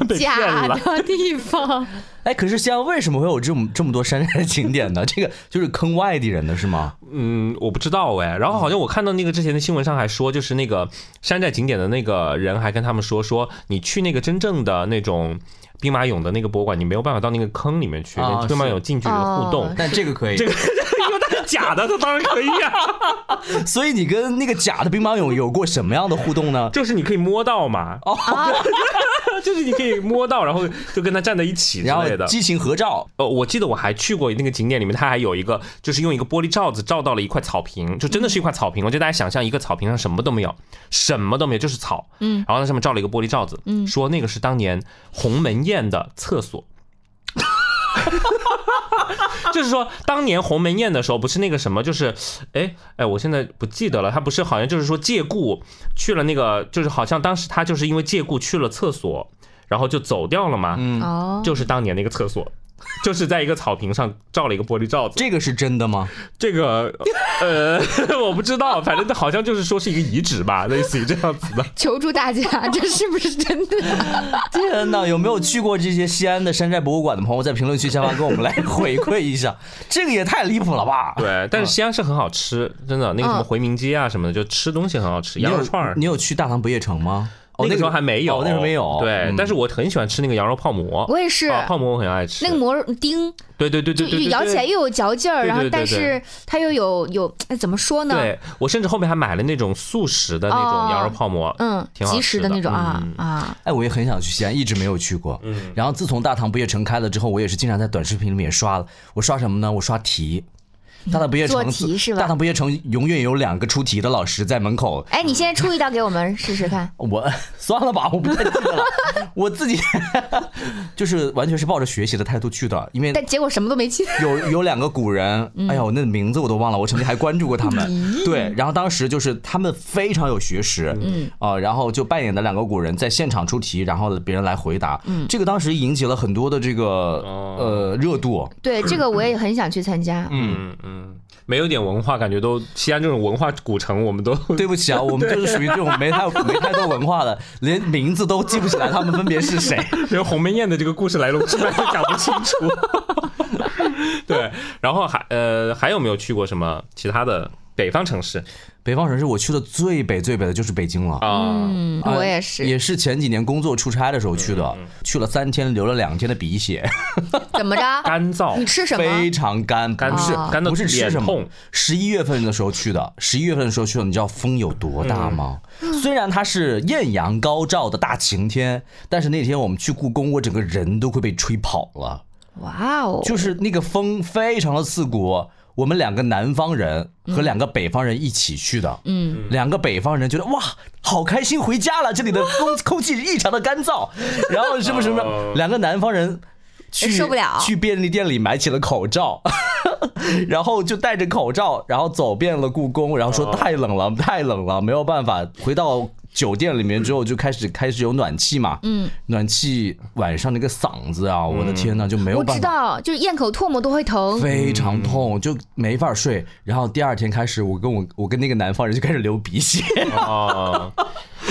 Speaker 4: 被骗
Speaker 5: 假
Speaker 4: 了，
Speaker 5: 的地方，
Speaker 1: 哎，可是西安为什么会有这么这么多山寨景点呢？这个就是坑外地人的是吗？
Speaker 4: 嗯，我不知道哎。然后好像我看到那个之前的新闻上还说，就是那个山寨景点的那个人还跟他们说，说你去那个真正的那种兵马俑的那个博物馆，你没有办法到那个坑里面去，
Speaker 1: 啊
Speaker 4: 跟兵马俑近距离的互动
Speaker 5: 是。
Speaker 1: 但这个可以，
Speaker 4: 因为它是假的，它当然可以啊，
Speaker 1: 所以你跟那个假的兵马俑有过什么样的互动呢？
Speaker 4: 就是你可以摸 到嘛，哦，
Speaker 1: 啊
Speaker 4: 就是你可以摸到，然后就跟他站在一起之
Speaker 1: 然后
Speaker 4: 类的。
Speaker 1: 激情合照，
Speaker 4: 呃，我记得我还去过那个景点，里面它还有一个，就是用一个玻璃罩子罩到了一块草坪，就真的是一块草坪。我觉得大家想象一个草坪上什么都没有，什么都没有，就是草。嗯，然后那上面罩了一个玻璃罩子，嗯，说那个是当年鸿门宴的厕所。 就是说，当年鸿门宴的时候，不是那个什么，就是，哎哎，我现在不记得了。他不是好像就是说借故去了那个，就是好像当时他就是因为借故去了厕所，然后就走掉了嘛。 嗯，
Speaker 5: 哦，
Speaker 4: 就是当年那个厕所，就是在一个草坪上罩了一个玻璃罩子。
Speaker 1: 这个是真的吗？
Speaker 4: 这个，呃， 我不知道，反正好像就是说是一个遗址吧，类似于这样 子的。
Speaker 5: 求助大家，这是不是真的？
Speaker 1: 天哪，有没有去过这些西安的山寨博物馆的朋友，在评论区下方跟我们来回馈一 下？这个也太离谱了吧！
Speaker 4: 对，但是西安是很好
Speaker 3: 嗯
Speaker 4: 吃，真的，那个什么回民街啊什么的，就吃东西很好吃，
Speaker 1: 你有
Speaker 4: 羊肉串儿
Speaker 1: 你。有去大唐不夜城吗？
Speaker 4: 那个时候还没有，
Speaker 1: 哦那时候没有
Speaker 4: 对
Speaker 1: 嗯，
Speaker 4: 但是我很喜欢吃那个羊肉泡馍，
Speaker 3: 我也是
Speaker 4: 啊泡馍我很爱吃。
Speaker 3: 那个馍丁，
Speaker 4: 对对对
Speaker 3: 就
Speaker 4: 对对，对
Speaker 3: 就咬起来
Speaker 4: 对
Speaker 3: 又有嚼劲儿，
Speaker 4: 对对
Speaker 3: 然后
Speaker 4: 对
Speaker 3: 但
Speaker 4: 对
Speaker 3: 是它又有有哎怎么说呢？
Speaker 4: 对我甚至后面还买了那种速食的那
Speaker 3: 哦
Speaker 4: 种羊肉泡馍，
Speaker 3: 嗯，
Speaker 4: 挺好
Speaker 3: 及时
Speaker 4: 吃的
Speaker 3: 那种啊
Speaker 4: 嗯
Speaker 3: 啊，
Speaker 1: 哎，我也很想去西安，一直没有去过。
Speaker 4: 嗯
Speaker 1: 然后自从大唐不夜城开了之后，我也是经常在短视频里面刷了。我刷什么呢？我刷题。大唐不夜
Speaker 3: 做
Speaker 1: 城
Speaker 3: 题是吧
Speaker 1: 大唐不夜城永远有两个出题的老师在门口。
Speaker 3: 哎，你现在出一道给我们试试看。
Speaker 1: 我算了吧，我不太记得了。 我自己就是完全是抱着学习的态度去的，
Speaker 4: 嗯
Speaker 1: 因为
Speaker 3: 但结果什么都没进。
Speaker 1: 有有两个古人，
Speaker 3: 嗯
Speaker 1: 哎呀，我那名字我都忘了，我曾经还关注过他们。对，然后当时就是他们非常有学识，嗯，啊，然后就扮演的两个古人在现场出题，然后别人来回答，嗯，这个当时引起了很多的这个
Speaker 4: 哦
Speaker 1: 呃热度。
Speaker 3: 对，这个 我也很想去参加。
Speaker 4: 嗯嗯，没有点文化，感觉都西安这种文化古城，我们都
Speaker 1: 对不起 啊，我们就是属于这种没太没太多文化的，连名字都记不起来他们分别是 谁。
Speaker 4: 连鸿门宴的这个故事来龙去脉都讲不清楚。 对，然后还呃还有没有去过什么其他的北方城市
Speaker 1: 北方城市我去的最北最北的就是北京了。
Speaker 4: 啊？
Speaker 3: 嗯，
Speaker 1: 啊
Speaker 3: 我也是。
Speaker 1: 也是前几年工作出差的时候去
Speaker 4: 嗯
Speaker 1: 的，去了三天，流了两天的鼻血，
Speaker 3: 怎么 着？
Speaker 4: 干燥
Speaker 3: 你，吃什么？
Speaker 1: 非常干，
Speaker 4: 干
Speaker 1: 不是
Speaker 3: 嗯啊
Speaker 4: 干得
Speaker 1: 不是吃
Speaker 4: 脸
Speaker 1: 什么
Speaker 4: 痛。
Speaker 1: 十一月份的时候去的，十一月份的时候去的，你知道风有多大吗？虽然它是艳阳高照的大晴天，但是那天我们去故宫，我整个人都快被吹跑了，
Speaker 3: 哇哦！
Speaker 1: 就是那个风非常的刺骨。我们两个南方人和两个北方人一起去的，嗯，两个北方人觉得哇，好开心，回家了，这里的空空气异常的干 燥，然后什么什么
Speaker 4: 哦，
Speaker 1: 两个南方人去
Speaker 3: 受不了
Speaker 1: 去便利店里买起了口罩， 然后就戴着口罩，然后走遍了故宫，然后说太冷了，太冷了，没有办法。回到酒店里面之后，就开始开始有暖气嘛，嗯，暖气晚上那个嗓子啊，我的天呐，就没有
Speaker 3: 嗯我
Speaker 1: 办
Speaker 3: 知
Speaker 1: 法。
Speaker 3: 道，就是咽口唾沫都会疼。
Speaker 1: 非常
Speaker 4: 嗯
Speaker 1: 痛，就没法睡。然后第二天开始，我跟我我跟那个南方人就开始流鼻 血。
Speaker 4: 哦，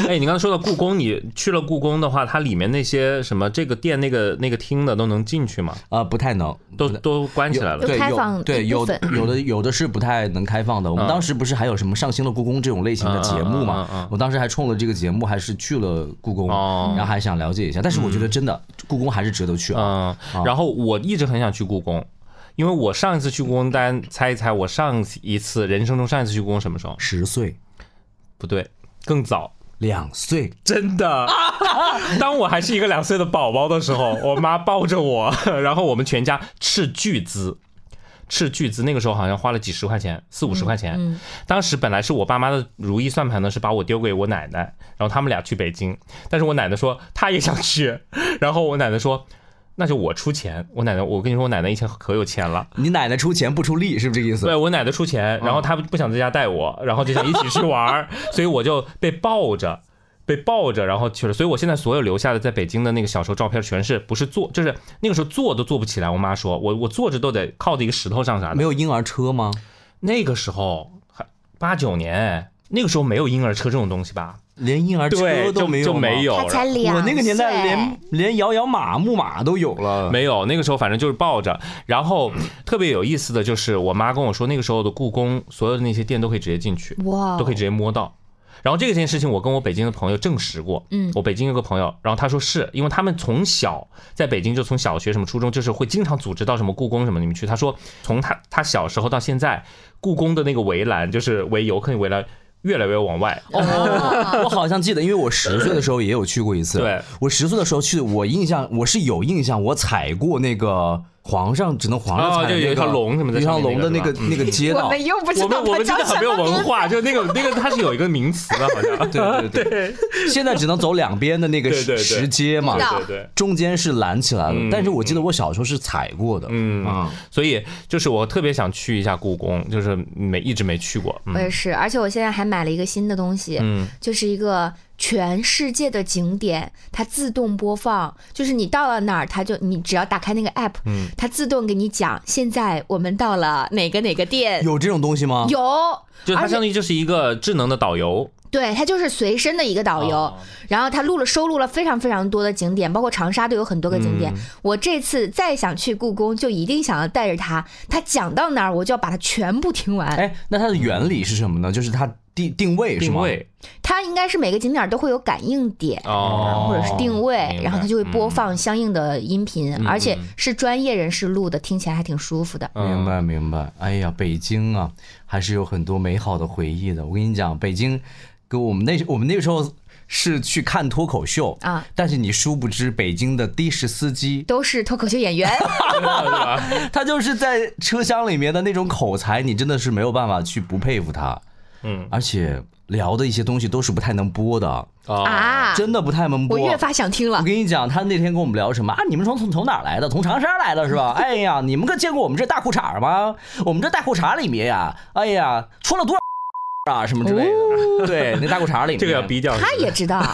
Speaker 4: 哎，你刚才说到故宫，你去了故宫的话，它里面那些什么这个店、那个那个厅的都能进去吗？
Speaker 1: 啊，不太能，
Speaker 4: 都
Speaker 1: 不太
Speaker 4: 都关起来
Speaker 1: 有
Speaker 4: 了。
Speaker 1: 对
Speaker 3: 开
Speaker 1: 有
Speaker 3: 放
Speaker 1: 对
Speaker 3: 一
Speaker 1: 有
Speaker 3: 部分
Speaker 1: 有的有的是不太能开放的。我们
Speaker 4: 嗯
Speaker 1: 当时不是还有什么上新了故宫这种类型的节目嘛？
Speaker 4: 嗯嗯嗯嗯嗯
Speaker 1: 我当时还冲了这个节目，还是去了故宫，
Speaker 4: 哦
Speaker 1: 然后还想了解一下。但是我觉得真的、故宫还是值得去啊。
Speaker 4: 嗯，然后我一直很想去故宫，因为我上一次去故宫，大家猜一猜，我上一次人生中上一次去故宫什么时候？
Speaker 1: 十岁、
Speaker 4: 不对，更早。
Speaker 1: 两岁，
Speaker 4: 真的，当我还是一个两岁的宝宝的时候， 我妈抱着我， 然后我们全家斥巨资，斥巨资，那个时候好像花了几十块钱，四五十块钱。当时本来是我爸妈的如意算盘呢，是把我丢给我奶奶，然后他们俩去北京，但是我奶奶说她也想去，然后我奶奶说。那就我出钱，我奶奶，我跟你说，我奶奶以前可有钱了，
Speaker 1: 你奶奶出钱不出力，是不是这个意思？
Speaker 4: 对我奶奶出钱，
Speaker 1: 嗯
Speaker 4: 然后她不想在家带我，然后就想一起去玩 儿，所以我就被抱着。被抱着，然后去了，所以我现在所有留下的在北京的那个小时候照片，全是不是坐，就是那个时候坐都坐不起来。我妈说我我坐着都得靠在一个石头上啥
Speaker 1: 没
Speaker 4: 的。
Speaker 1: 有婴儿车吗？
Speaker 4: 那个时候还八九年，那个时候没有婴儿车这种东西吧？
Speaker 1: 连婴儿
Speaker 4: 对，
Speaker 1: 车
Speaker 4: 就
Speaker 1: 都没有
Speaker 4: 就
Speaker 1: 吗
Speaker 4: 没有
Speaker 3: 他
Speaker 4: 了。
Speaker 3: 才两岁，
Speaker 1: 我那个年代连连摇摇马、木马都有了。
Speaker 4: 没有，那个时候反正就是抱着。然后特别有意思的就是，我妈跟我说，那个时候的故宫所有的那些店都可以直接进去，
Speaker 3: 哇，
Speaker 1: 嗯
Speaker 4: 都可以直接摸到。然后这件事情，我跟我北京的朋友证实过。
Speaker 3: 嗯
Speaker 4: 我北京有个朋友，然后他说是因为他们从小在北京就从小学什么初中，就是会经常组织到什么故宫什么你们去。他说从他他小时候到现在，故宫的那个围栏就是围游客围栏越来越 往外。
Speaker 1: 哦， 我好像记得，因为我十岁的时候也有去过一次。
Speaker 4: 对，
Speaker 1: 我十岁的时候去，我印象我是有印象，我踩过那个皇上只能皇上
Speaker 4: 哦
Speaker 1: 踩的、那
Speaker 4: 就
Speaker 1: 个
Speaker 4: 有一条龙什么在
Speaker 1: 有一条
Speaker 4: 上面
Speaker 1: 龙的那
Speaker 4: 那
Speaker 1: 个
Speaker 4: 个
Speaker 1: 那个街
Speaker 3: 我
Speaker 1: 道。
Speaker 3: 们又不知
Speaker 4: 我
Speaker 3: 道
Speaker 4: 们我
Speaker 3: 他
Speaker 4: 们真
Speaker 3: 叫
Speaker 4: 的
Speaker 3: 什
Speaker 4: 很没有
Speaker 3: 么名
Speaker 4: 文
Speaker 3: 字。
Speaker 4: 化，就那个那个它是有一个名词 的，好像。
Speaker 1: 对对对， 现在只能走两边的那个
Speaker 4: 对对
Speaker 1: 石
Speaker 4: 对
Speaker 1: 石阶嘛
Speaker 3: 知道，
Speaker 4: 对对
Speaker 1: 中间是拦起来了。
Speaker 4: 嗯
Speaker 1: 但是我记得我小时候是踩过的，
Speaker 4: 嗯
Speaker 1: 啊，
Speaker 4: 所以就是我特别想去一下故宫，就是没一直没去过。
Speaker 3: 我也
Speaker 4: 嗯
Speaker 3: 是，而且我现在还买了一个新的东西，
Speaker 4: 嗯
Speaker 3: 就是一个全世界的景点，它自动播放，就是你到了哪儿，它就你只要打开那个 app，、
Speaker 4: 嗯
Speaker 3: 它自动给你讲，现在我们到了哪个哪个店，
Speaker 1: 有这种东西吗？
Speaker 3: 有，
Speaker 4: 就
Speaker 3: 而
Speaker 4: 它相
Speaker 3: 且
Speaker 4: 当于就是一个智能的导游。
Speaker 3: 对，它就是随身的一个导游，
Speaker 4: 哦
Speaker 3: 然后它录了收录了非常非常多的景点，包括长沙都有很多个景
Speaker 4: 嗯
Speaker 3: 点。我这次再想去故宫，就一定想要带着它，它讲到哪儿我就要把它全部听完。
Speaker 4: 哎
Speaker 1: 哎，那它的原理是什么呢？就是它定定位是
Speaker 4: 定
Speaker 1: 吗？
Speaker 4: 位
Speaker 3: 它应该是每个景点都会有感应点。
Speaker 4: 哦，
Speaker 3: 或者是定位
Speaker 4: 明，白嗯
Speaker 3: 然后它就会播放相应的音频，而且是专业人士录的，听起来还挺舒服的。
Speaker 4: 嗯
Speaker 1: 明白明白。哎呀，北京啊，还是有很多美好的回忆的。我跟你讲，北京跟我们那我们那个时候是去看脱口秀
Speaker 3: 啊，
Speaker 1: 但是你殊不知北京的的士司 机，
Speaker 3: 都是脱口秀演员，
Speaker 1: 他就是在车厢里面的那种口才，你真的是没有办法去不佩服他。
Speaker 4: 嗯
Speaker 1: 而且聊的一些东西都是不太能播的，
Speaker 4: 啊，
Speaker 3: 啊，
Speaker 1: 真的不太能播。
Speaker 3: 我越发想听
Speaker 1: 我
Speaker 3: 了。
Speaker 1: 跟你讲，他那天跟我们聊什么啊？你们从从从哪儿来的？从长沙来的是吧？ 哎呀，你们可见过我们这大裤衩吗？我们这大裤衩里面呀，哎呀，穿了多少啊什么之类的。对，那大裤衩里面
Speaker 4: 这个要逼掉是吧
Speaker 3: 他也 知道，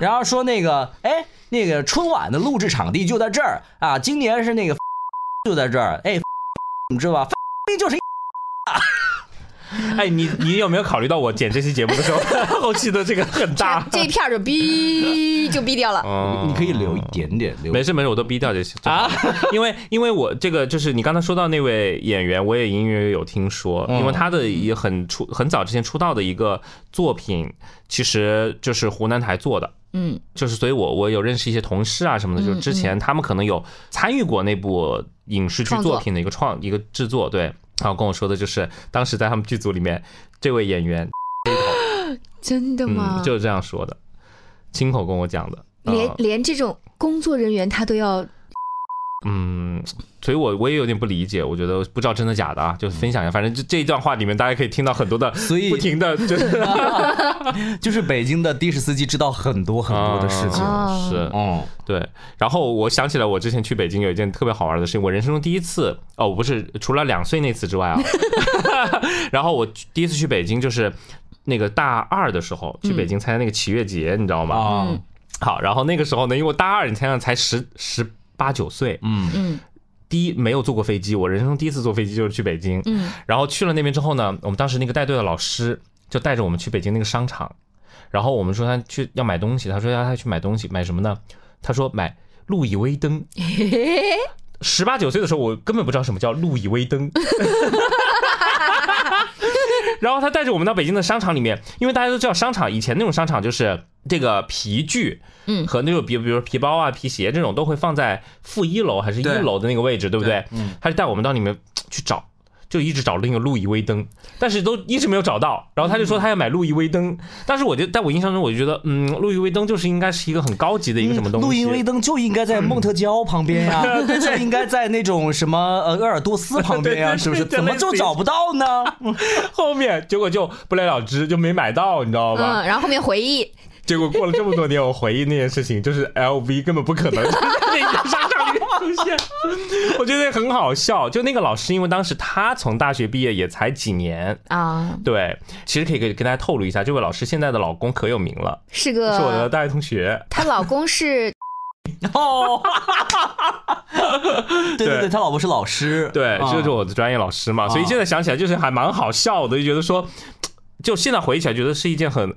Speaker 1: 然后说那个，哎，那个春晚的录制场地就在这儿啊，今年是那个就在这儿，哎，你知道吧？就是
Speaker 4: 哎，你你有没有考虑到我剪这期节 目的时候后期的这个很大？
Speaker 3: 这一片儿就逼 就逼掉了。
Speaker 4: 嗯
Speaker 1: 你可以留一点点，留
Speaker 4: 没事没事，我都逼掉就行啊。因为因为我这个就是你刚才说到那位演员，我也隐隐约约有听说，因为他的也很出很早之前出道的一个作品，其实就是湖南台做的。
Speaker 3: 嗯，
Speaker 4: 就是所以我我有认识一些同事啊什么的，就之前他们可能有参与过那部影视剧
Speaker 3: 创作
Speaker 4: 作品的一个创一个制作，对。然后跟我说的就是当时在他们剧组里面，这位演员
Speaker 3: 真的吗
Speaker 4: 嗯？就是这样说的，亲口跟我讲的。嗯
Speaker 3: 连连这种工作人员他都要
Speaker 4: 嗯，所以我我也有点不理解，我觉得不知道真的假的啊，就分享一下。反正这这一段话里面，大家可以听到很多的，
Speaker 1: 所以
Speaker 4: 不停的就是
Speaker 1: 就是北京的的士司机知道很多很
Speaker 4: 哦
Speaker 1: 多的事情。
Speaker 3: 啊
Speaker 4: 是
Speaker 1: 嗯，
Speaker 4: 对。然后我想起来，我之前去北京有一件特别好玩的事情，我人生中第一次哦，我不是除了两岁那次之外啊， 然后我第一次去北京就是那个大二的时候去北京参加那个祈月节，你知道吗？
Speaker 1: 啊，
Speaker 4: 好，然后那个时候呢，因为我大二，你想想才十十八九岁，
Speaker 1: 嗯
Speaker 3: 嗯，
Speaker 4: 第一没有坐过飞机，我人生中第一次坐飞机就是去北京，
Speaker 3: 嗯，
Speaker 4: 然后去了那边之后呢，我们当时那个带队的老师就带着我们去北京那个商场，然后我们说他去要买东西，他说要哎他去买东西，买什么呢？他说买路易威登。十八九岁的时候，我根本不知道什么叫路易威登。 然后他带着我们到北京的商场里面，因为大家都知道商场以前那种商场就是这个皮具，嗯，和那种比比如说皮包啊、皮鞋这种都会放在负一楼还是一
Speaker 1: 对
Speaker 4: 楼的那个位置，对不对？嗯他就带我们到里面去找。就一直找那个路易威登，但是都一直没有找到。然后他就说他要买路易威登，但是我就在我印象中，我就觉得，嗯，路易威登就是应该是一个很高级的一个什么东
Speaker 1: 嗯
Speaker 4: 西。嗯
Speaker 1: 路易威登就应该在孟特娇旁边呀、 就应该在那种什么呃鄂尔多斯旁边呀、
Speaker 4: 对对对
Speaker 1: 是不是？
Speaker 4: 对
Speaker 1: 怎么就找不到 呢？
Speaker 4: 后面结果就不了了之，就没买到，你知道吧？
Speaker 3: 嗯，然后后面回忆，
Speaker 4: 结果过了这么多年，我回忆那件事情，就是 LV 根本不可能 在那个商场里面出现，我觉得很好笑。就那个老师，因为当时他从大学毕业也才几年，
Speaker 3: 啊，
Speaker 4: 对，其实可以给跟大家透露一下，这位老师现在的老公可有名了，
Speaker 3: 是
Speaker 4: 是我的
Speaker 3: 个
Speaker 4: 大学同学。
Speaker 3: 她老公是
Speaker 1: 哦， 对对
Speaker 4: 对
Speaker 1: 对，他老婆是老师，
Speaker 4: 对，
Speaker 1: 啊
Speaker 4: 这就是我的专业老师嘛，所以现在想起来就是还蛮好笑的，就觉得说，就现在回忆起来觉得是一件很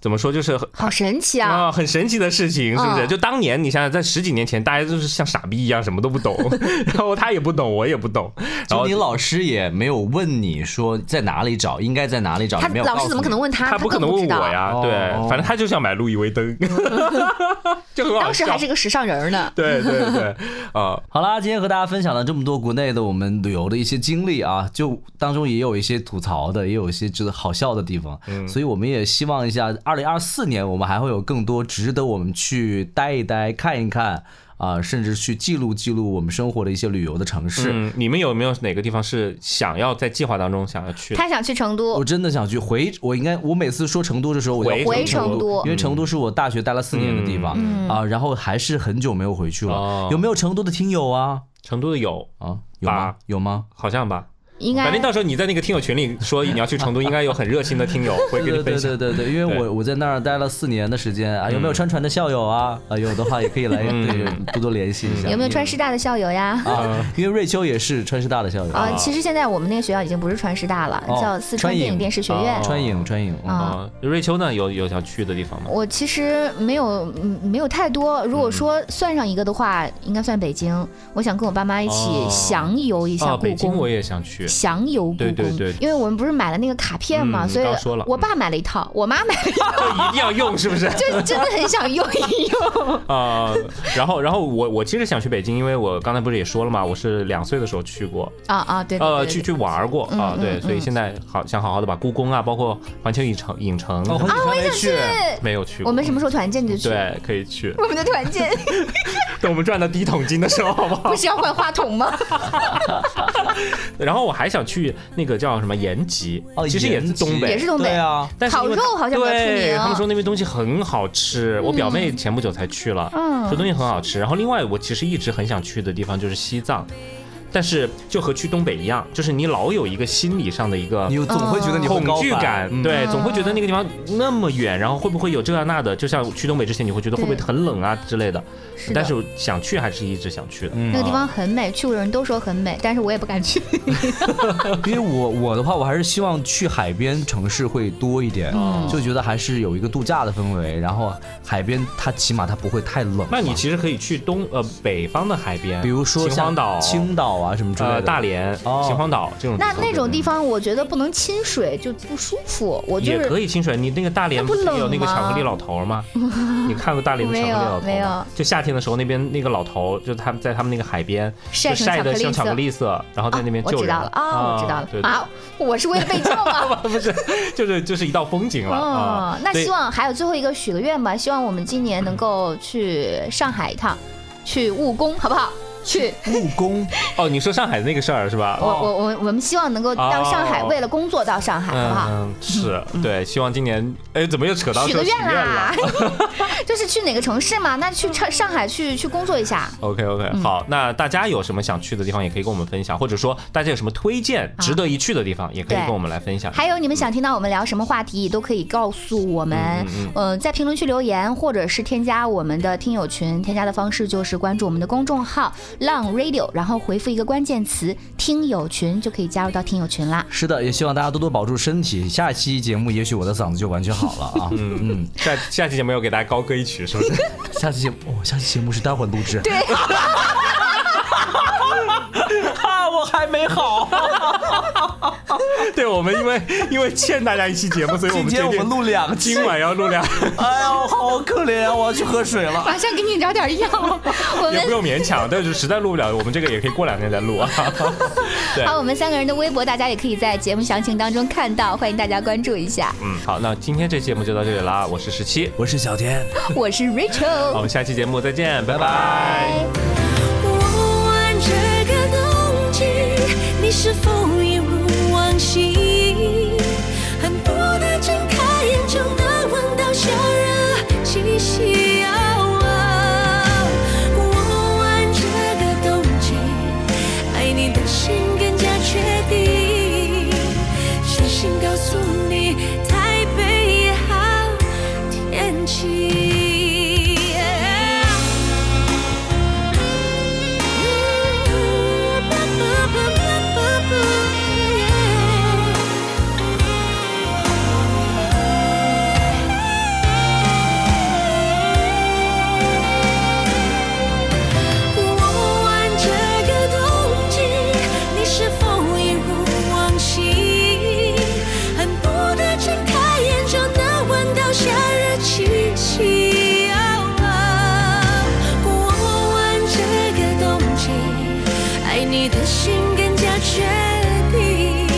Speaker 4: 怎么说，就是很
Speaker 3: 好神奇啊，
Speaker 4: 啊、很神奇的事情，是不是？
Speaker 3: 嗯
Speaker 4: 就当年你想想，在十几年前，大家都是像傻逼一样，什么都 不懂，然后他也不懂，我也不懂，然
Speaker 1: 就
Speaker 4: 后
Speaker 1: 你老师也没有问你说在哪里找，应该在哪里
Speaker 4: 啊
Speaker 1: 找，
Speaker 3: 她
Speaker 1: 也没有
Speaker 3: 老
Speaker 1: 告
Speaker 3: 师
Speaker 1: 诉
Speaker 3: 怎么可能
Speaker 1: 你？
Speaker 3: 问她？
Speaker 4: 他
Speaker 3: 她
Speaker 4: 不可
Speaker 3: 更
Speaker 4: 能
Speaker 3: 不
Speaker 4: 问
Speaker 3: 知
Speaker 4: 我
Speaker 3: 道。
Speaker 4: 呀，对
Speaker 1: 哦，
Speaker 4: 反正他就想买路易 威登，就很好笑。。
Speaker 3: 当时还是个时尚人儿呢
Speaker 4: 对对对， 啊、
Speaker 1: 好啦，今天和大家分享了这么多国内的我们旅游的一些经历啊，就当中也有一些吐槽的，也有一些觉得好笑的地方，
Speaker 4: 嗯
Speaker 1: 所以我们也希望一下，二零二四年我们还会有更多值得我们去待一待、看一看啊、甚至去记录记录我们生活的一些旅游的城市。
Speaker 4: 嗯，你们有没有哪个地方是想要在计划当中想要去的？
Speaker 3: 她想去成都
Speaker 1: 我，真的想去回，我应该我每次说成都的时候，我
Speaker 4: 回嗯
Speaker 1: 就
Speaker 3: 回成都
Speaker 1: 因为成都是我大学待了四年的地方、啊，然后还是很久没有回去了。
Speaker 4: 哦
Speaker 1: 有没有成都的听友啊？
Speaker 4: 成都的有，
Speaker 1: 啊，有吗
Speaker 4: 吧？
Speaker 1: 有吗？
Speaker 4: 好像吧。
Speaker 3: 应
Speaker 4: 反
Speaker 3: 该
Speaker 4: 正到时候你在那个听友群里说你要去成都，应该有很热心的听友会跟
Speaker 1: 对对
Speaker 4: 你分
Speaker 1: 对
Speaker 4: 享。
Speaker 1: 对对，因为
Speaker 4: 对
Speaker 1: 我我在那儿待了四年的时间啊，有没有川传的校友啊？啊，有的话也可以来
Speaker 4: 嗯
Speaker 1: 对多多联系一下
Speaker 3: 有没有川师大的校友呀？
Speaker 1: 啊，因为瑞秋也是川师大的校友，
Speaker 3: 啊、其实现在我们那个学校已经不是川师大了，
Speaker 1: 哦
Speaker 3: 叫四
Speaker 1: 川
Speaker 3: 川电
Speaker 1: 影
Speaker 3: 影电视学院。
Speaker 4: 哦
Speaker 1: 川影川影，嗯
Speaker 3: 啊
Speaker 4: 啊，瑞秋呢有有想去的地方吗？
Speaker 3: 我其实没有嗯没有太多，
Speaker 4: 嗯
Speaker 3: 如果说算上一个的话，应该算北京。我想跟我爸妈一起
Speaker 4: 哦
Speaker 3: 详游一下
Speaker 4: 啊，
Speaker 3: 故
Speaker 4: 北京
Speaker 3: 宫。
Speaker 4: 我也想去。
Speaker 3: 详游故宫，
Speaker 4: 对对对
Speaker 3: 因为我们不是买了那个卡片嘛，
Speaker 4: 嗯
Speaker 3: 所以
Speaker 4: 刚说了
Speaker 3: 我爸买了一套，我妈买了一套，
Speaker 4: 一定要用是不是？
Speaker 3: 就真的很想用一用。
Speaker 4: 啊、然后然后我我其实想去北京，因为我刚才不是也说了嘛，我是两岁的时候去过，
Speaker 3: 啊啊，对对
Speaker 4: 呃，
Speaker 3: 对
Speaker 4: 去
Speaker 3: 对
Speaker 4: 去玩儿过啊、
Speaker 3: 嗯
Speaker 4: 对，
Speaker 3: 嗯
Speaker 4: 所以现在好想好好的把故宫啊，包括环球影城影城、
Speaker 5: 哦，
Speaker 1: 啊
Speaker 5: 很久没去，
Speaker 4: 没有去过，
Speaker 3: 我们什么时候团建就去？
Speaker 4: 对可以去，
Speaker 3: 我们的团 建
Speaker 4: 等我们赚到第一桶金的时候，好不好
Speaker 3: 不？是要换话筒吗？
Speaker 4: 然后我还想去那个叫什么延吉，
Speaker 5: 哦
Speaker 4: 其实也是
Speaker 5: 延吉
Speaker 4: 东北，
Speaker 3: 也是东北
Speaker 5: 对啊，
Speaker 4: 但是因为
Speaker 3: 烤肉
Speaker 4: 他
Speaker 3: 好像比较出
Speaker 4: 对
Speaker 3: 名啊
Speaker 4: 他们说那边东西很好吃，我表妹前不久才去了，
Speaker 3: 嗯
Speaker 4: 说东西很好吃。然后另外我其实一直很想去的地方就是西藏，但是就和去东北一样，就是你老有一个心理上的一个
Speaker 5: 你总会觉得你会
Speaker 4: 恐
Speaker 5: 高
Speaker 4: 惧
Speaker 5: 反
Speaker 4: 感，
Speaker 5: 嗯
Speaker 4: 对，总会觉得那个地方那么远，然后会不会有这啊那的？就像去东北之前，你会觉得会不会
Speaker 3: 对
Speaker 4: 很冷啊之类的。
Speaker 3: 嗯是的
Speaker 4: 但是我想去还是一直想去的。
Speaker 1: 嗯
Speaker 3: 那个地方很美，去过的人都说很美，但是我也不敢去。
Speaker 1: 嗯因为我我的话，我还是希望去海边城市会多一点，
Speaker 3: 嗯
Speaker 1: 就觉得还是有一个度假的氛围。然后海边它起码它不会太冷嘛。
Speaker 4: 那你其实可以去东呃北方的海边，
Speaker 1: 比如说
Speaker 4: 秦皇
Speaker 1: 像
Speaker 4: 岛、
Speaker 1: 青岛啊什么之类
Speaker 4: 呃
Speaker 1: 的，
Speaker 4: 大连、
Speaker 1: 哦
Speaker 4: 秦皇岛这种地
Speaker 3: 那
Speaker 4: 方。
Speaker 3: 那种地方，我觉得不能亲水就不舒服。我就
Speaker 4: 也可
Speaker 3: 是
Speaker 4: 以清水，你那个大连
Speaker 3: 那不
Speaker 4: 是
Speaker 3: 冷
Speaker 4: 有那个
Speaker 3: 吗
Speaker 4: 巧克力老头儿 吗？你看过大连的巧克力老头吗
Speaker 3: 没有没有
Speaker 4: 就夏天的时候，那边那个老头儿，就他们在他们那个海边，
Speaker 3: 晒
Speaker 4: 就
Speaker 3: 成
Speaker 4: 晒的
Speaker 3: 巧克力
Speaker 4: 像巧
Speaker 3: 色
Speaker 4: 克力色，然后在那边
Speaker 3: 我
Speaker 4: 救
Speaker 3: 知
Speaker 4: 人
Speaker 3: 道了啊，我知道了
Speaker 4: 对对
Speaker 3: 啊，我是为了被救啊 吗？
Speaker 4: 不是，就是就是一道风景了啊
Speaker 3: 哦。，那
Speaker 4: 对
Speaker 3: 希望还有最后一个许个愿吧，希望我们今年能够去上海一趟，去务工好不好？去，
Speaker 1: 故宫，
Speaker 4: 哦，你说上海的那个事儿是吧？
Speaker 3: 我我我我们希望能够到上海，
Speaker 4: 哦
Speaker 3: 为了工作到上海，好不好？
Speaker 4: 嗯，是对，希望今年哎，怎么又扯到
Speaker 3: 许
Speaker 4: 说
Speaker 3: 个
Speaker 4: 许
Speaker 3: 愿啊
Speaker 4: 愿
Speaker 3: 啦
Speaker 4: 了？， 嗯
Speaker 3: 就是去哪个城市嘛？那去上上海去去工作一下。
Speaker 4: OK OK，、好，
Speaker 3: 嗯
Speaker 4: 那大家有什么想去的地方，也可以跟我们分享，或者说大家有什么推荐值得一去的地方，也可以
Speaker 3: 对
Speaker 4: 跟我们来分享。
Speaker 3: 还有你们想听到我们聊什么话题，都可以告诉我们，
Speaker 4: 嗯
Speaker 3: 嗯
Speaker 4: 嗯嗯
Speaker 3: 在评论区留言，或者是添加我们的听友群。添加的方式就是关注我们的公众号“浪 radio”，然后回复一个关键词“听友群”，就可以加入到听友群啦。
Speaker 1: 是的，也希望大家多多保重身体。下一期节目也许我的嗓子就完全好了啊。嗯，
Speaker 4: 下下期节目要给大家高歌一曲，是不是？
Speaker 1: 下期节目，哦，下期节目是待会儿录制。对，啊，我还没好。
Speaker 4: 对，我们因为因为欠大家一期节目，所以我们决定
Speaker 1: 录两期
Speaker 4: 今晚要录两，
Speaker 1: 哎呦，好可怜啊！我要去喝水了。
Speaker 3: 马上给你聊点药， 我
Speaker 4: 也不
Speaker 3: 们。
Speaker 4: 用勉强，但是实在录不了，我们这个也可以过两天 再录啊。对
Speaker 3: 好，我们三个人的微博，大家也可以在节目详情当中看到，欢迎大家关注一下。
Speaker 4: 嗯，好，那今天这期节目就到这里啦，我是十七，
Speaker 1: 我是小天。
Speaker 4: 嗯
Speaker 3: 我是 Rachel，
Speaker 4: 好我们下期节目再见，拜拜
Speaker 6: 我问这个冬季，你是否一如往昔？恨不得睁开眼就能闻到夏日气息。啊我问这个冬季，爱你的心更加确定，真心告诉你，台北也好天气。我问这个冬季，你是否一如往昔？恨不得睁开眼就能闻到夏日啊气息。我问这个冬季，爱你的心更加确定，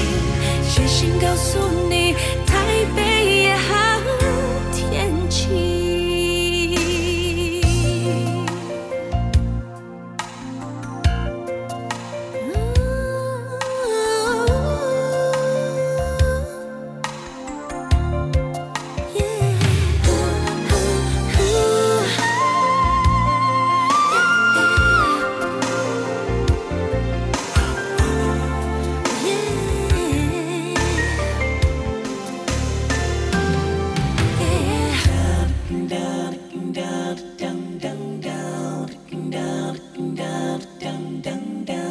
Speaker 6: 真心告诉你，台北也好天气。 Dum dum dum.